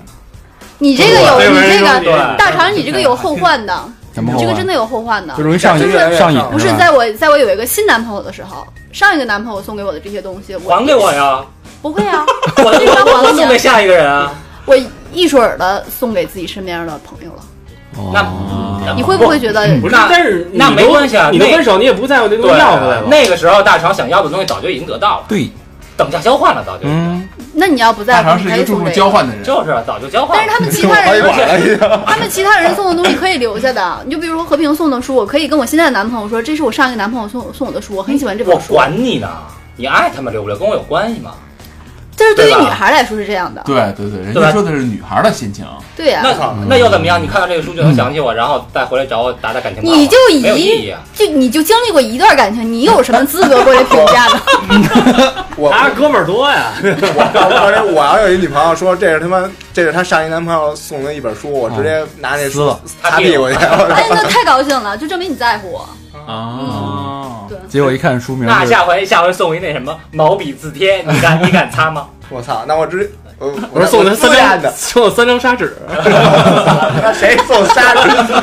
Speaker 7: 你这个
Speaker 5: 对
Speaker 7: 有，你这
Speaker 5: 对对
Speaker 7: 个
Speaker 5: 对
Speaker 7: 大肠，你这个有后患的，
Speaker 2: 怎么
Speaker 7: 你
Speaker 2: 好
Speaker 7: 这个
Speaker 2: 玩
Speaker 7: 真的有后患的
Speaker 2: 就。容易上瘾
Speaker 7: 就是
Speaker 2: 上瘾，
Speaker 7: 不是
Speaker 2: 吧
Speaker 7: 在我在我有一个新男朋友的时候，上一个男朋友送给我的这些东西，我
Speaker 6: 还给我呀！
Speaker 7: 不会啊，
Speaker 6: 我
Speaker 7: 这张
Speaker 6: 我
Speaker 7: 黄
Speaker 6: 我
Speaker 7: 了
Speaker 6: 送给下一个人啊！
Speaker 7: 我一水儿的送给自己身边的朋友了。
Speaker 6: 那
Speaker 2: 哦
Speaker 6: 那
Speaker 7: 你会不会觉得
Speaker 5: 不是，
Speaker 6: 那
Speaker 5: 但是
Speaker 6: 那
Speaker 5: 你
Speaker 6: 没
Speaker 5: 都
Speaker 6: 关系啊
Speaker 5: 你都
Speaker 6: 那
Speaker 5: 分手，你也不在乎那东西要回来了。
Speaker 6: 那个时候大肠想要的东西早就已经得到了，
Speaker 2: 对，
Speaker 6: 等价交换了，早就已经
Speaker 2: 嗯，
Speaker 7: 那你要不在
Speaker 4: 大
Speaker 7: 乎，
Speaker 4: 肠
Speaker 7: 你
Speaker 4: 是
Speaker 7: 还
Speaker 4: 一
Speaker 7: 是
Speaker 4: 个注
Speaker 7: 送
Speaker 4: 重
Speaker 7: 这
Speaker 4: 交
Speaker 7: 个？
Speaker 4: 换的人，
Speaker 6: 就是啊早就交
Speaker 7: 但
Speaker 6: 换了。
Speaker 7: 是他们其
Speaker 3: 我
Speaker 7: 他
Speaker 3: 开
Speaker 7: 人，
Speaker 3: 馆了已经，
Speaker 7: 他们其他人送的东西可以留下的。你就比如说和平送的书，我可以跟我现在的男朋友说，这是我上一个男朋友送送我的书，我很喜欢这
Speaker 6: 我
Speaker 7: 本书。
Speaker 6: 管你呢，你爱他们留不留跟我有关系吗？
Speaker 7: 但是对于
Speaker 6: 对吧
Speaker 7: 女孩来说是这样的，
Speaker 4: 对对对，人
Speaker 6: 对吧
Speaker 4: 家说的是女孩的心情，
Speaker 7: 对呀、
Speaker 6: 那那又怎么样？你看到这个书就能想起我，然后再回来找我打打感情牌吗，
Speaker 7: 你就以
Speaker 6: 没有意义啊。
Speaker 7: 就你就经历过一段感情，你有什么资格过来评价 呢？
Speaker 3: 我
Speaker 5: 他是哥们儿多呀，
Speaker 3: 我我这我要有一女朋友说这是他妈这是她上一男朋友送的一本书，我直接拿那
Speaker 2: 撕了
Speaker 3: 擦屁股去。
Speaker 7: 哎，那太高兴了，就证明你在乎我。
Speaker 6: 嗯
Speaker 4: 哦，
Speaker 7: 对，
Speaker 2: 结果一看书名
Speaker 6: 那
Speaker 2: 就是，
Speaker 6: 下回下回送一那什么毛笔字帖，你敢你敢擦吗？
Speaker 3: 我操！那我直接我
Speaker 5: 我说 送他
Speaker 3: 自
Speaker 5: 三
Speaker 3: 愿
Speaker 5: 张，
Speaker 3: 的，
Speaker 5: 送了三张砂纸，
Speaker 3: 那谁送沙纸？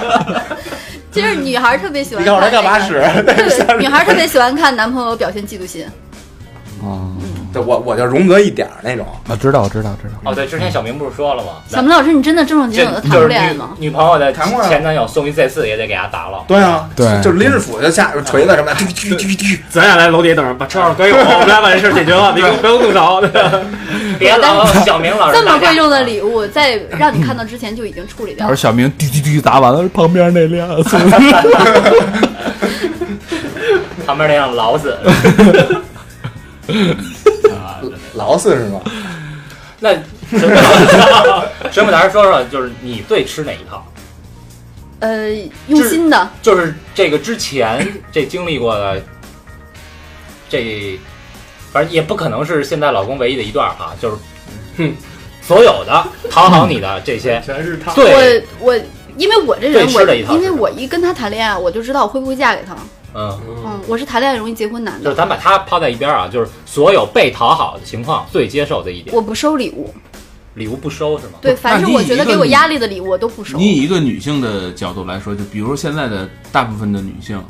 Speaker 7: 其实女孩特别喜
Speaker 3: 你
Speaker 7: 欢
Speaker 3: 告
Speaker 7: 看
Speaker 3: 诉他干嘛
Speaker 7: 那个
Speaker 3: 使？
Speaker 7: 对，女孩特别喜欢看男朋友表现嫉妒心。
Speaker 2: 哦，
Speaker 3: 对，我我就荣格一点儿那种。
Speaker 2: 我啊知道，我知道，知道，
Speaker 6: 哦，对，之前小明不是说了吗？
Speaker 7: 小明老师，你真的正正经经的
Speaker 6: 这
Speaker 7: 谈
Speaker 6: 就
Speaker 7: 过
Speaker 6: 是
Speaker 7: 恋爱
Speaker 6: 女
Speaker 7: 吗？
Speaker 6: 女朋友的
Speaker 3: 谈过啊
Speaker 6: 前男友送一这次也得给他打了。
Speaker 3: 对啊，
Speaker 2: 对
Speaker 3: 就拎着斧子下锤子什么的，啾啾啾啾
Speaker 5: 咱俩来楼底下等着，把车钥匙给我，我们俩把这事儿解决了，你不用动手。
Speaker 6: 别老和小明老师
Speaker 7: 这么
Speaker 6: 打架
Speaker 7: 贵重的礼物，在让你看到之前就已经处理掉
Speaker 2: 而
Speaker 7: 了。
Speaker 2: 小明滴滴滴砸完了，旁边那 辆，
Speaker 6: 旁边那辆劳 斯。
Speaker 3: 劳斯是吗？
Speaker 6: 那水木老师，水木老师说说，就是你最吃哪一套？
Speaker 7: 呃，
Speaker 6: 嗯
Speaker 7: 用心的，
Speaker 6: 就是这个之前这经历过的，这反正也不可能是现在老公唯一的一段啊，就是，哼，所有的讨好你的这些，
Speaker 5: 全
Speaker 7: 嗯
Speaker 5: 是他
Speaker 6: 对，
Speaker 7: 我我因为我这
Speaker 6: 最
Speaker 7: 人
Speaker 6: 吃
Speaker 7: 我
Speaker 6: 的一套
Speaker 7: 因为
Speaker 6: 是吧
Speaker 7: 我一跟他谈恋爱，我就知道我会不会嫁给他。
Speaker 6: 嗯，
Speaker 7: 嗯，我是谈恋爱容易结婚男
Speaker 6: 就是
Speaker 7: 的，
Speaker 6: 咱把它抛在一边啊，就是所有被讨好的情况最接受的一点，
Speaker 7: 我不收礼物。
Speaker 6: 礼物不收是吗？
Speaker 7: 对，凡是
Speaker 4: 那你
Speaker 7: 我觉得
Speaker 4: 一个
Speaker 7: 给我
Speaker 4: 女
Speaker 7: 压力的礼物，我都不收。
Speaker 4: 你以一个女性的角度来说，就比如现在的大部分的女性，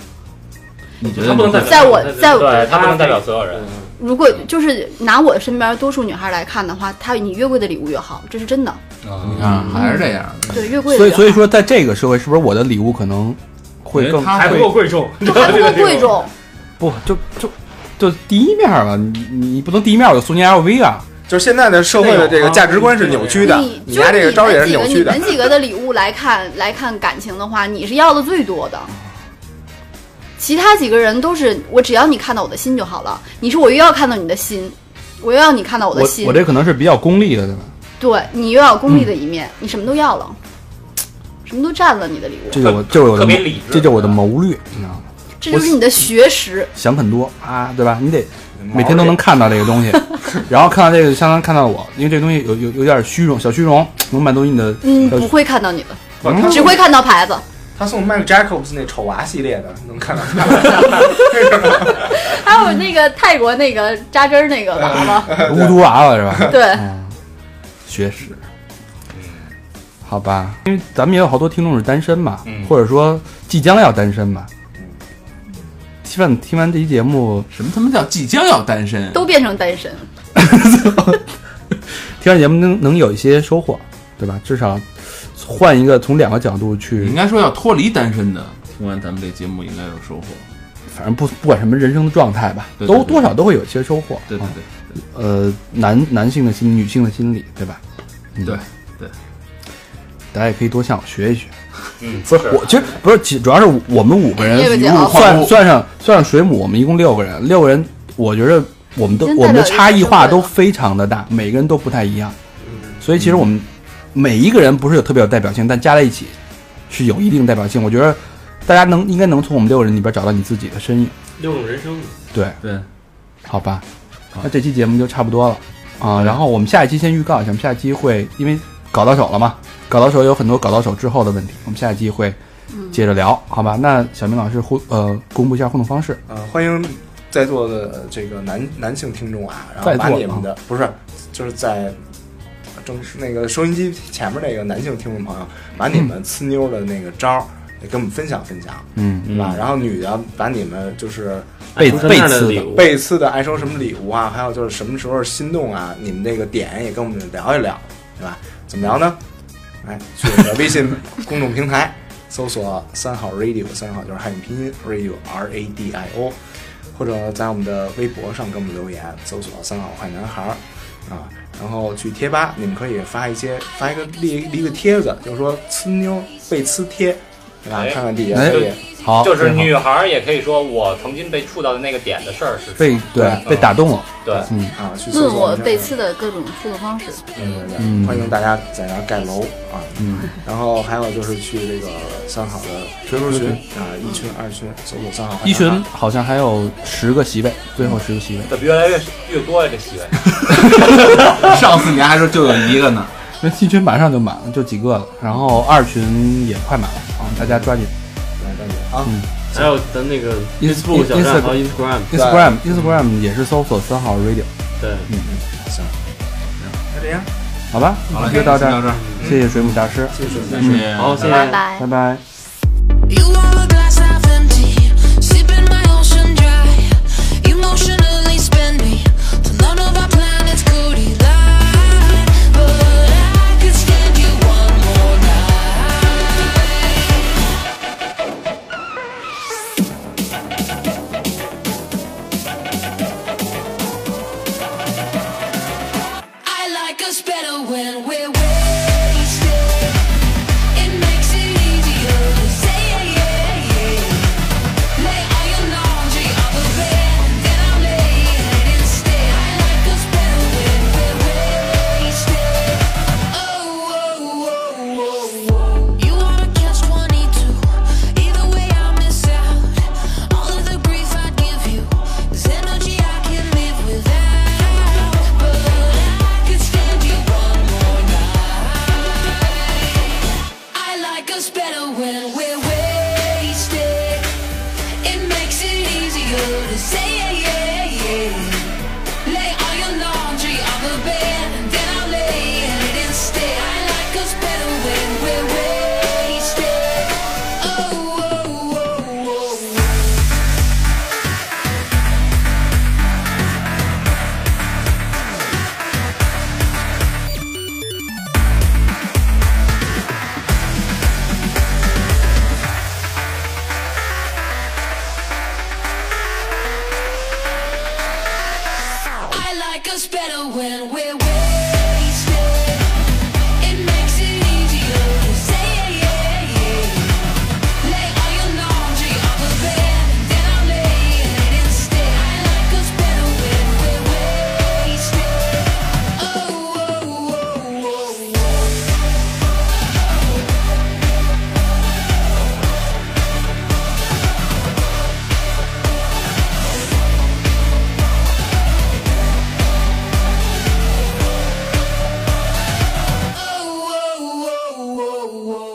Speaker 4: 你觉得
Speaker 5: 他不能
Speaker 4: 你会
Speaker 5: 代表
Speaker 7: 在我在我
Speaker 6: 对，他不能代表所有人。
Speaker 7: 如果就是拿我身边多数女孩来看的话，她你越贵的礼物越好，这是真的。
Speaker 4: 你看还是这样的，
Speaker 7: 对，越贵的
Speaker 2: 所以
Speaker 7: 越好
Speaker 2: 所以说，在这个社会，是不是我的礼物可能会
Speaker 4: 因为
Speaker 2: 更
Speaker 4: 他
Speaker 5: 还不
Speaker 4: 会
Speaker 5: 够贵重，
Speaker 7: 就还不够贵重。
Speaker 2: 不就就就第一面吧？你你不能第一面我就送你 LV 啊？
Speaker 3: 就是现在的社会的这个价值观是扭曲的，
Speaker 7: 你
Speaker 3: 你
Speaker 7: 就
Speaker 3: 拿
Speaker 7: 是
Speaker 3: 这个
Speaker 7: 你
Speaker 3: 招儿也
Speaker 7: 们
Speaker 3: 是
Speaker 7: 几
Speaker 3: 扭
Speaker 7: 个
Speaker 3: 曲
Speaker 7: 你
Speaker 3: 的
Speaker 7: 们。几个的礼物来看来看感情的话，你是要的最多的。其他几个人都是我只要你看到我的心就好了。你说我又要看到你的心，我又要你看到我的
Speaker 2: 我
Speaker 7: 心，
Speaker 2: 我这可能是比较功利的，对吧？
Speaker 7: 对你又要功利的一面，你什么都要了，什么都占了你的礼物，
Speaker 2: 这就我这就是我的
Speaker 8: 特别理智
Speaker 2: 这就是我的谋略，你知道吗？
Speaker 7: 这就是你的学识。
Speaker 2: 想很多啊，对吧？你得每天都能看到这个 东西，然后看到这个就相当于看到我，因为这东西有有有点虚荣，小虚荣能满足你的
Speaker 7: 嗯，
Speaker 2: 小
Speaker 7: 不会看到你的，
Speaker 3: 不哦他
Speaker 7: 只会看到牌子。
Speaker 3: 他送 Mike Jacobs 那丑娃系列的，能看到
Speaker 7: 还有那个泰国那个扎针儿那个娃娃，
Speaker 2: 乌毒娃娃 是吧？
Speaker 7: 对，
Speaker 2: 嗯，学识，好吧，因为咱们也有好多听众是单身嘛，
Speaker 4: 嗯
Speaker 2: 或者说即将要单身嘛。希望你听完这期节目，
Speaker 4: 什么他妈叫即将要单身？
Speaker 7: 都变成单身。
Speaker 2: 听完节目能能有一些收获，对吧？至少换一个从两个角度去
Speaker 4: 应该说要脱离单身的。听完咱们这节目，应该有收获。
Speaker 2: 反正不不管什么人生的状态吧，
Speaker 4: 对对
Speaker 2: 都
Speaker 4: 对
Speaker 2: 多少都会有一些收获。
Speaker 4: 对对
Speaker 2: 啊
Speaker 4: 对，
Speaker 2: 呃，男男性的心，女性的心理，对吧？嗯
Speaker 4: 对对，
Speaker 2: 大家也可以多向我学一学。
Speaker 8: 嗯，
Speaker 2: 不是我，其实不是，其主要是我们五个人
Speaker 7: 这个哦
Speaker 2: 一
Speaker 7: 节目
Speaker 2: 共
Speaker 7: 好
Speaker 2: 算算上算上水母，我们一共六个人，六个人，我觉得我们都
Speaker 7: 真代
Speaker 2: 我
Speaker 7: 表
Speaker 2: 们的
Speaker 7: 一个
Speaker 2: 差异化
Speaker 7: 社会
Speaker 2: 都
Speaker 7: 了
Speaker 2: 非常的大，每个人都不太一样，所以其实我们每一个人不是有特别有代表性，但加在一起是有一定代表性。我觉得大家能应该能从我们六个人里边找到你自己的身影。
Speaker 5: 六种人生，
Speaker 2: 对
Speaker 4: 对，
Speaker 2: 好吧，那这期节目就差不多了啊。然后我们下一期先预告一下，我们下一期会因为搞到手了嘛，搞到手有很多搞到手之后的问题，我们下一期会接着聊，好吧？那小明老师互呃公布一下互动方式，
Speaker 3: 呃，欢迎在座的呃这个男男性听众啊，然
Speaker 2: 在
Speaker 3: 后
Speaker 2: 座
Speaker 3: 把你们的不是就是在正那个收音机前面那个男性听众朋友，把你们呲妞的那个招儿也跟我们分享分享，
Speaker 2: 嗯，
Speaker 3: 对吧？然后女的把你们就是
Speaker 2: 被
Speaker 5: 爱情
Speaker 2: 被
Speaker 5: 那儿的
Speaker 8: 嗯
Speaker 2: 刺
Speaker 5: 礼
Speaker 2: 的
Speaker 5: 物，
Speaker 3: 背刺的爱收什么礼物啊，还有就是什么时候心动啊，你们那个点也跟我们聊一聊，对吧？怎么聊呢？哎，去我们的微信 公众平台搜索“三好 radio”，三好就是汉语拼音 radio R A D I O，或者在我们的微博上给我们留言，搜索“三好坏男孩儿”啊，然后去贴吧，你们可以发一些发一个立立个帖子，就是说呲妞被呲贴，对吧？
Speaker 8: 哎
Speaker 3: 看看底下
Speaker 2: 哎
Speaker 3: 可以。
Speaker 2: 好，
Speaker 8: 就是
Speaker 2: 非常好
Speaker 8: 女孩儿也可以说我曾经被触到的那个点的事儿是
Speaker 2: 被对被打动了，
Speaker 8: 对，
Speaker 2: 嗯
Speaker 3: 啊，去搜
Speaker 7: 论
Speaker 3: 索
Speaker 7: 我
Speaker 3: 一下
Speaker 7: 被刺的各种互动方式，
Speaker 8: 嗯，
Speaker 2: 嗯
Speaker 3: 欢迎大家在那儿盖楼啊，
Speaker 2: 嗯，
Speaker 3: 然后还有就是去这个三好的学术群啊，一群、二群，搜索三好。
Speaker 2: 一群好像还有十个席位，最后十个席位，
Speaker 8: 怎么越来越越多呀？这席位，
Speaker 4: 上次你还说就有一个呢，
Speaker 2: 因为一群马上就满了，就几个了，然后二群也快满了啊，大家抓紧
Speaker 3: 来赶紧啊，
Speaker 5: 还有咱那个
Speaker 2: Ins-
Speaker 5: Facebook 小站，还有 Instagram，
Speaker 2: ，Instagram Instagram 也是搜索三号 radio，嗯
Speaker 5: 对，
Speaker 3: 行，那这样，
Speaker 2: 好吧，
Speaker 4: 好了，
Speaker 2: 就到这
Speaker 4: 先
Speaker 2: 儿
Speaker 4: 到。这儿，嗯
Speaker 2: 谢谢水母大师，
Speaker 3: 谢谢。
Speaker 4: 谢谢。
Speaker 5: 好，谢
Speaker 7: 拜
Speaker 5: 谢。
Speaker 7: 拜
Speaker 2: 拜。拜。
Speaker 10: You are a glass half empty, sipping my ocean dry. Emotionally spend me till none of our planets could align. But I could stand you one more night. I like us better when we're wasted. It makes it easier to say yeah, yeah, Lay all your laundry on the bed, then I'm laying instead. I like us better when we're wasted. Oh, oh, You wanna catch 22? Either way, I miss out. All of the grief I give you is energy I can live without. But I could stand you one more night. I like us better when we're wasted. It makes it easier to say yeah, yeah, yeah. Lay all your laundry on the bed, and then I'll lay in it instead. I like us better when we're wasted. Oh, oh, oh, oh, oh. I like us better when we're wasted. It makes it easier to say yeah, yeah, yeah. Lay all your laundry on the bed, and then Oh, oh, whoa, whoa.